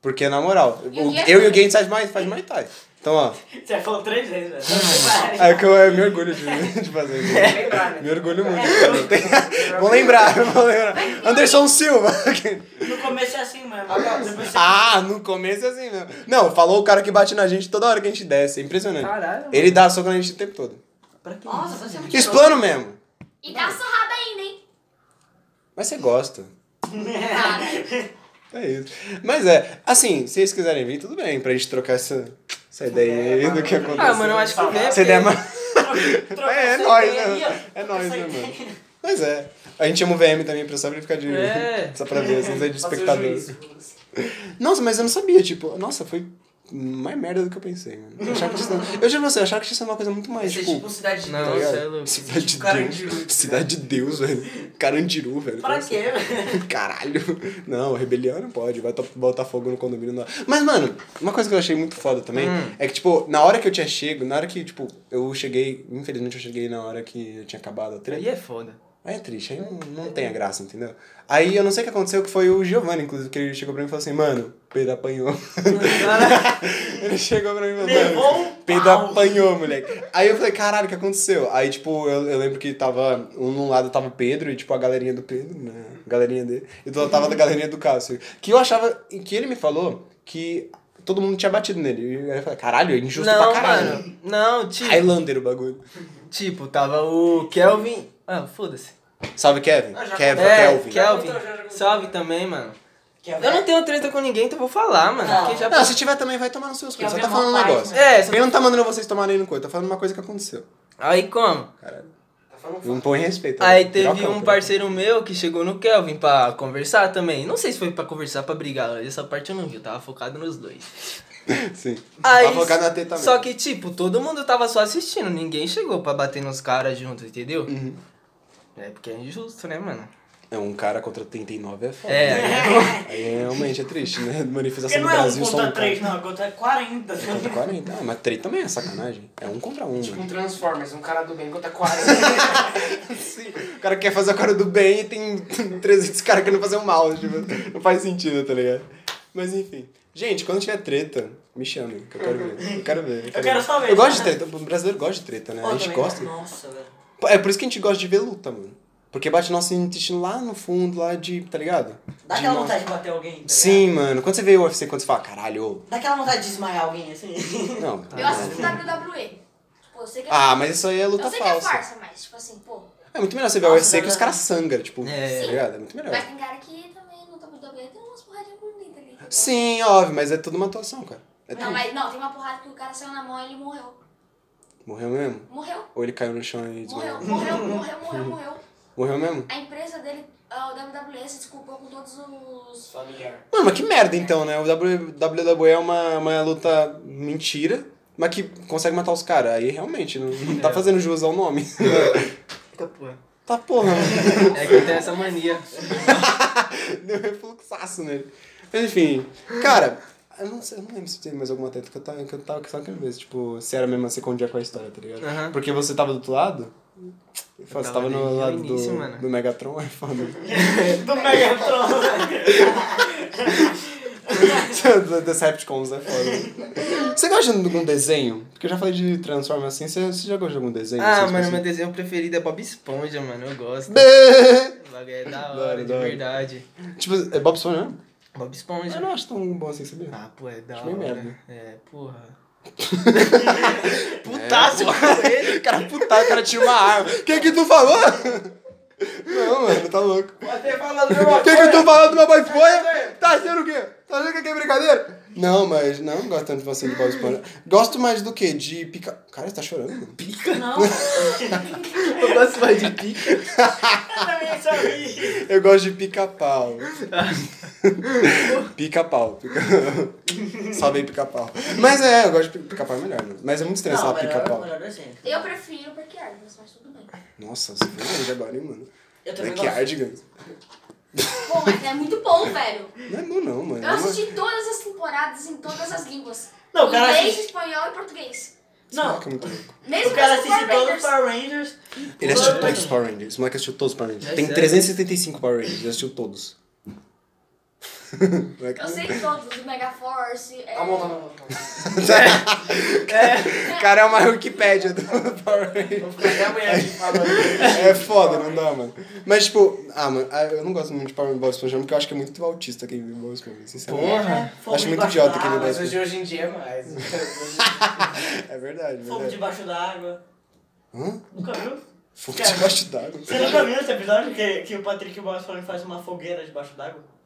Speaker 1: Porque, na moral,
Speaker 4: E o
Speaker 1: o-
Speaker 4: Gui-
Speaker 1: eu e o Gaines faz mais, faz mais Thai. Então, ó,
Speaker 3: Você falou três vezes, velho.
Speaker 1: é que eu, eu me orgulho de, de fazer isso.
Speaker 6: Lembrar, né?
Speaker 1: Me orgulho muito. cara. Tem- Vou lembrar, vou lembrar. Anderson Silva.
Speaker 3: No começo é assim mesmo.
Speaker 6: Ah,
Speaker 3: Depois você-
Speaker 1: Ah, no começo é assim mesmo. Não, falou o cara que bate na gente toda hora que a gente desce. É impressionante.
Speaker 2: Caralho.
Speaker 1: Ele dá soco na gente o tempo todo.
Speaker 2: Pra que
Speaker 3: Nossa, você é muito
Speaker 1: Explano mesmo.
Speaker 4: E dá sarrada ainda, hein?
Speaker 1: Mas você gosta.
Speaker 4: Cara,
Speaker 1: É isso. Mas é, assim, se vocês quiserem vir, tudo bem, pra gente trocar essa, essa ideia
Speaker 3: é
Speaker 1: aí do que aconteceu.
Speaker 2: Ah, mano, eu acho que vem.
Speaker 1: Essa ideia é mais-
Speaker 3: Troca
Speaker 1: É, é
Speaker 3: essa
Speaker 1: nóis,
Speaker 3: ideia
Speaker 1: né?
Speaker 3: aí, ó.
Speaker 1: É nóis, né,
Speaker 3: Essa ideia.
Speaker 1: mano? Mas é. A gente chama o VM também pra só pra ele ficar de.
Speaker 2: É.
Speaker 1: Só pra ver, assim, de
Speaker 6: Fazer o
Speaker 1: espectador.
Speaker 6: juízo.
Speaker 1: Nossa, mas eu não sabia, tipo, nossa, foi mais merda do que eu pensei, mano. Eu achava que tinha sido- eu juro pra você, eu achava que tinha sido uma coisa muito mais,
Speaker 6: Isso é
Speaker 1: tipo.
Speaker 6: tipo cidade de
Speaker 2: Não,
Speaker 1: tá ligado?
Speaker 2: você é louco.
Speaker 1: Cidade de
Speaker 6: Tipo
Speaker 1: Deus.
Speaker 6: Carandiru.
Speaker 1: Cidade de Deus, velho. Carandiru, velho.
Speaker 3: Pra quê?
Speaker 1: Caralho. Não, rebelião não pode. Vai to- botar fogo no condomínio. Não. Mas, mano, uma coisa que eu achei muito foda também
Speaker 2: Hum.
Speaker 1: é que, tipo, na hora que eu tinha chego, na hora que, tipo, eu cheguei. Infelizmente eu cheguei na hora que eu tinha acabado a treta.
Speaker 2: Aí é foda.
Speaker 1: Aí é triste, aí não, não tem a graça, entendeu? Aí eu não sei o que aconteceu, que foi o Giovanni, inclusive, que ele chegou pra mim e falou assim, mano, Pedro apanhou. ele chegou pra mim e falou, mano,
Speaker 3: Levou um
Speaker 1: Pedro
Speaker 3: pau.
Speaker 1: apanhou, moleque. Aí eu falei, caralho, o que aconteceu? Aí, tipo, eu, eu lembro que tava. Um num lado tava o Pedro e, tipo, a galerinha do Pedro, né? A galerinha dele. E do outro tava da galerinha do Cássio. Que eu achava. e Que ele me falou que todo mundo tinha batido nele. E aí eu falei, caralho, é injusto
Speaker 2: não,
Speaker 1: pra caralho.
Speaker 2: mano. Não, tipo.
Speaker 1: Highlander o bagulho.
Speaker 2: Tipo, tava o Kelvin. Ah, foda-se.
Speaker 1: Salve, Kevin.
Speaker 6: Ah, já
Speaker 1: Kevin,
Speaker 2: É,
Speaker 1: Kelvin.
Speaker 2: Kelvin.
Speaker 6: Já contou, já contou.
Speaker 2: Salve também, mano.
Speaker 3: Que
Speaker 2: Eu não tenho treta com ninguém, então eu vou falar, mano.
Speaker 3: Não.
Speaker 2: Porque já
Speaker 1: Não, se tiver também, vai tomar nos seus cu. Só
Speaker 3: Kelvin
Speaker 1: tá
Speaker 3: é
Speaker 1: falando um
Speaker 3: mó paz,
Speaker 1: negócio.
Speaker 2: É, só-
Speaker 1: Ele não tá mandando vocês tomarem no cu, ele tá falando uma coisa que aconteceu.
Speaker 2: Aí como?
Speaker 1: Caralho.
Speaker 6: Tá falando
Speaker 1: Não
Speaker 6: foda.
Speaker 1: põe respeito.
Speaker 2: Aí
Speaker 1: né?
Speaker 2: teve
Speaker 1: Pirocão,
Speaker 2: um
Speaker 1: pirocão.
Speaker 2: parceiro meu que chegou no Kelvin pra conversar também. Não sei se foi pra conversar, pra brigar. Essa parte eu não vi, eu tava focado nos dois.
Speaker 1: Sim.
Speaker 2: Aí,
Speaker 1: Pra focar na teta
Speaker 2: Só
Speaker 1: mesmo.
Speaker 2: que, tipo, todo mundo tava só assistindo. Ninguém chegou pra bater nos caras junto, entendeu?
Speaker 1: Uhum.
Speaker 2: É porque é injusto, né, mano?
Speaker 1: É, um cara contra 39 é foda.
Speaker 2: É.
Speaker 1: Aí realmente é triste, né?
Speaker 3: Porque
Speaker 1: Manifestação do
Speaker 3: não é
Speaker 1: Brasil
Speaker 3: um
Speaker 1: só um
Speaker 3: contra
Speaker 1: cara.
Speaker 3: três, não. É contra 40.
Speaker 1: Contra 40. Ah, mas 3 também é sacanagem. É um contra um,
Speaker 6: Tipo
Speaker 1: mano.
Speaker 6: um Transformers, um cara do bem contra 40.
Speaker 1: O cara quer fazer a cara do bem e tem 300 caras querendo fazer o mal. Tipo, não faz sentido, tá ligado? Mas enfim. Gente, quando tiver treta, me chamem, que eu quero ver. Eu quero ver.
Speaker 3: Eu quero só ver. né?
Speaker 1: Eu gosto de treta. O brasileiro gosta de treta, né?
Speaker 3: Pô,
Speaker 1: a gente
Speaker 3: também,
Speaker 1: gosta.
Speaker 3: Nossa, velho.
Speaker 1: É por isso que a gente gosta de ver luta, mano. Porque bate nosso intestino lá no fundo, lá de. tá ligado?
Speaker 3: Dá
Speaker 1: De
Speaker 3: aquela
Speaker 1: nosso-
Speaker 3: vontade de bater alguém. tá
Speaker 1: Sim, mano. Quando você vê o UFC, quando você fala, caralho,
Speaker 3: ligado? Dá aquela vontade de esmaiar alguém, assim.
Speaker 1: ô. Não.
Speaker 4: eu assisto WWE. Tipo, eu sei que é
Speaker 1: Ah, mas isso aí é
Speaker 4: Eu
Speaker 1: luta
Speaker 4: sei que é
Speaker 1: falsa.
Speaker 4: farsa, mas, tipo assim, pô.
Speaker 1: É muito melhor você ver a
Speaker 3: Nossa, né?
Speaker 1: UFC que os
Speaker 3: galera.
Speaker 1: caras sangram, tipo,
Speaker 2: É.
Speaker 1: tá ligado? É muito melhor.
Speaker 4: Mas tem cara que também no topo do WWE tem umas porradinhas bonitas ali. entendeu?
Speaker 1: Sim, óbvio, mas é toda uma atuação, cara. É
Speaker 4: Não,
Speaker 1: tudo.
Speaker 4: mas não, tem uma porrada que o cara saiu na mão e ele morreu.
Speaker 1: Morreu mesmo?
Speaker 4: Morreu.
Speaker 1: Ou ele caiu no chão e desmaiou?
Speaker 4: Morreu, morreu, morreu, morreu, morreu.
Speaker 1: Morreu mesmo?
Speaker 4: A empresa dele, a WWE, se desculpou com todos os.
Speaker 6: Familiar.
Speaker 1: Mano, mas que merda então, né? O WWE é uma, uma luta mentira, mas que consegue matar os caras. Aí realmente, não, não tá fazendo jus ao nome.
Speaker 2: Eita porra.
Speaker 1: tá porra, mano.
Speaker 2: É que eu tenho essa mania.
Speaker 1: Deu um refluxaço nele. Mas enfim, cara, eu não, sei, eu não lembro se teve mais alguma treta que eu tava, que eu tava só querendo ver se, tipo, se era mesmo assim com o dia com a história, tá ligado?
Speaker 2: Aham.
Speaker 1: Porque você tava do outro lado? Eu você tava
Speaker 2: tava
Speaker 1: no
Speaker 2: desde o
Speaker 1: lado
Speaker 2: início,
Speaker 1: do,
Speaker 2: mano.
Speaker 1: do Megatron, é foda.
Speaker 3: Do Megatron.
Speaker 1: Dos Decepticons, é foda. Você gosta de algum desenho? Porque eu já falei de Transformers assim, você, você já gosta de algum desenho?
Speaker 2: Ah,
Speaker 1: Assim,
Speaker 2: mano,
Speaker 1: tipo
Speaker 2: meu
Speaker 1: assim?
Speaker 2: desenho preferido é Bob Esponja, mano. Eu gosto. O bagulho é da
Speaker 1: Da hora,
Speaker 2: hora, de
Speaker 1: da hora.
Speaker 2: verdade.
Speaker 1: Tipo, é Bob Esponja mesmo?
Speaker 2: Bob
Speaker 1: Eu
Speaker 2: Esponja.
Speaker 1: não acho tão bom assim, sabia?
Speaker 2: Ah, pô, é da
Speaker 1: Acho
Speaker 2: hora.
Speaker 1: meio merda. né?
Speaker 2: É, porra. É, Putaço com ele.
Speaker 1: O cara putado, o cara tinha uma arma. O é que que tu falou? Não, mano, tá louco.
Speaker 6: Até falando meu
Speaker 1: O que, que eu tô falando do meu Bob Esponha? Tá sendo o quê? Tá achando que aqui é brincadeira? Não, mas não gosto tanto assim de Bob Esponja. Gosto mais do que? De pica. Cara, você tá chorando? mano?
Speaker 3: Não,
Speaker 2: Eu gosto mais de pica.
Speaker 3: eu também só vi.
Speaker 1: Eu gosto de pica-pau. pica-pau. Pica... Salve aí, pica-pau. Mas é, eu gosto de pica- pica-pau é melhor. né? Mas é muito estranho
Speaker 3: Não,
Speaker 1: falar
Speaker 3: melhor,
Speaker 1: pica-pau.
Speaker 3: melhor desenho.
Speaker 4: Eu prefiro Black Arms, mas tudo bem.
Speaker 1: Nossa, você foi longe agora, hein, mano? É
Speaker 3: Eu também
Speaker 1: Black
Speaker 3: gosto.
Speaker 1: Ardigans.
Speaker 4: Bom, mas é muito bom, velho.
Speaker 1: Não é bom, não, mano.
Speaker 4: Eu assisti todas as temporadas em todas as línguas.
Speaker 3: Não, o cara
Speaker 4: Inglês,
Speaker 3: assiste-
Speaker 4: espanhol e português.
Speaker 3: Não,
Speaker 1: Caraca, é muito louco.
Speaker 4: Mesmo
Speaker 3: o cara
Speaker 4: com os Power
Speaker 3: assiste todos os
Speaker 4: Rangers.
Speaker 3: Power Rangers.
Speaker 1: Ele assistiu
Speaker 3: Mano.
Speaker 1: todos os Power Rangers. O moleque assistiu todos os Power Rangers.
Speaker 2: É
Speaker 1: Tem
Speaker 2: sério?
Speaker 1: 375 Power Rangers, ele assistiu todos. Moleque-
Speaker 4: Eu sei todos, o Mega Force.
Speaker 6: Tá
Speaker 4: É...
Speaker 1: O cara é uma Wikipédia do Power Rangers.
Speaker 6: Vou ficar até é amanhã aqui falando.
Speaker 1: É foda, não dá, mano. Mas, tipo, ah, mano, ah, eu não gosto muito de Power Rangers Bob Esponja, porque eu acho que é muito autista quem vê Bob Esponja, sinceramente.
Speaker 2: Porra.
Speaker 3: É, Fogo
Speaker 1: Ah, Acho muito
Speaker 3: debaixo
Speaker 1: idiota
Speaker 3: da
Speaker 1: aquele
Speaker 6: Ah,
Speaker 3: água,
Speaker 6: mas hoje, hoje em dia é mais.
Speaker 1: É verdade,
Speaker 3: Fogo
Speaker 1: verdade.
Speaker 3: debaixo da água.
Speaker 1: Hã?
Speaker 3: Nunca viu?
Speaker 1: Fogo debaixo d'água.
Speaker 3: Você nunca viu esse episódio que, que o Patrick Boston faz uma fogueira debaixo d'água?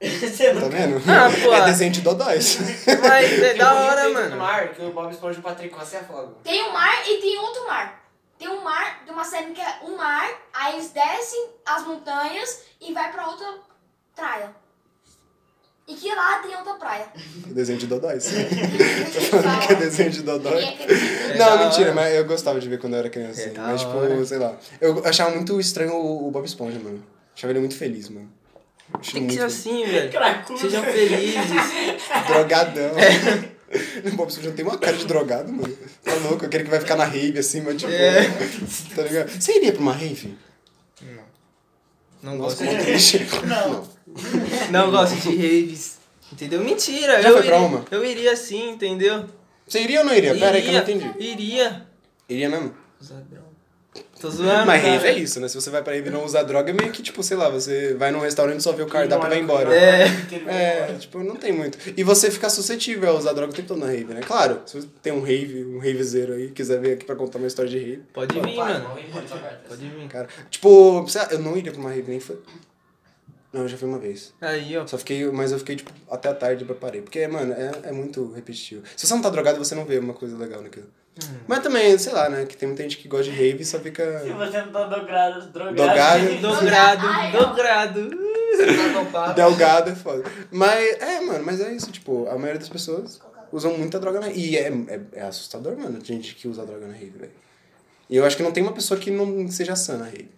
Speaker 3: Você
Speaker 1: Tá
Speaker 3: nunca
Speaker 1: vendo?
Speaker 2: Ah, pô.
Speaker 1: É desenho de dodóis.
Speaker 2: Mas é
Speaker 6: Tem
Speaker 2: da
Speaker 6: um
Speaker 2: hora,
Speaker 6: vídeo dentro
Speaker 2: mano.
Speaker 6: do mar que o Bob Esponja e o Patrick é Costa se afogam.
Speaker 4: Tem um mar e tem outro mar. Tem um mar de uma série que é um mar, aí eles descem as montanhas e vai pra outra praia. E que lá tem outra praia.
Speaker 1: É desenho de dodóis.
Speaker 4: Fala.
Speaker 1: Que é desenho de dodói.
Speaker 4: E aquele-
Speaker 2: É da
Speaker 1: Não,
Speaker 2: hora.
Speaker 1: mentira, mas eu gostava de ver quando eu era criança.
Speaker 2: É
Speaker 1: assim.
Speaker 2: da
Speaker 1: mas, tipo,
Speaker 2: hora.
Speaker 1: sei lá. Eu achava muito estranho o o Bob Esponja, mano. Achava ele muito feliz, mano. Achava
Speaker 2: Tem que
Speaker 1: muito
Speaker 2: ser assim, velho.
Speaker 3: Cracudo.
Speaker 2: Sejam felizes.
Speaker 1: Drogadão.
Speaker 2: É.
Speaker 1: O Bob Esponja tem uma cara de drogado, mano. Tá louco? Aquele que vai ficar na rave assim, mas tipo.
Speaker 2: É.
Speaker 1: Tá ligado? Você iria pra uma rave?
Speaker 2: Não
Speaker 1: Nossa,
Speaker 2: gosto
Speaker 1: como
Speaker 2: de
Speaker 1: é triste.
Speaker 3: Não.
Speaker 2: Não gosto de raves. Entendeu? Mentira.
Speaker 1: Já
Speaker 2: eu
Speaker 1: foi pra
Speaker 2: iria,
Speaker 1: uma?
Speaker 2: Eu iria sim, entendeu?
Speaker 1: Você iria ou não iria? Pera aí que eu não entendi.
Speaker 2: Iria.
Speaker 1: Iria mesmo?
Speaker 2: Usar droga. Tô zoando.
Speaker 1: Mas
Speaker 2: cara.
Speaker 1: rave é isso, né? Se você vai pra rave e não usar droga, é meio que tipo, sei lá, você vai num restaurante, só vê o cardápio e vai embora.
Speaker 2: É.
Speaker 1: É, tipo, não tem muito. E você fica suscetível a usar droga o tempo todo na rave, né? Claro, se você tem um rave, um ravezeiro aí, quiser vir aqui pra contar uma história de rave.
Speaker 2: Pode vir, mano. Pode
Speaker 6: Pode
Speaker 2: vir.
Speaker 1: Cara, tipo, sei lá, eu não iria pra uma rave nem foi. Não, eu já fui uma vez.
Speaker 2: Aí, ó.
Speaker 1: Só fiquei, mas eu fiquei, tipo, até a tarde eu parei. Porque, mano, é, é muito repetitivo. Se você não tá drogado, você não vê uma coisa legal naquilo. Mas também, sei lá, né? Que tem muita gente que gosta de rave e só fica.
Speaker 3: Se você não tá dogrado, drogado.
Speaker 1: Dogado.
Speaker 3: um
Speaker 2: Dobrado,
Speaker 4: Ai, ó.
Speaker 2: dobrado.
Speaker 1: Delgado é foda. Mas, é, mano, mas é isso. Tipo, a maioria das pessoas usam muita droga na E é, é, é assustador, mano, de gente que usa droga na rave, velho. E eu acho que não tem uma pessoa que não seja sã na rave.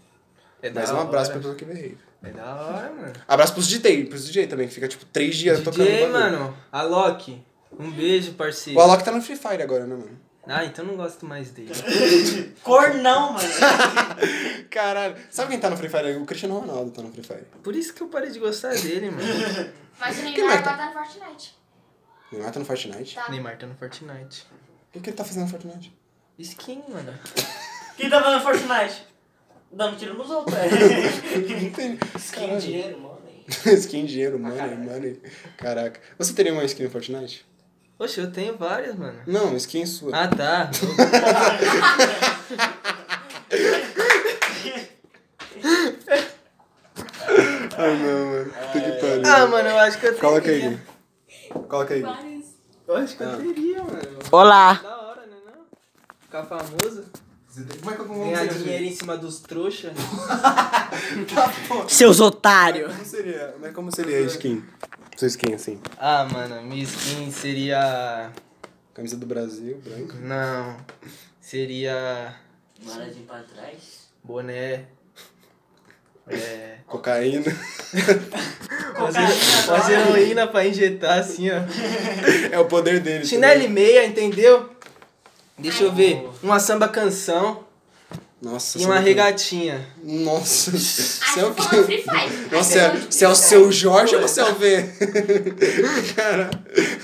Speaker 2: É da
Speaker 1: Mas um abraço pra pessoa
Speaker 2: hora.
Speaker 1: que vê rave.
Speaker 2: É da hora, mano.
Speaker 1: Abraço pros DJ, pros DJ também, que fica, tipo, três dias tocando.
Speaker 2: DJ,
Speaker 1: bagulho.
Speaker 2: mano. Alok. Um beijo, parceiro.
Speaker 1: O Alok tá no Free Fire agora, né, mano?
Speaker 2: Ah, então não gosto mais dele.
Speaker 3: Cor não, mano.
Speaker 1: Caralho. Sabe quem tá no Free Fire? O Cristiano Ronaldo tá no Free Fire.
Speaker 2: Por isso que eu parei de gostar dele, mano.
Speaker 4: Mas o
Speaker 1: Quem mais
Speaker 4: Neymar
Speaker 1: tá?
Speaker 4: agora tá no Fortnite.
Speaker 1: Neymar tá no Fortnite?
Speaker 4: Tá.
Speaker 2: Neymar tá no Fortnite.
Speaker 1: O que ele tá fazendo no Fortnite?
Speaker 2: Skin, mano.
Speaker 3: Quem tá fazendo Fortnite? Dando tiro nos outros.
Speaker 1: Não tem.
Speaker 6: Skin dinheiro, mano.
Speaker 1: skin dinheiro, money, money. Caraca. Você teria uma skin no Fortnite?
Speaker 2: Oxe, eu tenho Ah, várias, mano.
Speaker 1: Não, skin sua.
Speaker 2: Ah, tá. Ah, mano, eu acho que eu Ah. teria.
Speaker 1: Coloca aí. Coloca aí.
Speaker 4: Vários.
Speaker 2: Eu acho que eu teria, mano.
Speaker 5: Olá!
Speaker 2: Da hora, né, não? Ficar famoso,
Speaker 1: Como é que eu vou
Speaker 2: ganhar dinheiro em cima dos trouxa.
Speaker 5: Seus otários!
Speaker 1: Como seria? É, Mas como seria a skin? Sua skin, assim.
Speaker 2: Ah, mano, minha skin seria...
Speaker 1: Camisa do Brasil, branca.
Speaker 2: Não, seria
Speaker 5: Bora de ir pra trás.
Speaker 2: boné. É...
Speaker 1: Cocaína.
Speaker 2: Fazer, fazer heroína pra injetar, assim, ó.
Speaker 1: É o poder dele. tá
Speaker 2: Chinelo e
Speaker 1: ligado?
Speaker 2: meia, entendeu? Deixa eu ver. Uma samba canção
Speaker 1: Nossa.
Speaker 2: e
Speaker 1: você
Speaker 2: uma
Speaker 1: não-
Speaker 2: regatinha.
Speaker 1: Nossa. Você é
Speaker 4: Acho
Speaker 1: o
Speaker 4: que foi
Speaker 1: quê?
Speaker 4: Free Fire.
Speaker 1: Nossa, é- você é o seu Jorge ou você é o V? Cara,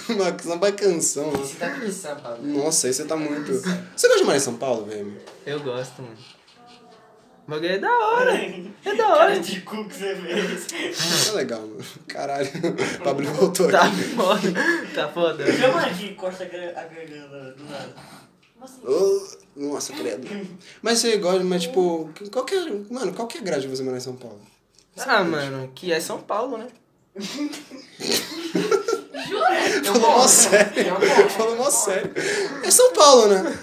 Speaker 1: é uma samba canção. nossa.
Speaker 6: Você tá aqui em São Paulo.
Speaker 1: Nossa, aí você tá muito. Você gosta de morar em São Paulo, velho?
Speaker 2: Eu gosto, mano. O bagulho é da hora. É da hora.
Speaker 3: de cu que você fez.
Speaker 1: Tá legal, mano. Caralho. O Pablo voltou
Speaker 2: Tá
Speaker 1: aqui.
Speaker 2: foda. Tá foda.
Speaker 3: Chama de corta a gra- a garganta do nada.
Speaker 1: Ô, nossa, credo. Mas você gosta, mas tipo, qual que é, mano, qual que é a grade de você morar em São Paulo?
Speaker 2: Ah, mano, que é São Paulo, né?
Speaker 4: Jura?
Speaker 1: Falou mó sério.
Speaker 6: É um bom.
Speaker 1: Falou mó sério. É São Paulo, né?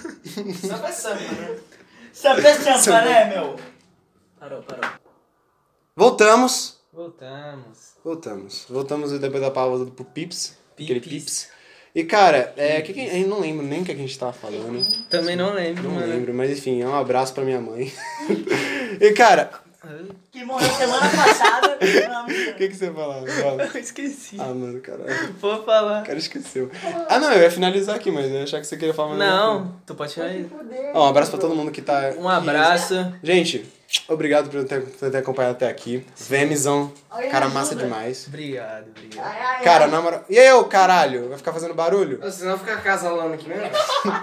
Speaker 6: Samba é samba, né?
Speaker 3: Sabe essa sampa, né, meu?
Speaker 5: Parou, parou.
Speaker 1: Voltamos.
Speaker 2: Voltamos.
Speaker 1: Voltamos. Voltamos depois da pausa do pro Pips. Aquele
Speaker 2: Pips.
Speaker 1: Pips. E cara, é, que que- eu não lembro nem o que a gente tava falando.
Speaker 2: Também não lembro,
Speaker 1: Não
Speaker 2: mano.
Speaker 1: lembro, mas enfim, é um abraço pra minha mãe. e cara,
Speaker 3: Que morreu semana passada. Não,
Speaker 1: o que, que você ia falar? Fala.
Speaker 2: Eu esqueci.
Speaker 1: Ah, mano, caralho.
Speaker 2: Vou falar.
Speaker 1: O cara esqueceu. Ah, não, eu ia finalizar aqui, mas eu ia achar que você queria falar mais alguma
Speaker 2: Não, tu pode tirar aí.
Speaker 1: coisa. Ó, um abraço pra todo mundo que tá.
Speaker 2: Um abraço.
Speaker 1: Gente, obrigado por ter, por ter acompanhado até aqui. Vemizão, cara massa demais.
Speaker 2: Obrigado, obrigado.
Speaker 1: Cara, na moral. E eu, caralho? Vai ficar fazendo barulho?
Speaker 6: Você não fica casalando aqui mesmo?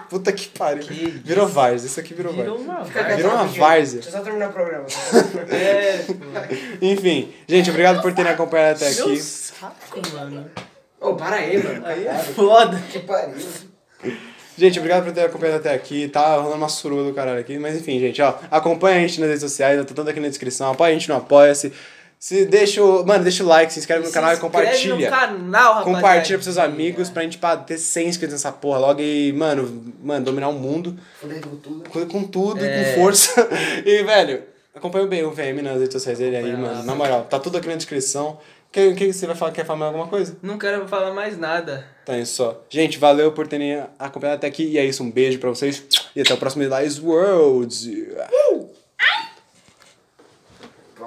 Speaker 1: Puta que pariu.
Speaker 2: Que
Speaker 1: Virou várzea, isso aqui virou
Speaker 2: Virou
Speaker 1: várzea.
Speaker 2: uma
Speaker 6: Fica
Speaker 2: vibe.
Speaker 1: Virou uma
Speaker 6: casalando aqui.
Speaker 1: várzea.
Speaker 6: Deixa eu só terminar o programa.
Speaker 2: É, mano.
Speaker 1: Enfim, gente, obrigado por terem acompanhado até
Speaker 2: Meu
Speaker 1: aqui.
Speaker 2: saco, mano.
Speaker 6: Ô, para aí, mano.
Speaker 2: Aí é foda.
Speaker 6: Que pariu.
Speaker 1: Gente, obrigado por ter acompanhado até aqui. Tá rolando uma suruba do caralho aqui. Mas enfim, gente, ó. Acompanha a gente nas redes sociais, tá tudo aqui na descrição. Apoia a gente no Apoia-se. Se deixa o. Mano, deixa o like, se inscreve no canal e
Speaker 2: Se inscreve
Speaker 1: compartilha.
Speaker 2: no canal, rapaziada.
Speaker 1: Compartilha pros seus amigos pra gente pá, ter 100 inscritos nessa porra logo e, mano, mano, dominar o mundo
Speaker 6: Fudei com tudo.
Speaker 1: com, com tudo,
Speaker 2: É.
Speaker 1: com força. E, velho, acompanha bem o VM nas redes sociais dele aí,
Speaker 2: Acompanha lá,
Speaker 1: mano. Na moral, tá tudo aqui na descrição. Quem, quem você vai falar? Quer falar mais alguma coisa?
Speaker 2: Não quero falar mais nada.
Speaker 1: Tá isso só. Gente, valeu por terem acompanhado até aqui. E é isso, um beijo pra vocês. E até o próximo Lies World.